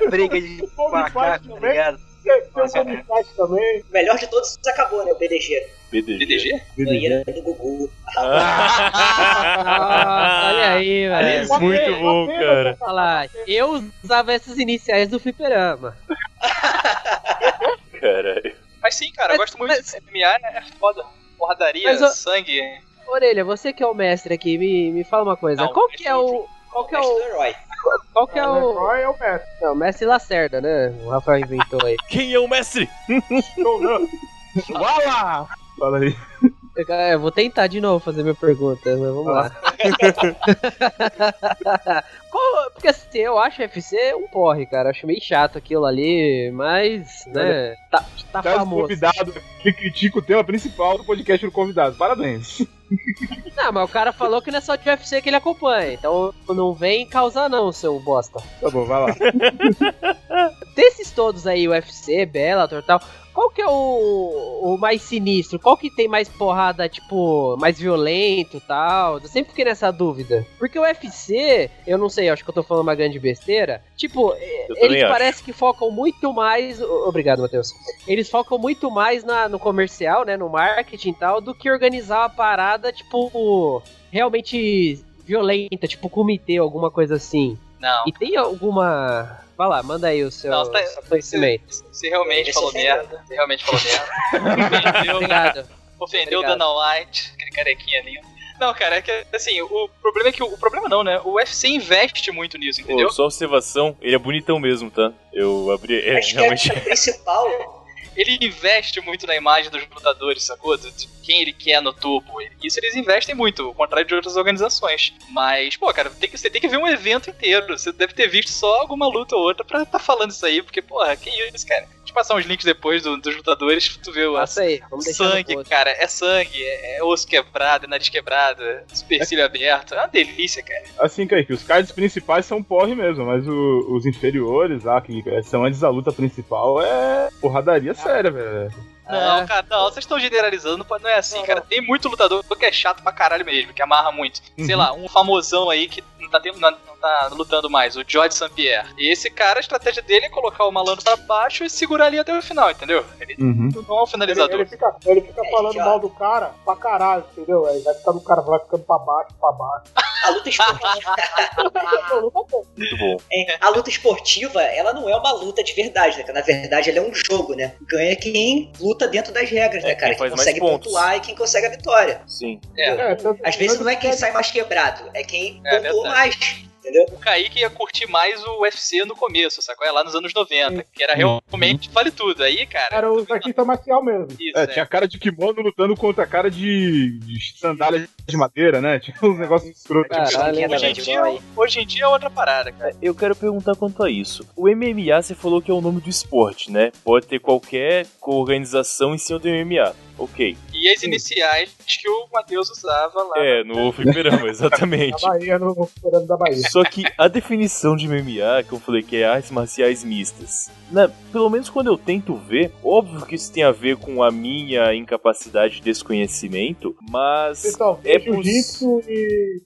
[SPEAKER 8] Briga de
[SPEAKER 3] Fight
[SPEAKER 8] macaco, tá
[SPEAKER 3] também.
[SPEAKER 8] ligado?
[SPEAKER 3] Tem um o
[SPEAKER 8] Nossa,
[SPEAKER 3] Comitete também.
[SPEAKER 6] O melhor de todos acabou, né? O BDG.
[SPEAKER 4] BDG.
[SPEAKER 5] BDG.
[SPEAKER 6] Banheira do Gugu.
[SPEAKER 7] Nossa, Ah, olha aí,
[SPEAKER 4] É,
[SPEAKER 7] velho.
[SPEAKER 4] muito bom, cara.
[SPEAKER 7] Olha lá, eu usava essas iniciais do fliperama.
[SPEAKER 4] Caralho.
[SPEAKER 5] Mas sim, cara, eu
[SPEAKER 7] Mas-
[SPEAKER 5] gosto muito
[SPEAKER 7] mas-
[SPEAKER 5] de MMA, né? é foda. Porradaria,
[SPEAKER 7] Mas, ó,
[SPEAKER 5] sangue.
[SPEAKER 7] Orelha, você que é o mestre aqui, me, me fala uma coisa.
[SPEAKER 5] Não,
[SPEAKER 7] qual
[SPEAKER 5] mestre
[SPEAKER 7] que é o. Qual que é
[SPEAKER 6] Mestre
[SPEAKER 7] o.
[SPEAKER 6] do herói.
[SPEAKER 7] Qual que é o.
[SPEAKER 3] Roy é o mestre.
[SPEAKER 7] Não, mestre Lacerda, né? O Rafael inventou aí.
[SPEAKER 4] Quem é o mestre?
[SPEAKER 3] Não, não.
[SPEAKER 10] Fala aí.
[SPEAKER 7] Eu, cara, É, eu vou tentar de novo fazer minha pergunta, mas vamos lá. Qual- porque assim, eu acho o UFC um porre, cara. Acho meio chato aquilo ali, mas, né? Tá, tá
[SPEAKER 10] Traz o
[SPEAKER 7] famoso.
[SPEAKER 10] convidado que critica o tema principal do podcast do convidado. Parabéns.
[SPEAKER 7] Não, mas o cara falou que não é só de UFC que ele acompanha. Então não vem causar, não, seu bosta.
[SPEAKER 10] Tá bom, vai lá.
[SPEAKER 7] Desses todos aí, UFC, Bellator e tal, qual que é o, o mais sinistro? Qual que tem mais porrada, tipo, mais violento e tal? Eu sempre fiquei nessa dúvida. Porque o UFC, eu não sei, eu acho que eu tô falando uma grande besteira. Tipo, eh,
[SPEAKER 4] Eu também
[SPEAKER 7] eles
[SPEAKER 4] acho.
[SPEAKER 7] parece que focam muito mais. o- Obrigado, Matheus. Eles focam muito mais na- no comercial, né? No marketing e tal, do que organizar uma parada, tipo, realmente violenta, tipo comitê, alguma coisa assim.
[SPEAKER 5] Não.
[SPEAKER 7] E tem alguma. Vai lá, manda aí o seu,
[SPEAKER 5] Não, você tá-
[SPEAKER 7] seu conhecimento.
[SPEAKER 5] Você realmente
[SPEAKER 6] Esse
[SPEAKER 5] falou
[SPEAKER 6] é
[SPEAKER 5] merda. Você realmente falou merda. Ofendeu-
[SPEAKER 7] Obrigado.
[SPEAKER 5] Ofendeu o
[SPEAKER 7] Obrigado.
[SPEAKER 5] Dana White, aquele carequinha ali. Não, cara, é que assim, o problema é que. O, o problema não, né? O UFC investe muito nisso, entendeu?
[SPEAKER 4] Pô, só observação, ele é bonitão mesmo, tá? Eu abri. É,
[SPEAKER 6] Acho que a
[SPEAKER 4] realmente.
[SPEAKER 6] questão principal
[SPEAKER 5] Ele investe muito na imagem dos lutadores, sacou? De de quem ele quer no topo. Isso eles investem muito, ao contrário de outras organizações. Mas, pô, cara, tem que, você tem que ver um evento inteiro. Você deve ter visto só alguma luta ou outra pra tá falando isso aí, porque, porra, que isso, cara. Deixa eu passar uns links depois do- dos lutadores, pra tu vê o,
[SPEAKER 7] Passa aí, Ah, vamos deixar no
[SPEAKER 5] sangue,
[SPEAKER 7] post.
[SPEAKER 5] cara, é sangue, é é osso quebrado, é nariz quebrado, é supercílio aberto, é uma delícia, cara.
[SPEAKER 10] Assim, Kaique, os cards principais são porre mesmo, mas o- os inferiores lá, que são antes da luta principal, é porradaria séria, velho.
[SPEAKER 5] Não,
[SPEAKER 7] É.
[SPEAKER 5] cara, não, vocês estão generalizando, pô, não é assim, cara. Tem muito lutador que é chato pra caralho mesmo, que amarra muito. Sei lá, um famosão aí que não tá, tendo- não- não tá lutando mais, o George St. Pierre. E esse cara, a estratégia dele é colocar o malandro pra baixo e segurar ali até o final, entendeu? Ele
[SPEAKER 10] Uhum.
[SPEAKER 5] não é um
[SPEAKER 3] Ele,
[SPEAKER 5] finalizador.
[SPEAKER 3] ele fica, ele fica
[SPEAKER 6] É,
[SPEAKER 3] falando
[SPEAKER 6] já.
[SPEAKER 3] mal do cara pra caralho, entendeu? Aí vai ficando o cara vai ficando pra baixo, pra baixo.
[SPEAKER 6] a luta esportiva.
[SPEAKER 3] Não, não tá bom.
[SPEAKER 4] Muito bom.
[SPEAKER 6] É, a luta esportiva, ela não é uma luta de verdade, né? cara? Na verdade, ela é um jogo, né? Ganha quem luta dentro das regras,
[SPEAKER 4] É,
[SPEAKER 6] né, cara?
[SPEAKER 4] quem
[SPEAKER 6] Quem,
[SPEAKER 4] faz mais
[SPEAKER 6] consegue
[SPEAKER 4] pontos.
[SPEAKER 6] pontuar e quem consegue a vitória.
[SPEAKER 4] Sim.
[SPEAKER 3] É, tanto-
[SPEAKER 6] Às vezes
[SPEAKER 3] tanto
[SPEAKER 6] não é quem
[SPEAKER 3] que-
[SPEAKER 6] sai mais quebrado, é quem
[SPEAKER 5] É
[SPEAKER 6] pontuou
[SPEAKER 5] verdade.
[SPEAKER 6] mais. Entendeu?
[SPEAKER 5] O Kaique ia curtir mais o UFC no começo, sacou? É lá nos anos 90, que era realmente vale tudo. Aí, cara.
[SPEAKER 3] Era o artista marcial mesmo.
[SPEAKER 5] Isso,
[SPEAKER 10] É,
[SPEAKER 5] é.
[SPEAKER 10] tinha cara de kimono lutando contra a cara de, de sandália de madeira, né? Tinha uns negócios escrotos.
[SPEAKER 7] Caralho,
[SPEAKER 6] Quem
[SPEAKER 5] Hoje em,
[SPEAKER 8] né?
[SPEAKER 5] dia, hoje em dia é outra parada, cara.
[SPEAKER 4] Eu quero perguntar quanto a isso. O MMA, você falou que é o nome do esporte, né? Pode ter qualquer organização em cima do MMA. Ok.
[SPEAKER 5] E as iniciais que o Matheus usava lá.
[SPEAKER 4] É, no fliperama,
[SPEAKER 3] Na
[SPEAKER 4] exatamente.
[SPEAKER 3] Bahia, no esperando da Bahia.
[SPEAKER 4] Só que a definição de MMA, que eu falei que é artes marciais mistas, né, pelo menos quando eu tento ver, óbvio que isso tem a ver com a minha incapacidade de desconhecimento, mas
[SPEAKER 3] Pessoal,
[SPEAKER 4] É
[SPEAKER 3] é jiu-jitsu e.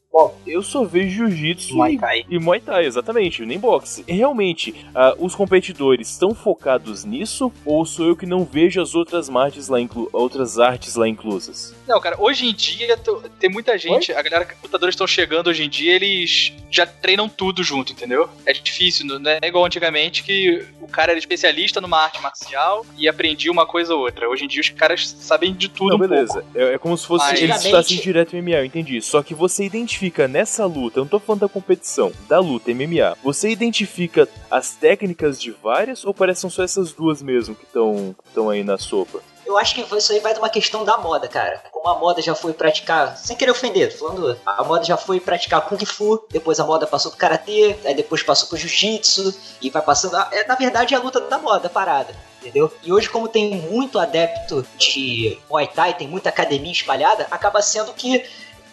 [SPEAKER 4] eu só vejo jiu-jitsu
[SPEAKER 8] Muay
[SPEAKER 4] e-
[SPEAKER 8] Thai.
[SPEAKER 4] e Muay Thai, exatamente, nem boxe. E, Realmente, ah, os competidores estão focados nisso ou sou eu que não vejo as outras artes lá, inclu outras artes lá inclusas?
[SPEAKER 5] Não, cara, hoje em dia to- tem muita gente, a galera, os lutadores estão chegando hoje em dia, eles já treinam tudo junto, entendeu? É difícil, não é igual antigamente que o cara era especialista numa arte marcial e aprendia uma coisa ou outra. Hoje em dia os caras sabem de tudo
[SPEAKER 4] Não,
[SPEAKER 5] um pouco.
[SPEAKER 4] beleza. É, é como se fosse
[SPEAKER 5] Mas-
[SPEAKER 4] eles estudassem direto MMA, eu entendi. Só que você identifica nessa luta, eu não tô falando da competição, da luta MMA. Você identifica as técnicas de várias ou parecem só essas duas mesmo que estão aí na sopa?
[SPEAKER 6] Eu acho que isso aí vai de uma questão da moda, cara. Como a moda já foi praticar, sem querer ofender, tô falando, a moda já foi praticar Kung Fu, depois a moda passou pro Karatê, aí depois passou pro Jiu-Jitsu, e vai passando. a- É, na verdade, é a luta da moda, a parada. Entendeu? E hoje, como tem muito adepto de Muay Thai, tem muita academia espalhada, acaba sendo que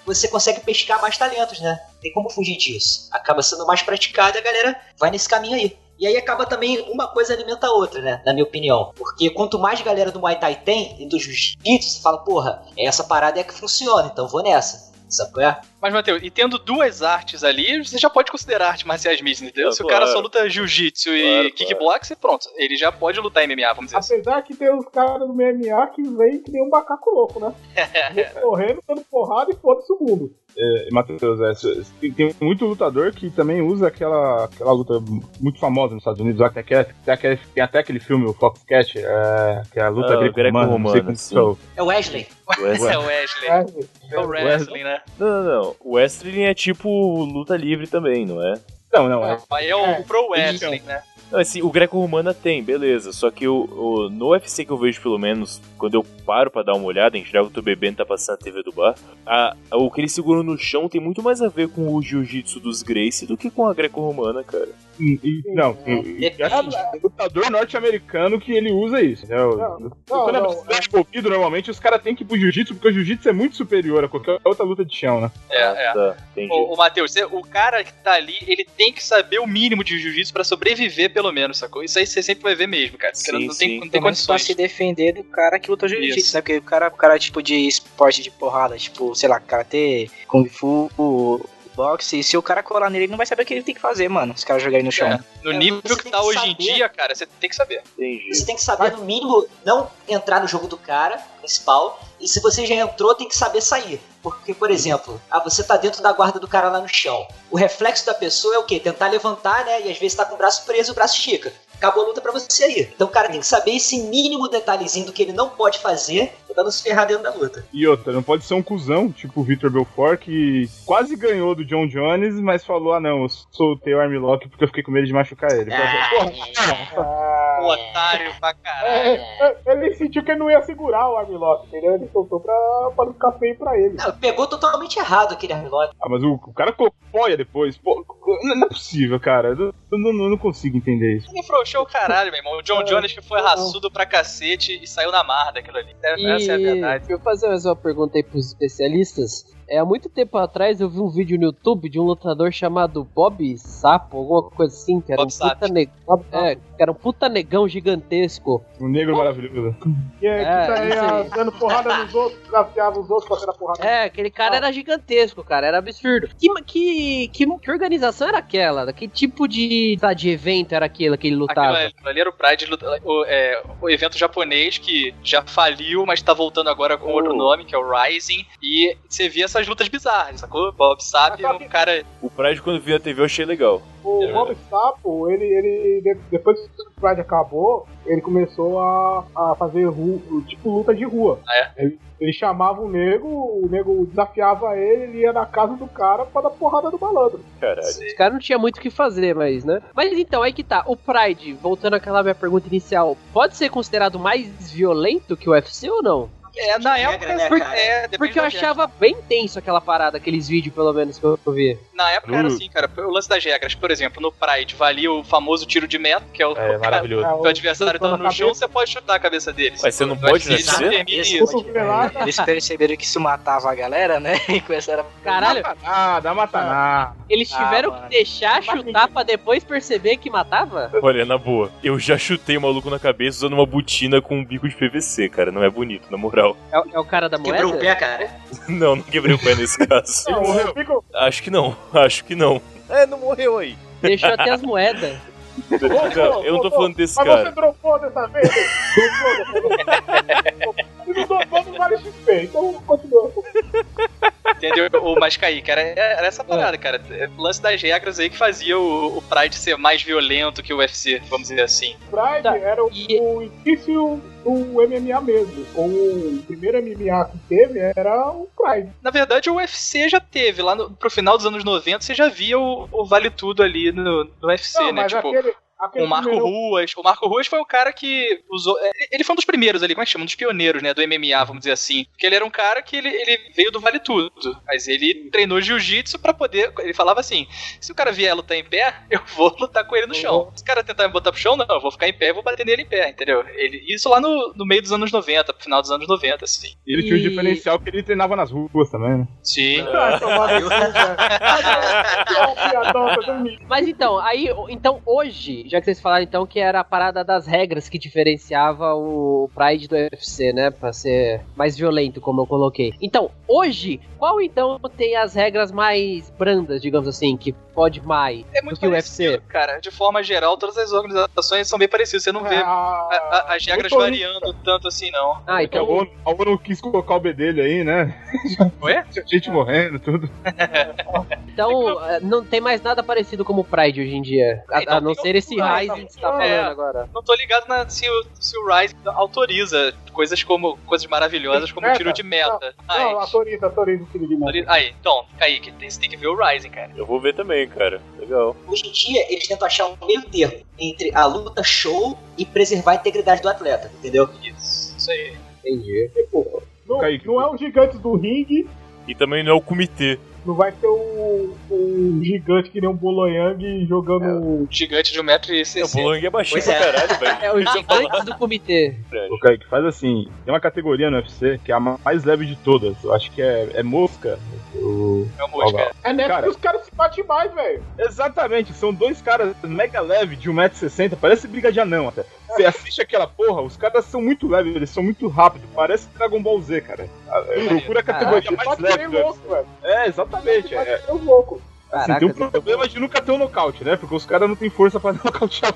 [SPEAKER 6] você consegue pescar mais talentos, né? Tem como fugir disso. Acaba sendo mais praticado e a galera vai nesse caminho aí. E aí acaba também uma coisa alimenta a outra, né? Na minha opinião. Porque quanto mais galera do Muay Thai tem e do Jiu-Jitsu, você fala, porra, essa parada é que funciona, então vou nessa. Sabe qual é?
[SPEAKER 5] Mas, Matheus, e tendo duas artes ali, você já pode considerar artes marciais mistas, entendeu?
[SPEAKER 4] Ah,
[SPEAKER 5] Se o
[SPEAKER 4] claro.
[SPEAKER 5] cara só luta jiu-jitsu
[SPEAKER 4] Claro,
[SPEAKER 5] e kickbox, pronto, ele já pode lutar MMA, vamos dizer assim.
[SPEAKER 3] Apesar que tem os caras do MMA que vem que nem um macaco louco, né?
[SPEAKER 5] É.
[SPEAKER 3] Correndo, dando porrada e foda-se o mundo.
[SPEAKER 10] É, Matheus, é, cê- tem, tem muito lutador que também usa aquela, aquela luta muito famosa nos Estados Unidos, até que, até que, tem até aquele filme, o Foxcatcher, é, que é a luta
[SPEAKER 4] Ah,
[SPEAKER 10] greco-romana, não sei como
[SPEAKER 4] greco-romana,
[SPEAKER 10] que é o-
[SPEAKER 6] É o Wesley.
[SPEAKER 5] Esse é o Wesley.
[SPEAKER 3] É,
[SPEAKER 5] É o wrestling, né?
[SPEAKER 4] Não, não, não. O wrestling é tipo luta livre também, não é?
[SPEAKER 10] Não, não,
[SPEAKER 3] Ah.
[SPEAKER 10] é.
[SPEAKER 5] Aí é o pro wrestling, né?
[SPEAKER 4] Não, assim, o greco-romana tem, beleza. Só que o, o- no UFC que eu vejo, pelo menos, quando eu paro pra dar uma olhada, em geral eu tô bebendo, tá passando a TV do bar, a- a- o que eles seguram no chão tem muito mais a ver com o jiu-jitsu dos Gracie do que com a greco-romana, cara.
[SPEAKER 10] e- e- não, e- e-
[SPEAKER 6] Depende.
[SPEAKER 10] é lutador norte-americano que ele usa isso. entendeu?
[SPEAKER 3] Não, não,
[SPEAKER 10] Quando é
[SPEAKER 3] não,
[SPEAKER 10] brasileiro envolvido, normalmente os caras têm que ir pro jiu-jitsu, porque o jiu-jitsu é muito superior a qualquer outra luta de chão, né?
[SPEAKER 5] É, é.
[SPEAKER 4] Tá, entendi.
[SPEAKER 5] Ô, ô Matheus, você- o cara que tá ali, ele tem que saber o mínimo de jiu-jitsu pra sobreviver, pelo menos, sacou? Isso aí você sempre vai ver mesmo, cara. Porque
[SPEAKER 4] Sim,
[SPEAKER 5] não tem,
[SPEAKER 4] sim.
[SPEAKER 5] não tem
[SPEAKER 8] Tem menos pra
[SPEAKER 5] condições.
[SPEAKER 8] se defender do cara que luta
[SPEAKER 5] Isso.
[SPEAKER 8] jiu-jitsu, né? Porque o cara, o cara, tipo, de esporte de porrada, tipo, sei lá, karatê, kung fu, boxe, se o cara colar nele, ele não vai saber o que ele tem que fazer, mano, se o cara jogar ele no chão.
[SPEAKER 5] É, no
[SPEAKER 6] É,
[SPEAKER 5] nível
[SPEAKER 6] você
[SPEAKER 5] que
[SPEAKER 6] tem
[SPEAKER 5] tá
[SPEAKER 6] que
[SPEAKER 5] hoje em
[SPEAKER 6] saber.
[SPEAKER 5] dia, cara, você tem que saber.
[SPEAKER 4] Entendi.
[SPEAKER 6] Você tem que saber, no mínimo, não entrar no jogo do cara, principal. E se você já entrou, tem que saber sair. Porque, por exemplo, ah, você tá dentro da guarda do cara lá no chão. O reflexo da pessoa é o quê? Tentar levantar, né? E às vezes tá com o braço preso e o braço estica. Acabou a luta pra você aí. Então o cara tem que saber esse mínimo detalhezinho do que ele não pode fazer pra não se ferrar dentro da luta.
[SPEAKER 10] E outra, não pode ser um cuzão, tipo o Victor Belfort, que quase ganhou do John Jones, mas falou: ah, não, eu soltei o Armlock porque eu fiquei com medo de machucar ele.
[SPEAKER 5] Um otário pra caralho.
[SPEAKER 3] é, é, ele sentiu que ele não ia segurar o Armlock, entendeu? Ele soltou pra, pra não ficar feio pra ele.
[SPEAKER 6] Não, pegou totalmente errado aquele armlock.
[SPEAKER 10] Ah, mas o, o cara copoia depois. Pô, não não é possível, cara. Eu, eu não, eu não consigo entender isso.
[SPEAKER 5] Ele frouxou o caralho, meu irmão. O John Jones que foi raçudo pra cacete e saiu na marra daquilo ali. É- Essa é a verdade.
[SPEAKER 7] E eu fazer mais uma pergunta aí pros especialistas. É, há muito tempo atrás eu vi um vídeo no YouTube de um lutador chamado Bob Sapo, alguma coisa assim, que era, um
[SPEAKER 5] Bob Sapp.
[SPEAKER 7] puta, ne- é, que era um puta negão gigantesco.
[SPEAKER 10] Um negro maravilhoso.
[SPEAKER 3] Que, é,
[SPEAKER 7] É,
[SPEAKER 3] que tá aí,
[SPEAKER 7] isso aí.
[SPEAKER 3] ah, dando porrada nos outros, desafiava os outros pra tirar porrada.
[SPEAKER 7] É, aquele cara era gigantesco, cara, era absurdo. Que, que, que, que organização era aquela? Que tipo de, tá, de evento era aquilo é- que ele
[SPEAKER 5] Aquilo
[SPEAKER 7] lutava?
[SPEAKER 5] ali- aquilo ali era o Pride, luta- o, é, o evento japonês que já faliu, mas tá voltando agora com
[SPEAKER 4] Oh.
[SPEAKER 5] outro nome, que é o Rising. E você via essas lutas bizarras, sacou? Bob sabe,
[SPEAKER 3] Mas só
[SPEAKER 5] um
[SPEAKER 3] que-
[SPEAKER 5] cara
[SPEAKER 4] O Pride, quando vi na TV, eu achei legal.
[SPEAKER 3] O Bob Sapo, ele, ele de- depois que o Pride acabou, ele começou a, a fazer ru- tipo luta de rua.
[SPEAKER 5] Ah,
[SPEAKER 3] Ele, ele chamava o nego, o nego desafiava ele, ele ia na casa do cara pra dar porrada do malandro.
[SPEAKER 4] Caralho.
[SPEAKER 7] Os caras não tinha muito o que fazer, mas, né? Mas então, aí que tá. O Pride, voltando àquela minha pergunta inicial, pode ser considerado mais violento que o UFC ou não?
[SPEAKER 5] É, na
[SPEAKER 6] Regra,
[SPEAKER 5] época.
[SPEAKER 6] né,
[SPEAKER 5] por-
[SPEAKER 6] cara?
[SPEAKER 5] é, depende
[SPEAKER 7] Porque eu
[SPEAKER 5] da gente.
[SPEAKER 7] achava bem tenso aquela parada, aqueles vídeos, pelo menos, que eu eu vi.
[SPEAKER 5] Na época era assim, cara. O lance das regras, por exemplo, no Pride valia o famoso tiro de meta, que é o,
[SPEAKER 10] É,
[SPEAKER 5] o cara-
[SPEAKER 10] maravilhoso.
[SPEAKER 5] o adversário tá no
[SPEAKER 3] Cabeça.
[SPEAKER 5] chão, você pode chutar a cabeça dele.
[SPEAKER 4] Mas você não
[SPEAKER 5] O
[SPEAKER 4] pode, né,
[SPEAKER 5] UFC
[SPEAKER 4] dizer?
[SPEAKER 5] permite
[SPEAKER 8] Esse-
[SPEAKER 5] isso.
[SPEAKER 6] É.
[SPEAKER 3] Cotovelada.
[SPEAKER 8] Eles perceberam que isso matava a galera, né? E começaram a...
[SPEAKER 7] Caralho,
[SPEAKER 10] Ah, dá mataná.
[SPEAKER 7] eles
[SPEAKER 8] Ah,
[SPEAKER 7] tiveram
[SPEAKER 8] mano.
[SPEAKER 7] que deixar chutar pra depois perceber que matava?
[SPEAKER 4] Olha, na boa, eu já chutei o maluco na cabeça usando uma botina com um bico de PVC, cara. Não é bonito, na moral.
[SPEAKER 7] É, o- é o cara da
[SPEAKER 6] Quebrou o
[SPEAKER 7] moeda?
[SPEAKER 6] pé, cara.
[SPEAKER 4] Não, não quebrei o pé nesse caso.
[SPEAKER 3] Não, eu fico-
[SPEAKER 4] Acho que não, acho que não. É, não morreu aí.
[SPEAKER 7] Deixou até as moedas.
[SPEAKER 4] Não, eu não tô falando desse
[SPEAKER 3] Mas
[SPEAKER 4] cara.
[SPEAKER 3] você dropou dessa vez? Dropou dessa vez. tô dando vários XP, então continua.
[SPEAKER 5] Entendeu? Ou mais cair, cara. é, Era essa parada, cara. É O lance das regras aí que fazia o, o Pride ser mais violento que o UFC, vamos dizer assim.
[SPEAKER 3] Pride
[SPEAKER 7] Tá,
[SPEAKER 3] era o,
[SPEAKER 7] e-
[SPEAKER 3] o início do MMA mesmo. O primeiro MMA que teve era o Pride.
[SPEAKER 5] Na verdade, o UFC já teve. Lá no, pro final dos anos 90, você já via o, o Vale Tudo ali no, no UFC,
[SPEAKER 3] Não,
[SPEAKER 5] né?
[SPEAKER 3] mas
[SPEAKER 5] Tipo,
[SPEAKER 3] aquele, aquele
[SPEAKER 5] o Marco
[SPEAKER 3] primeiro-
[SPEAKER 5] Ruas. O Marco Ruas foi o cara que usou. é, Ele foi um dos primeiros ali, como é que chama? Um dos pioneiros, né? Do MMA, vamos dizer assim. Porque ele era um cara que ele, ele veio do Vale Tudo. Mas ele treinou jiu-jitsu pra poder. Ele falava assim: se o cara vier lutar em pé, eu vou lutar com ele no chão. Se o cara tentar me botar pro chão, não, eu vou ficar em pé e vou bater nele em pé, entendeu? Ele, isso lá no, no meio dos anos 90, pro final dos anos 90, assim.
[SPEAKER 10] Ele tinha um
[SPEAKER 7] E-
[SPEAKER 10] diferencial que ele treinava nas ruas também, né?
[SPEAKER 5] Sim.
[SPEAKER 3] Ah,
[SPEAKER 8] então
[SPEAKER 3] tomar no cu, velho. Olha o piadão, tá dormindo.
[SPEAKER 7] Mas então, aí, então hoje, já que vocês falaram então que era a parada das regras que diferenciava o Pride do UFC, né, Pra ser mais violento, como eu coloquei. Então, hoje, qual então tem as regras mais brandas, digamos assim, que pode mais?
[SPEAKER 5] É muito
[SPEAKER 7] Do que o
[SPEAKER 5] parecido,
[SPEAKER 7] UFC.
[SPEAKER 5] cara. De forma geral, todas as organizações são bem parecidas. Você não vê
[SPEAKER 3] Ah,
[SPEAKER 5] a- a- as regras
[SPEAKER 3] Muito
[SPEAKER 5] variando tanto assim, não.
[SPEAKER 7] Ah,
[SPEAKER 10] Que a
[SPEAKER 7] então
[SPEAKER 10] ONU, a ONU quis colocar o bedelho aí, né?
[SPEAKER 5] Ué?
[SPEAKER 10] Tinha gente morrendo, tudo.
[SPEAKER 7] Então, eh, não tem mais nada parecido como o Pride hoje em dia. A,
[SPEAKER 5] Então,
[SPEAKER 7] a não
[SPEAKER 5] tem
[SPEAKER 7] ser esse
[SPEAKER 3] outro lado,
[SPEAKER 7] Rise que você tá
[SPEAKER 3] tá?
[SPEAKER 7] falando
[SPEAKER 5] É.
[SPEAKER 7] agora.
[SPEAKER 5] Não tô ligado na- se, o, se o Rise autoriza coisas como coisas maravilhosas como
[SPEAKER 3] Meta?
[SPEAKER 5] tiro de meta.
[SPEAKER 3] não,
[SPEAKER 5] Mas,
[SPEAKER 3] autoriza, autoriza o filho de mãe.
[SPEAKER 5] autori- aí, então, Kaique, tem- você tem que ver o Rising, cara.
[SPEAKER 4] Eu vou ver também, cara. Legal.
[SPEAKER 6] Hoje em dia, eles tentam achar um meio termo entre a luta show e preservar a integridade do atleta, entendeu?
[SPEAKER 5] Isso, isso aí.
[SPEAKER 7] Entendi.
[SPEAKER 3] Tipo, não,
[SPEAKER 10] Kaique.
[SPEAKER 3] não é o gigante do ringue,
[SPEAKER 4] E também não é o comitê.
[SPEAKER 3] não vai ter o, o gigante que nem um Boloyang jogando.
[SPEAKER 10] É.
[SPEAKER 5] Gigante de
[SPEAKER 4] É, o
[SPEAKER 5] 1,60m.
[SPEAKER 4] Bolang é baixinho
[SPEAKER 6] Pois é.
[SPEAKER 4] pra caralho, velho.
[SPEAKER 7] É o gigantes do comitê.
[SPEAKER 10] Ô, Kaique, faz assim, tem uma categoria no UFC que é a ma- mais leve de todas. Eu acho que é, é mosca. O-
[SPEAKER 5] É o Mosca.
[SPEAKER 10] Olha lá.
[SPEAKER 3] É nessa
[SPEAKER 10] Cara.
[SPEAKER 3] que os caras se batem mais, velho.
[SPEAKER 10] Exatamente, são dois caras mega leve de 1,60m, parece briga de anão até. Você assiste aquela porra, os caras são muito leves, eles são muito rápidos, parece Dragon Ball Z, cara. Ah, Procura a
[SPEAKER 2] É,
[SPEAKER 10] categoria
[SPEAKER 3] Se
[SPEAKER 10] mais
[SPEAKER 3] bate
[SPEAKER 10] leve.
[SPEAKER 3] meio
[SPEAKER 10] do UFC.
[SPEAKER 3] louco, velho.
[SPEAKER 10] É, exatamente.
[SPEAKER 3] Se
[SPEAKER 10] É,
[SPEAKER 3] bate meio louco.
[SPEAKER 10] assim,
[SPEAKER 7] Caraca,
[SPEAKER 10] tem um problema de nunca ter um nocaute, né? Porque os caras não têm força pra nocautear,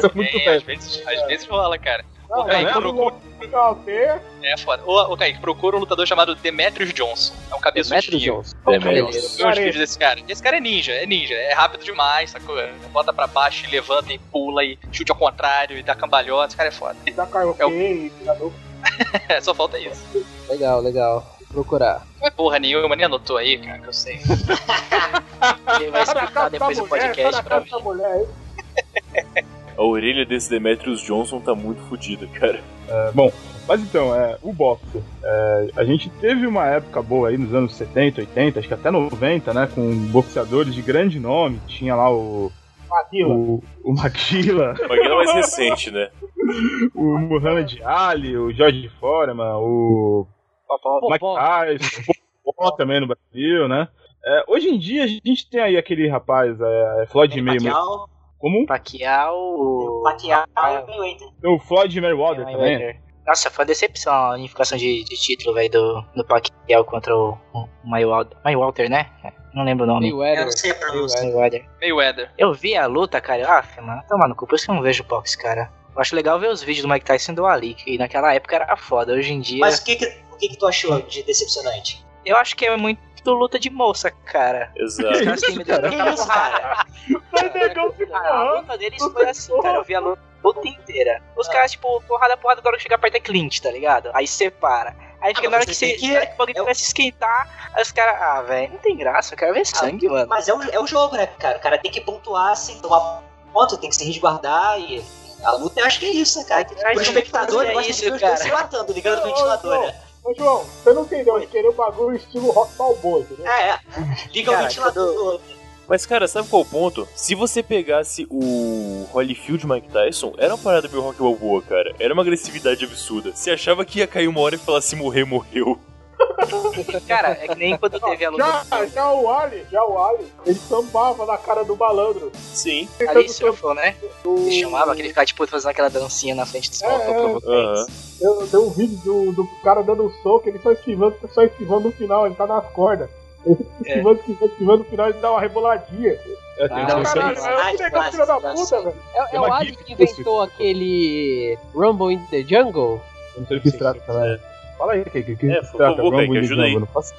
[SPEAKER 10] são muito
[SPEAKER 5] É, às
[SPEAKER 10] leves.
[SPEAKER 5] vezes, às vezes rola, cara.
[SPEAKER 3] Não, é,
[SPEAKER 5] Ô, Kaique,
[SPEAKER 3] não,
[SPEAKER 5] procura,
[SPEAKER 3] não, tem-
[SPEAKER 5] é foda. Ô, ô, Kaique, procura um lutador chamado Demetrius Johnson. É um
[SPEAKER 7] Metro
[SPEAKER 5] cabeçudinho.
[SPEAKER 7] Jones.
[SPEAKER 4] Demetrius.
[SPEAKER 5] Vê os vídeos desse cara. Esse cara é ninja, é ninja. É rápido demais, sacou? Bota pra baixo, e levanta e pula e chute ao contrário e dá cambalhota. Esse cara é foda.
[SPEAKER 3] Da Kaioken, tirador.
[SPEAKER 5] É, só falta isso.
[SPEAKER 7] Legal, legal. Vou Procurar.
[SPEAKER 5] Não é porra nenhuma, nem anotou aí, cara, que eu sei.
[SPEAKER 6] Ele vai
[SPEAKER 3] Tá na
[SPEAKER 6] escutar
[SPEAKER 3] casa
[SPEAKER 6] depois
[SPEAKER 3] da
[SPEAKER 6] o
[SPEAKER 3] mulher, tá
[SPEAKER 6] podcast
[SPEAKER 3] na
[SPEAKER 6] pra
[SPEAKER 3] casa
[SPEAKER 6] ver.
[SPEAKER 3] da mulher aí.
[SPEAKER 4] A orelha desse Demetrius Johnson tá muito fodida, cara.
[SPEAKER 10] Mas então, é, o boxe. É, a gente teve uma época boa aí nos anos 70, 80, acho que até 90, né? Com boxeadores de grande nome. Tinha lá o.
[SPEAKER 3] Maguila.
[SPEAKER 10] O, o Maguila,
[SPEAKER 4] Mas ele é mais recente, né?
[SPEAKER 10] o Muhammad Ali, o George Foreman, o. Mike
[SPEAKER 3] tá.
[SPEAKER 7] Popó.
[SPEAKER 10] Tyson, o Popó também no Brasil, né? É, hoje em dia a gente tem aí aquele rapaz, é, Floyd
[SPEAKER 3] tá
[SPEAKER 10] Mayweather.
[SPEAKER 6] Pacquiao,
[SPEAKER 10] Como?
[SPEAKER 8] Paquial.
[SPEAKER 6] Pacquiao e Mayweather.
[SPEAKER 10] Então, O Floyd Mayweather também.
[SPEAKER 8] Mayweather. Nossa, foi uma decepção a unificação de, de título, velho, do, do Pacquiao contra o, o Mayweather. Mayweather, né? Não lembro o nome.
[SPEAKER 7] Mayweather.
[SPEAKER 6] Eu não sei a pronúncia.
[SPEAKER 8] Mayweather.
[SPEAKER 5] Mayweather.
[SPEAKER 8] Eu vi a luta, cara. eu- Ah, mano, toma no cu. Por isso que eu não vejo boxe, cara. Eu acho legal ver os vídeos do Mike Tyson e do Ali, que naquela época era foda. Hoje em dia.
[SPEAKER 6] Mas o que, que, o que, que tu achou de decepcionante?
[SPEAKER 8] Eu acho que é muito luta de moça, cara. Os
[SPEAKER 4] Exato.
[SPEAKER 8] caras têm medo de
[SPEAKER 6] Que
[SPEAKER 8] dar
[SPEAKER 6] isso, cara?
[SPEAKER 3] Sai negão se
[SPEAKER 8] Cara, a
[SPEAKER 3] ferrando.
[SPEAKER 8] luta deles foi assim, cara. Eu vi a luta, luta inteira.
[SPEAKER 3] Ah.
[SPEAKER 8] Os caras, tipo, porrada, porrada, da hora que chegar perto é Clint, tá ligado? Aí separa. Aí fica
[SPEAKER 6] mas
[SPEAKER 8] na hora
[SPEAKER 6] você
[SPEAKER 8] que,
[SPEAKER 6] tem que-
[SPEAKER 8] Ah, você, na hora que o bagulho
[SPEAKER 6] é o-
[SPEAKER 8] começa a esquentar, aí os caras, ah, velho, não tem graça, eu quero ver sangue, mano.
[SPEAKER 6] Mas é o, é o jogo, né, cara? O cara tem que pontuar, sem tomar ponto, tem que se resguardar e. A luta, eu acho que é isso, né, cara? Que,
[SPEAKER 8] Acho
[SPEAKER 6] o espectador
[SPEAKER 8] que é
[SPEAKER 6] gosta
[SPEAKER 8] isso,
[SPEAKER 6] de ver os dois
[SPEAKER 8] cara.
[SPEAKER 6] se matando, ligando
[SPEAKER 3] Ô,
[SPEAKER 6] no ventilador,
[SPEAKER 3] ô,
[SPEAKER 6] né?
[SPEAKER 3] Ô, João, você não entendeu, eu queria um bagulho estilo rock balboa, entendeu?
[SPEAKER 6] É, é. Liga o
[SPEAKER 8] Cara,
[SPEAKER 6] ventilador. do outro.
[SPEAKER 4] Mas, cara, sabe qual é o ponto? Se você pegasse o Holyfield Mike Tyson, era uma parada meio rock balboa, cara. Era uma agressividade absurda. Você achava que ia cair uma hora e falar se morrer, morreu.
[SPEAKER 8] Cara, é que nem quando teve a luta.
[SPEAKER 3] Já, já o Ali, já o Ali, ele sambava na cara do malandro.
[SPEAKER 4] Sim.
[SPEAKER 8] Ali surfou, né? Se chamava, que ele ficava, tipo, fazendo aquela dancinha na frente dos
[SPEAKER 3] É,
[SPEAKER 8] motos
[SPEAKER 3] é.
[SPEAKER 4] Aham.
[SPEAKER 8] provocantes.
[SPEAKER 3] Eu, tem um vídeo do, do cara dando um soco, ele só esquivando, só esquivando no final, ele tá nas cordas.
[SPEAKER 8] É.
[SPEAKER 3] Esquivando, esquivando, esquivando, no final ele dá uma reboladinha.
[SPEAKER 10] É, tem
[SPEAKER 8] Ah,
[SPEAKER 10] um-
[SPEAKER 3] Caralho, é um
[SPEAKER 6] clássico,
[SPEAKER 3] negócio filho da
[SPEAKER 6] clássico.
[SPEAKER 3] puta, velho.
[SPEAKER 7] É, é
[SPEAKER 10] Uma
[SPEAKER 7] o Ali
[SPEAKER 10] gif
[SPEAKER 7] que
[SPEAKER 10] que eu
[SPEAKER 7] inventou aquele Rumble in the Jungle?
[SPEAKER 10] eu não sei o que se trata, né?
[SPEAKER 3] Fala aí, que, que, que
[SPEAKER 4] É,
[SPEAKER 3] se
[SPEAKER 4] por
[SPEAKER 3] trata?
[SPEAKER 4] favor,
[SPEAKER 3] Rumble
[SPEAKER 4] Beck,
[SPEAKER 3] de
[SPEAKER 4] ajuda aí.
[SPEAKER 3] novo, não faço-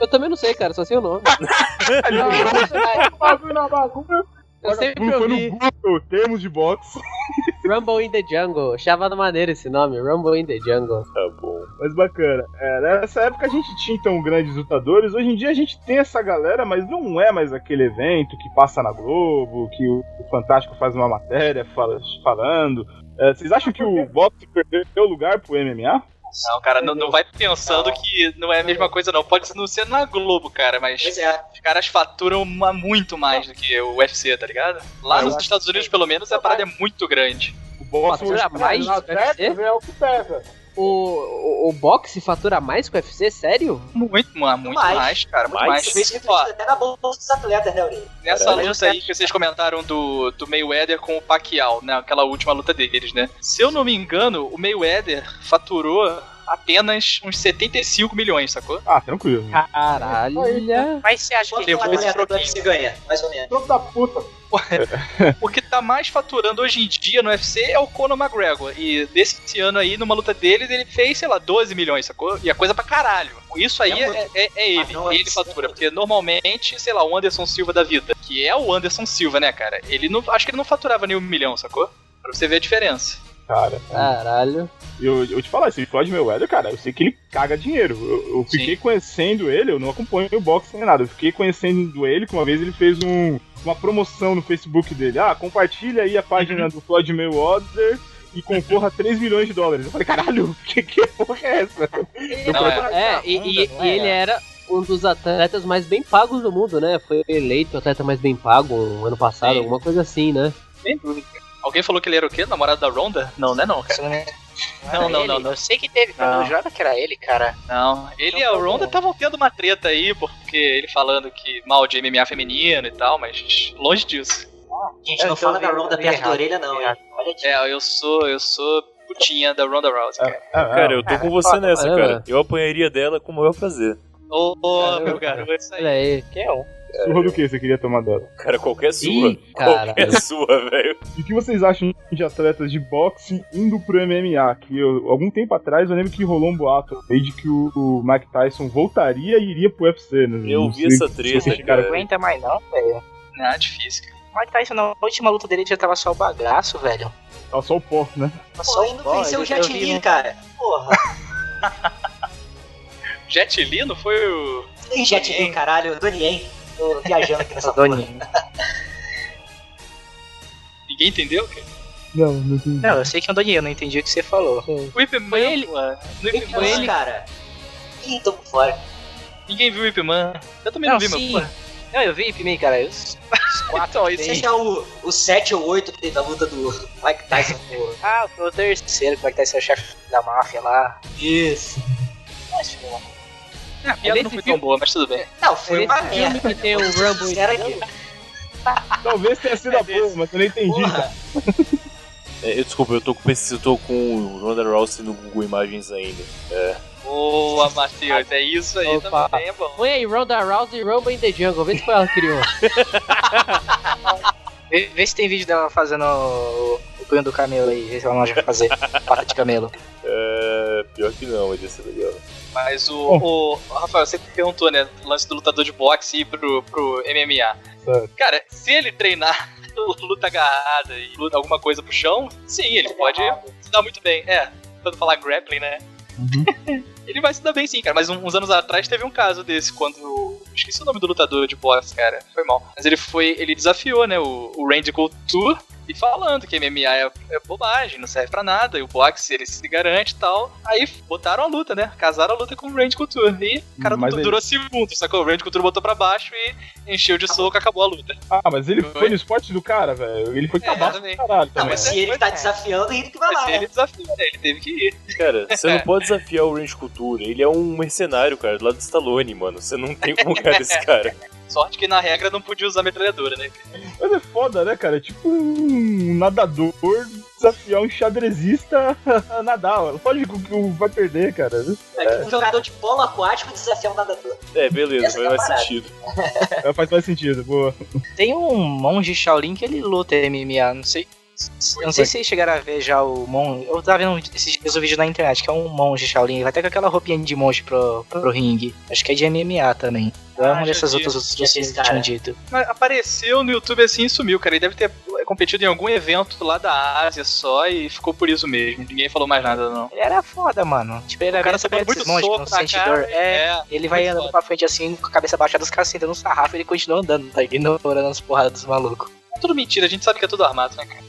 [SPEAKER 7] Eu também não sei, cara, só sei o nome.
[SPEAKER 8] É,
[SPEAKER 11] Bagulho na bagulho.
[SPEAKER 7] Eu sempre
[SPEAKER 3] Não foi
[SPEAKER 7] ouvi
[SPEAKER 3] no Google, termos de boxe.
[SPEAKER 7] Rumble in the Jungle. Achava maneiro esse nome, Rumble in the Jungle.
[SPEAKER 4] Tá bom.
[SPEAKER 3] Mas bacana. É, nessa época a gente tinha então grandes lutadores. Hoje em dia a gente tem essa galera, mas não é mais aquele evento que passa na Globo, que o o Fantástico faz uma matéria fala- falando. É, vocês acham que o boxe perdeu lugar pro MMA?
[SPEAKER 5] Não, cara, não, não vai pensando que não é a mesma coisa, não. Pode não ser na Globo, cara, mas
[SPEAKER 6] Pois é.
[SPEAKER 5] os caras faturam ma- muito mais do que o UFC, tá ligado? Lá nos Estados Unidos, pelo menos, a parada é muito grande.
[SPEAKER 3] O boxe
[SPEAKER 7] Fatura mais
[SPEAKER 11] Na
[SPEAKER 7] que o UFC?
[SPEAKER 11] década é o que pesa.
[SPEAKER 7] O, o, o boxe fatura mais que o UFC? Sério?
[SPEAKER 5] Muito, ma- muito
[SPEAKER 6] Mais.
[SPEAKER 5] mais, cara, muito
[SPEAKER 4] Mais?
[SPEAKER 5] mais.
[SPEAKER 6] Isso isso refletido
[SPEAKER 5] Ó,
[SPEAKER 6] até na bolsa dos atletas, né, Aurinho?
[SPEAKER 5] Nessa
[SPEAKER 4] Caralho.
[SPEAKER 5] luta aí que vocês comentaram do, do Mayweather com o Pacquiao, né? Aquela última luta deles, né? Se eu não me engano, o Mayweather faturou apenas uns 75 milhões, sacou?
[SPEAKER 3] Ah, tranquilo.
[SPEAKER 7] Caralho.
[SPEAKER 8] Mas você acha que
[SPEAKER 6] Quanto
[SPEAKER 5] Levou
[SPEAKER 6] um
[SPEAKER 5] esse
[SPEAKER 6] atleta do
[SPEAKER 5] troquinho.
[SPEAKER 6] UFC ganha? Mais ou menos.
[SPEAKER 11] Troco da puta.
[SPEAKER 5] O que tá mais faturando hoje em dia no UFC é o Conor McGregor. E desse ano aí, numa luta deles, ele fez, sei lá, 12 milhões, sacou? E a coisa pra caralho. Isso aí é, é- é ele.
[SPEAKER 6] Ah, não,
[SPEAKER 5] ele
[SPEAKER 6] é-
[SPEAKER 5] fatura. Porque normalmente, sei lá, o Anderson Silva da vida, que é o Anderson Silva, né, cara? Ele não. Acho que ele não faturava nem um milhão, sacou? Pra você ver a diferença.
[SPEAKER 3] Cara,
[SPEAKER 7] Caralho.
[SPEAKER 3] eu, eu te falar, esse Floyd Mayweather, cara, eu sei que ele caga dinheiro. Eu, eu fiquei conhecendo ele, eu não acompanho o boxe nem nada. Eu fiquei conhecendo ele que uma vez ele fez um- uma promoção no Facebook dele. Ah, compartilha aí a página do Floyd Mayweather e concorra a 3 milhões de dólares. Eu falei, caralho, que, que porra é essa?
[SPEAKER 7] Ele
[SPEAKER 5] Não,
[SPEAKER 7] foi- é, e, e- e ele era um dos atletas mais bem pagos do mundo, né? Foi eleito o atleta mais bem pago um ano passado,
[SPEAKER 5] Sim.
[SPEAKER 7] alguma coisa assim, né?
[SPEAKER 5] Sem dúvida. Alguém falou que ele era o quê? Namorado da Ronda? Não, não é não, cara. Não,
[SPEAKER 8] era
[SPEAKER 5] não,
[SPEAKER 8] ele?
[SPEAKER 5] não, não.
[SPEAKER 8] Eu sei que teve, mas
[SPEAKER 6] Ah,
[SPEAKER 8] eu
[SPEAKER 5] Não.
[SPEAKER 8] jurava que era ele, cara.
[SPEAKER 5] Não, ele
[SPEAKER 7] Então
[SPEAKER 5] e a
[SPEAKER 7] tá
[SPEAKER 5] Ronda estavam tendo uma treta aí, porque ele falando que mal de MMA feminino e tal, mas longe disso.
[SPEAKER 6] Gente,
[SPEAKER 8] Eu
[SPEAKER 6] não
[SPEAKER 8] tô
[SPEAKER 6] fala da
[SPEAKER 8] vendo
[SPEAKER 6] ronda
[SPEAKER 8] errado.
[SPEAKER 6] perto da orelha, não, hein? Olha aqui.
[SPEAKER 5] É, eu sou, eu sou putinha da Ronda Rousey, cara.
[SPEAKER 3] Ah,
[SPEAKER 4] Cara, eu tô com você nessa,
[SPEAKER 7] caramba.
[SPEAKER 4] cara. Eu apanharia dela com o maior prazer.
[SPEAKER 5] Ah. Ô, ô, meu
[SPEAKER 7] Caramba.
[SPEAKER 5] garoto, é isso aí.
[SPEAKER 7] Olha aí.
[SPEAKER 8] Qualquer um.
[SPEAKER 3] Surra do que você queria tomar dela?
[SPEAKER 4] Cara, qualquer sua.
[SPEAKER 7] Ih, cara.
[SPEAKER 4] Qualquer sua, velho.
[SPEAKER 3] E o que vocês acham de atletas de boxe indo pro MMA? Que eu- algum tempo atrás eu lembro que rolou um boato aí de que o, o Mike Tyson voltaria e iria pro UFC, né?
[SPEAKER 4] Eu
[SPEAKER 3] Não
[SPEAKER 4] vi
[SPEAKER 3] sei
[SPEAKER 4] essa
[SPEAKER 3] se
[SPEAKER 4] treta,
[SPEAKER 3] vocês
[SPEAKER 4] cara.
[SPEAKER 3] ficaram-
[SPEAKER 8] Não aguenta mais não, velho.
[SPEAKER 5] Não, é difícil, cara.
[SPEAKER 8] Mike Tyson, na última luta dele, ele já tava só o bagaço, velho.
[SPEAKER 3] Tá só o pó, né?
[SPEAKER 8] Tava
[SPEAKER 6] Só
[SPEAKER 8] só
[SPEAKER 6] ele
[SPEAKER 8] o
[SPEAKER 6] não
[SPEAKER 8] pó,
[SPEAKER 6] venceu o
[SPEAKER 8] eu-
[SPEAKER 6] Jet
[SPEAKER 8] eu vi,
[SPEAKER 6] Li,
[SPEAKER 8] né?
[SPEAKER 6] cara. Porra.
[SPEAKER 5] Jet Li não foi o.
[SPEAKER 6] Nem Jet Li, caralho. Donien. Tô viajando aqui nessa porra.
[SPEAKER 8] Doninho.
[SPEAKER 5] Ninguém entendeu, cara?
[SPEAKER 3] Não, não entendi.
[SPEAKER 8] Não, eu sei que é um Doninho, eu não entendi o que você falou.
[SPEAKER 5] O Ip Man,
[SPEAKER 7] Foi ele-
[SPEAKER 5] pô, no Ip
[SPEAKER 6] Que
[SPEAKER 5] Man,
[SPEAKER 6] isso, cara? Ih, tô por fora.
[SPEAKER 5] ninguém viu o Ip Man. Eu também
[SPEAKER 8] Não,
[SPEAKER 5] não, vi,
[SPEAKER 8] sim.
[SPEAKER 5] meu pô.
[SPEAKER 8] Não, eu vi Pimei, cara. Os, os quatro.
[SPEAKER 5] Então,
[SPEAKER 8] que
[SPEAKER 5] esse
[SPEAKER 8] tem.
[SPEAKER 6] Seja é o, o 7 ou 8 que teve a luta do Mike Tyson com
[SPEAKER 8] Ah, foi o terceiro, como é que tá esse é o chefe da máfia lá?
[SPEAKER 6] Isso.
[SPEAKER 8] Mas, filho,
[SPEAKER 5] A piada não
[SPEAKER 7] nesse
[SPEAKER 5] foi tão boa, mas tudo bem.
[SPEAKER 6] é. Não,
[SPEAKER 7] Foi
[SPEAKER 6] foi uma
[SPEAKER 7] nesse filme
[SPEAKER 6] merda.
[SPEAKER 7] que tem o Rumble. É
[SPEAKER 6] Era que
[SPEAKER 3] Talvez tenha sido a boa, mas eu não entendi.
[SPEAKER 6] porra.
[SPEAKER 4] É, eu, desculpa, eu tô com esse- eu tô com o Ronda Rousey no Google Imagens ainda.
[SPEAKER 5] Boa, Matheus, é isso aí
[SPEAKER 7] Opa.
[SPEAKER 5] também, é bom.
[SPEAKER 7] Põe aí Ronda Rousey e Rumble in the Jungle, vê se foi ela que criou.
[SPEAKER 8] Vê, vê se tem vídeo dela fazendo o, o punho do camelo aí, vê se ela não já fazer pata de camelo.
[SPEAKER 4] É, pior que não, mas ia ser legal.
[SPEAKER 5] Mas o, o- o Rafael, você perguntou, né? O lance do lutador de boxe ir pro, pro MMA.
[SPEAKER 3] Certo.
[SPEAKER 5] Cara, se ele treinar luta agarrada e luta alguma coisa pro chão, sim, ele pode se dar muito bem. É, quando falar grappling, né? ele vai se dar bem sim, cara. Mas um- uns anos atrás teve um caso desse, quando. Esqueci o nome do lutador de boxe, cara. Foi mal. Mas ele foi. Ele desafiou, né? O, o Randy Couture. E falando que MMA é, é bobagem, não serve pra nada, e o boxe ele se garante e tal. Aí botaram a luta, né? Casaram a luta com o Randy Couture. E, cara,
[SPEAKER 3] Mas
[SPEAKER 5] du-
[SPEAKER 3] aí-
[SPEAKER 5] durou segundos, sacou? O Randy Couture botou pra baixo e encheu de soco, acabou a luta.
[SPEAKER 3] Ah, mas ele foi
[SPEAKER 5] Foi.
[SPEAKER 3] no esporte do cara, velho. Ele foi
[SPEAKER 5] É,
[SPEAKER 3] cabaço do
[SPEAKER 5] também.
[SPEAKER 3] caralho
[SPEAKER 6] Não,
[SPEAKER 3] também.
[SPEAKER 6] mas se ele tá desafiando, ele que vai lá,
[SPEAKER 5] é. Mas ele
[SPEAKER 6] né?
[SPEAKER 5] desafiou, né? Ele teve que ir.
[SPEAKER 4] Cara, você não pode desafiar o Range Cultura. Ele é um mercenário, cara, do lado do Stallone, mano. Você não tem como ganhar desse cara.
[SPEAKER 5] Sorte que na regra não podia usar metralhadora, né?
[SPEAKER 3] Mas é foda, né, cara? É tipo um nadador desafiar um xadrezista a nadar. ó. Lógico que o- vai perder, né, cara.
[SPEAKER 6] É tipo um jogador de polo aquático desafiar um nadador.
[SPEAKER 4] É, beleza,
[SPEAKER 6] Essa
[SPEAKER 4] faz
[SPEAKER 6] é a
[SPEAKER 4] mais
[SPEAKER 6] parada.
[SPEAKER 4] sentido.
[SPEAKER 3] É, Faz mais sentido, boa.
[SPEAKER 8] Tem um monge Shaolin que ele luta MMA, não sei. Eu não sei se vocês chegaram a ver já o monge. Eu tava vendo esses dias um vídeo na internet, que é um monge Shaolin. Ele vai até com aquela roupinha de monge pro, pro ringue. Acho que é de MMA também. Então é
[SPEAKER 5] Ah,
[SPEAKER 8] uma
[SPEAKER 5] já
[SPEAKER 8] dessas
[SPEAKER 5] vi,
[SPEAKER 8] outras outras
[SPEAKER 6] já vi
[SPEAKER 8] coisas
[SPEAKER 6] esse
[SPEAKER 8] que
[SPEAKER 6] cara.
[SPEAKER 8] tinham dito.
[SPEAKER 5] Mas apareceu no YouTube assim e sumiu, cara. Ele deve ter é, competido em algum evento lá da Ásia só e ficou por isso mesmo. Ninguém falou mais nada, não.
[SPEAKER 8] Ele era foda, mano. Tipo, ele
[SPEAKER 5] O
[SPEAKER 8] era
[SPEAKER 5] cara
[SPEAKER 8] bem
[SPEAKER 5] só deu
[SPEAKER 8] perto
[SPEAKER 5] muito
[SPEAKER 8] desses monges que
[SPEAKER 5] soco
[SPEAKER 8] não
[SPEAKER 5] na
[SPEAKER 8] sente dor.
[SPEAKER 5] cara.
[SPEAKER 8] um É.
[SPEAKER 5] É,
[SPEAKER 8] Ele vai
[SPEAKER 5] muito
[SPEAKER 8] andando
[SPEAKER 5] foda.
[SPEAKER 8] pra frente assim, com a cabeça baixada, os caras sentando um sarrafo e ele continua andando, tá ignorando as porradas dos malucos.
[SPEAKER 5] É tudo mentira, a gente sabe que é tudo armado, né, cara?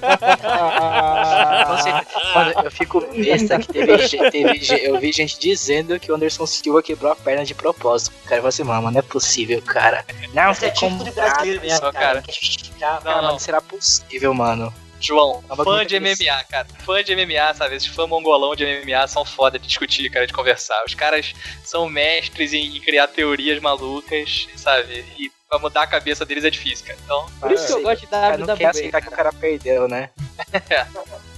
[SPEAKER 8] Com certeza. Mano, eu fico besta que teve, ge- teve ge- Eu vi gente dizendo que o Anderson Silva quebrou a perna de propósito. O cara falou assim, mano, não é possível, cara. Não,
[SPEAKER 6] Isso é
[SPEAKER 8] tem
[SPEAKER 6] típico
[SPEAKER 8] como.
[SPEAKER 6] de brasileiro mesmo,
[SPEAKER 5] só,
[SPEAKER 6] cara.
[SPEAKER 5] cara.
[SPEAKER 6] Quer justificar,
[SPEAKER 8] Cara,
[SPEAKER 5] Não,
[SPEAKER 8] mas
[SPEAKER 5] não.
[SPEAKER 8] não será possível, mano.
[SPEAKER 5] João,
[SPEAKER 8] É um bagulho
[SPEAKER 5] fã de
[SPEAKER 8] interessante.
[SPEAKER 5] MMA, cara. Fã de MMA, sabe? Esses fã mongolão de MMA são foda de discutir, cara, de conversar. Os caras são mestres em criar teorias malucas, sabe? E pra mudar a cabeça deles é difícil, cara. Então,
[SPEAKER 7] Por isso que eu
[SPEAKER 8] Sim,
[SPEAKER 7] gosto de
[SPEAKER 8] O cara não quer
[SPEAKER 7] WWE.
[SPEAKER 8] aceitar que o cara perdeu, né?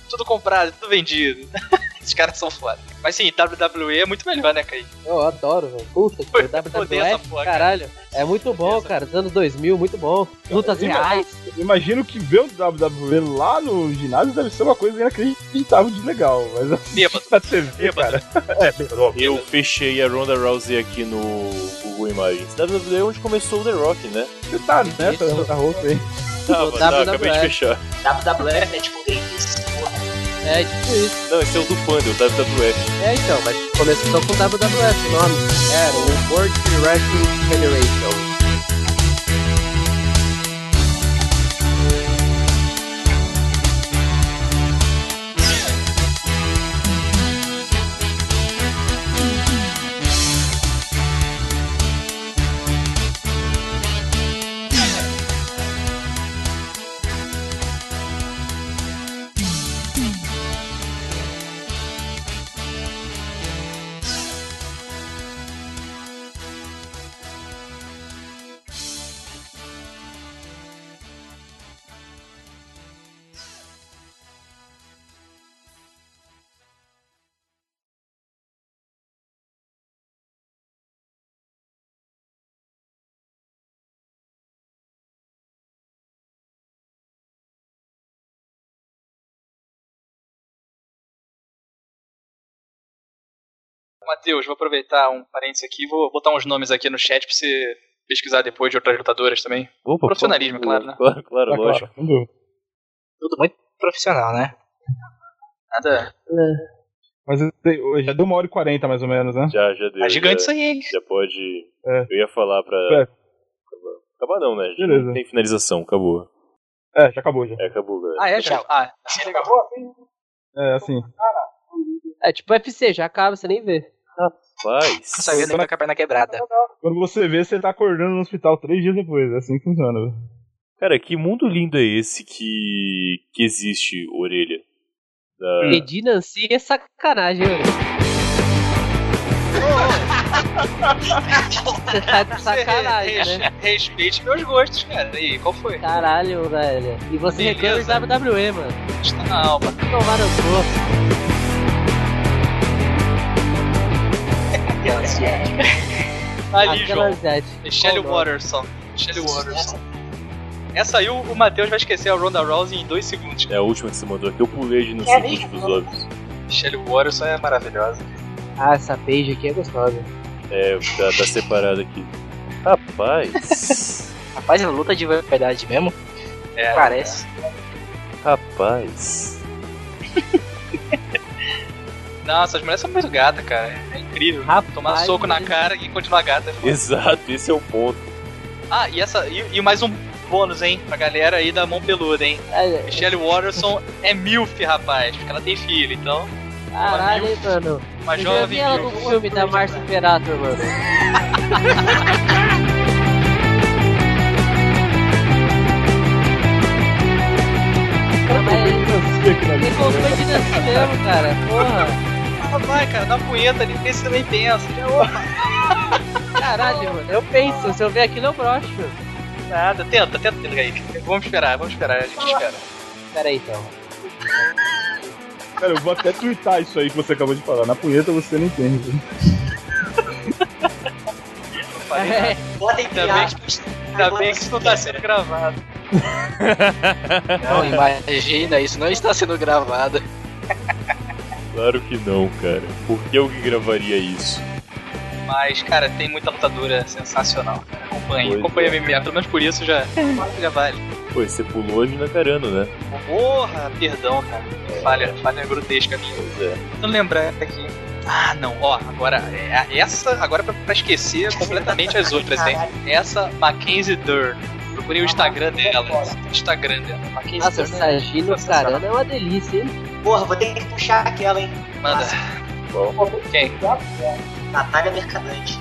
[SPEAKER 5] tudo comprado, tudo vendido. Esses caras são foda. Mas sim, WWE é muito melhor, né, Kaique?
[SPEAKER 7] Eu adoro, velho. Puta que pariu.
[SPEAKER 5] odeio essa
[SPEAKER 7] WWF,
[SPEAKER 5] porra,
[SPEAKER 7] caralho. É muito bom, cara. Dos anos 2000, muito bom. Lutas
[SPEAKER 10] Eu-
[SPEAKER 7] reais.
[SPEAKER 10] Imagino que ver o WWE lá no ginásio deve ser uma coisa inacreditável de legal, mas assim,
[SPEAKER 5] Bêbado.
[SPEAKER 10] na TV, cara. É, bêbado, óbvio.
[SPEAKER 4] Eu fechei a Ronda Rousey aqui no Google Imagens. WWE é onde começou o The Rock, né?
[SPEAKER 10] Você tá nessa
[SPEAKER 7] Isso.
[SPEAKER 10] na roupa aí.
[SPEAKER 4] Tava, tá,
[SPEAKER 7] WWE.
[SPEAKER 4] acabei de fechar.
[SPEAKER 6] WWF é tipo o Greenpeace.
[SPEAKER 7] É tipo isso.
[SPEAKER 4] Não, esse é o do Panda, o WWF.
[SPEAKER 7] É então, mas começou com WWF o nome. Era o World Wrestling Federation.
[SPEAKER 5] Matheus, vou aproveitar um parênteses aqui, vou botar uns nomes aqui no chat pra você pesquisar depois de outras lutadoras também.
[SPEAKER 4] Opa,
[SPEAKER 5] Profissionalismo,
[SPEAKER 4] claro,
[SPEAKER 5] claro, né?
[SPEAKER 4] Claro, claro,
[SPEAKER 10] Tá claro,
[SPEAKER 4] lógico.
[SPEAKER 10] não deu.
[SPEAKER 8] Tudo muito profissional, né?
[SPEAKER 5] Nada.
[SPEAKER 7] É.
[SPEAKER 10] Mas eu sei, já deu uma hora e quarenta, mais ou menos, né?
[SPEAKER 4] Já, já deu.
[SPEAKER 5] Tá gigante isso
[SPEAKER 4] já,
[SPEAKER 5] aí, hein?
[SPEAKER 4] já pode.
[SPEAKER 10] É.
[SPEAKER 4] Eu ia falar pra.
[SPEAKER 10] É.
[SPEAKER 4] Acabar- Acabar não, né? Já
[SPEAKER 10] Beleza.
[SPEAKER 4] não Tem finalização, acabou.
[SPEAKER 10] É, já acabou já.
[SPEAKER 4] É, acabou, galera.
[SPEAKER 5] Ah, é, já? Ah,
[SPEAKER 10] É, assim.
[SPEAKER 7] É tipo UFC, já acaba, você nem vê.
[SPEAKER 8] Não
[SPEAKER 4] Faz.
[SPEAKER 5] é
[SPEAKER 8] sabia nem que a perna quebrada.
[SPEAKER 10] Quando você vê, você tá acordando no hospital três dias depois. É assim que funciona. velho.
[SPEAKER 4] Cara, que mundo lindo é esse que. que existe, orelha? Da-
[SPEAKER 7] E de Nancy é sacanagem, mano. Você tá de tá sacanagem, né? Tá.
[SPEAKER 5] Respeite meus gostos, cara. E aí, qual foi?
[SPEAKER 7] Caralho, velho. E você reclama de
[SPEAKER 5] Beleza.
[SPEAKER 7] WWE, mano.
[SPEAKER 5] Está tá na alma.
[SPEAKER 7] Tomar no cu.
[SPEAKER 5] Tá Ali,
[SPEAKER 7] Aquela
[SPEAKER 5] João.
[SPEAKER 7] Zed.
[SPEAKER 5] Michelle
[SPEAKER 7] Qual o nome?
[SPEAKER 5] Waterson. Michelle Waterson. Essa aí o, o Matheus vai esquecer a Ronda Rousey em dois segundos.
[SPEAKER 4] É a última que você mandou aqui. Eu pulei de não
[SPEAKER 5] É
[SPEAKER 6] Quer
[SPEAKER 4] sei
[SPEAKER 6] ver?
[SPEAKER 4] múltiplos óbvios.
[SPEAKER 5] Michelle Waterson é maravilhosa.
[SPEAKER 7] Ah, essa page aqui é gostosa.
[SPEAKER 4] É, tá, tá separado aqui. Rapaz.
[SPEAKER 8] Rapaz, é luta de verdade mesmo?
[SPEAKER 5] É.
[SPEAKER 8] Parece.
[SPEAKER 4] Rapaz.
[SPEAKER 5] Nossa, as mulheres são muito gatas, cara. É incrível.
[SPEAKER 7] Rapaz,
[SPEAKER 5] Tomar soco na cara e continuar gata. é foda.
[SPEAKER 4] Exato, esse é o ponto.
[SPEAKER 5] Ah, e, essa, e, e mais um bônus, hein? Pra galera aí da mão peluda, hein?
[SPEAKER 7] É,
[SPEAKER 5] Michelle Waterson é MILF, rapaz. Porque ela tem filho, então.
[SPEAKER 7] Caralho, hein, mano.
[SPEAKER 5] Uma
[SPEAKER 7] Eu já
[SPEAKER 5] jovem
[SPEAKER 7] vi ela no
[SPEAKER 5] MILF.
[SPEAKER 7] filme da Márcia Imperator, mano. Cara, mas Ele voltou de dança mesmo, cara. Porra.
[SPEAKER 5] Ah, vai, cara, dá punheta ali, porque você nem pensa. Já, opa,
[SPEAKER 7] Caralho, mano. Eu penso, se eu ver aquilo, eu broxo.
[SPEAKER 5] nada. Tenta, tenta, tenta, Kaique. Vamos esperar, vamos esperar, a gente espera.
[SPEAKER 7] Pera aí, então.
[SPEAKER 10] Cara, eu vou até twittar isso aí que você acabou de falar. Na punheta você não entende.
[SPEAKER 5] Falei nada.
[SPEAKER 6] Bota em
[SPEAKER 5] Ainda bem
[SPEAKER 6] piada.
[SPEAKER 7] É.
[SPEAKER 5] Ainda bem que isso não tá sendo gravado.
[SPEAKER 12] Não, imagina, isso não está sendo gravado.
[SPEAKER 4] Claro que não, cara. Por que alguém gravaria isso?
[SPEAKER 5] Mas, cara, tem muita lutadora sensacional, cara. Acompanhe,
[SPEAKER 4] Pois
[SPEAKER 5] acompanhe a MMA, pelo menos por isso já, já vale.
[SPEAKER 4] Pô, você pulou a Gina Carano, né?
[SPEAKER 5] Porra, perdão, cara. Falha, falha grotesca minha.
[SPEAKER 4] Pois é.
[SPEAKER 5] Não lembrar aqui. Ah, não, ó, agora, é, essa, agora pra, pra esquecer completamente as
[SPEAKER 6] tá
[SPEAKER 5] outras, hein? Essa Mackenzie Dern. Procurei o Instagram dela. O Instagram dela, Mackenzie
[SPEAKER 7] Ah, Nossa,
[SPEAKER 5] Dern.
[SPEAKER 7] essa Gino Carano é uma delícia, hein?
[SPEAKER 6] Porra, vou ter que puxar aquela, hein?
[SPEAKER 5] Manda. Quem?
[SPEAKER 6] Natália Mercadante.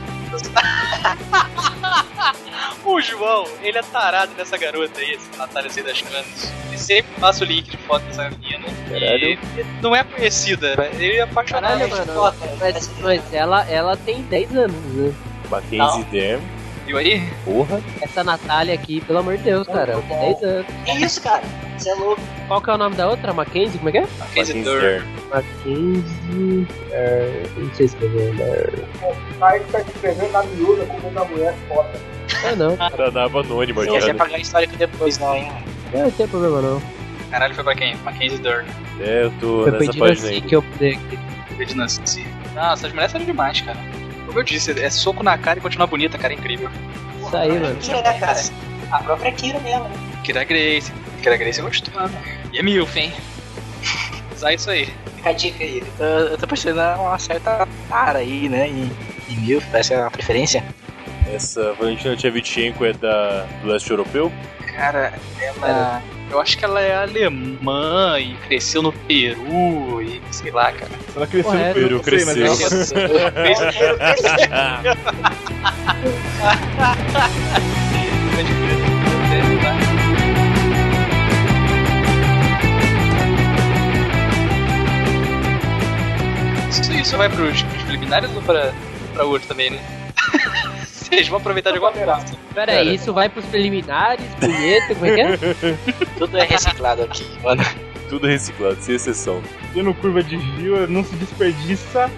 [SPEAKER 5] O João, ele é tarado nessa garota aí, essa Natália Zé das Canas. Ele sempre passa o link de foto dessa menina.
[SPEAKER 4] Caralho.
[SPEAKER 5] E não é conhecida, ele é apaixonado.
[SPEAKER 7] Caralho, mano. Mas, mas ela, ela tem 10 anos, né?
[SPEAKER 4] Mackenzie Dern.
[SPEAKER 5] Viu aí?
[SPEAKER 4] Porra.
[SPEAKER 7] Essa Natália aqui, pelo amor de Deus, cara, ela tem 10 anos.
[SPEAKER 6] Que isso, cara? Você é louco.
[SPEAKER 7] Qual que é o nome da outra? Mackenzie? Como é que é?
[SPEAKER 5] Mackenzie
[SPEAKER 4] Mackenzie
[SPEAKER 5] Dern.
[SPEAKER 4] Dern.
[SPEAKER 7] Mackenzie. É, não sei escrever. né?
[SPEAKER 3] Aí tá escrevendo na miúda como uma mulher foda.
[SPEAKER 7] Ah, não.
[SPEAKER 4] Era nava anônima,
[SPEAKER 12] Não
[SPEAKER 4] já.
[SPEAKER 12] vai
[SPEAKER 5] é
[SPEAKER 4] né?
[SPEAKER 12] pagar histórico depois, não, hein?
[SPEAKER 7] É, Não tem problema, não.
[SPEAKER 5] Caralho, foi pra quem? Mackenzie Dern.
[SPEAKER 4] É, eu tô
[SPEAKER 7] Foi
[SPEAKER 4] nessa
[SPEAKER 7] pedindo
[SPEAKER 4] página
[SPEAKER 7] assim
[SPEAKER 4] aí.
[SPEAKER 7] que eu puder.
[SPEAKER 5] Bebê de Nancy. Ah, essas mulheres são demais, cara. Como eu disse, é soco na cara e continuar bonita, cara, é incrível.
[SPEAKER 7] Isso aí, mano.
[SPEAKER 6] Kira, né, cara? A própria Kira mesmo. né?
[SPEAKER 5] Kira Grace. Kira Grace é gostosa. E é milf, hein? Sai isso aí.
[SPEAKER 6] Fica a dica aí.
[SPEAKER 12] Eu, eu tô percebendo uma certa cara aí, né? Em, em mil, essa é a preferência.
[SPEAKER 4] Essa Valentina Tchevchenko é da do leste europeu?
[SPEAKER 5] Cara, ela. Eu acho que ela é alemã e cresceu no Peru e sei lá, cara.
[SPEAKER 10] Se ela cresceu
[SPEAKER 7] Correto.
[SPEAKER 10] no Peru, eu não sei, mas é
[SPEAKER 4] Peru
[SPEAKER 10] ela
[SPEAKER 4] é, cresceu.
[SPEAKER 5] É. Isso, isso vai pros, pros preliminares ou pra, pra outro também, né? Vocês vão aproveitar de alguma forma.
[SPEAKER 7] Pera
[SPEAKER 4] Cara.
[SPEAKER 7] aí, isso vai pros preliminares, punheta, como é que é?
[SPEAKER 12] Tudo é reciclado aqui, mano.
[SPEAKER 4] Tudo reciclado, sem exceção.
[SPEAKER 10] cresceu no curva de Gil, não se desperdiça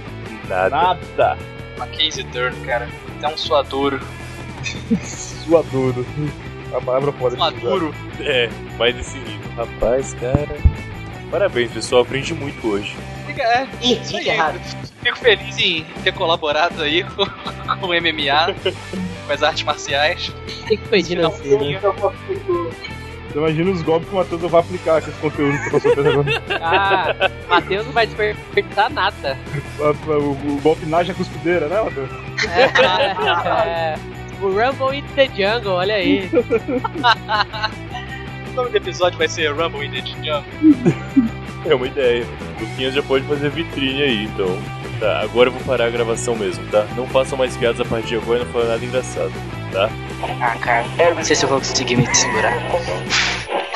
[SPEAKER 4] Nada.
[SPEAKER 10] nada.
[SPEAKER 5] Mackenzie Dern, cara. Até um suadouro.
[SPEAKER 10] Suadouro. A palavra pode
[SPEAKER 5] Suadouro.
[SPEAKER 4] É, mais desse nível. Rapaz, cara. Parabéns, pessoal. Aprendi muito hoje.
[SPEAKER 5] Fica, é,
[SPEAKER 6] Ih,
[SPEAKER 5] isso aí.
[SPEAKER 6] fica errado.
[SPEAKER 5] Fico feliz em ter colaborado aí com, com o MMA, com as artes marciais.
[SPEAKER 7] Tem que pedir na cena.
[SPEAKER 10] Então imagina os golpes que o Matheus vai aplicar com esse conteúdo que eu tô soltando agora.
[SPEAKER 7] Ah, Matheus não vai desperdiçar nada.
[SPEAKER 10] O, o golpe naja cuspideira, né, Matheus?
[SPEAKER 7] É, o Rumble in the Jungle, olha aí.
[SPEAKER 5] O nome do episódio vai ser Rumble in the Jungle.
[SPEAKER 4] É uma ideia. Luquinhas já pode fazer vitrine aí, então. Tá, agora eu vou parar a gravação mesmo, tá? Não façam mais piadas a partir de agora e não falem nada engraçado.
[SPEAKER 12] Ah, cara, não sei se eu vou conseguir me segurar.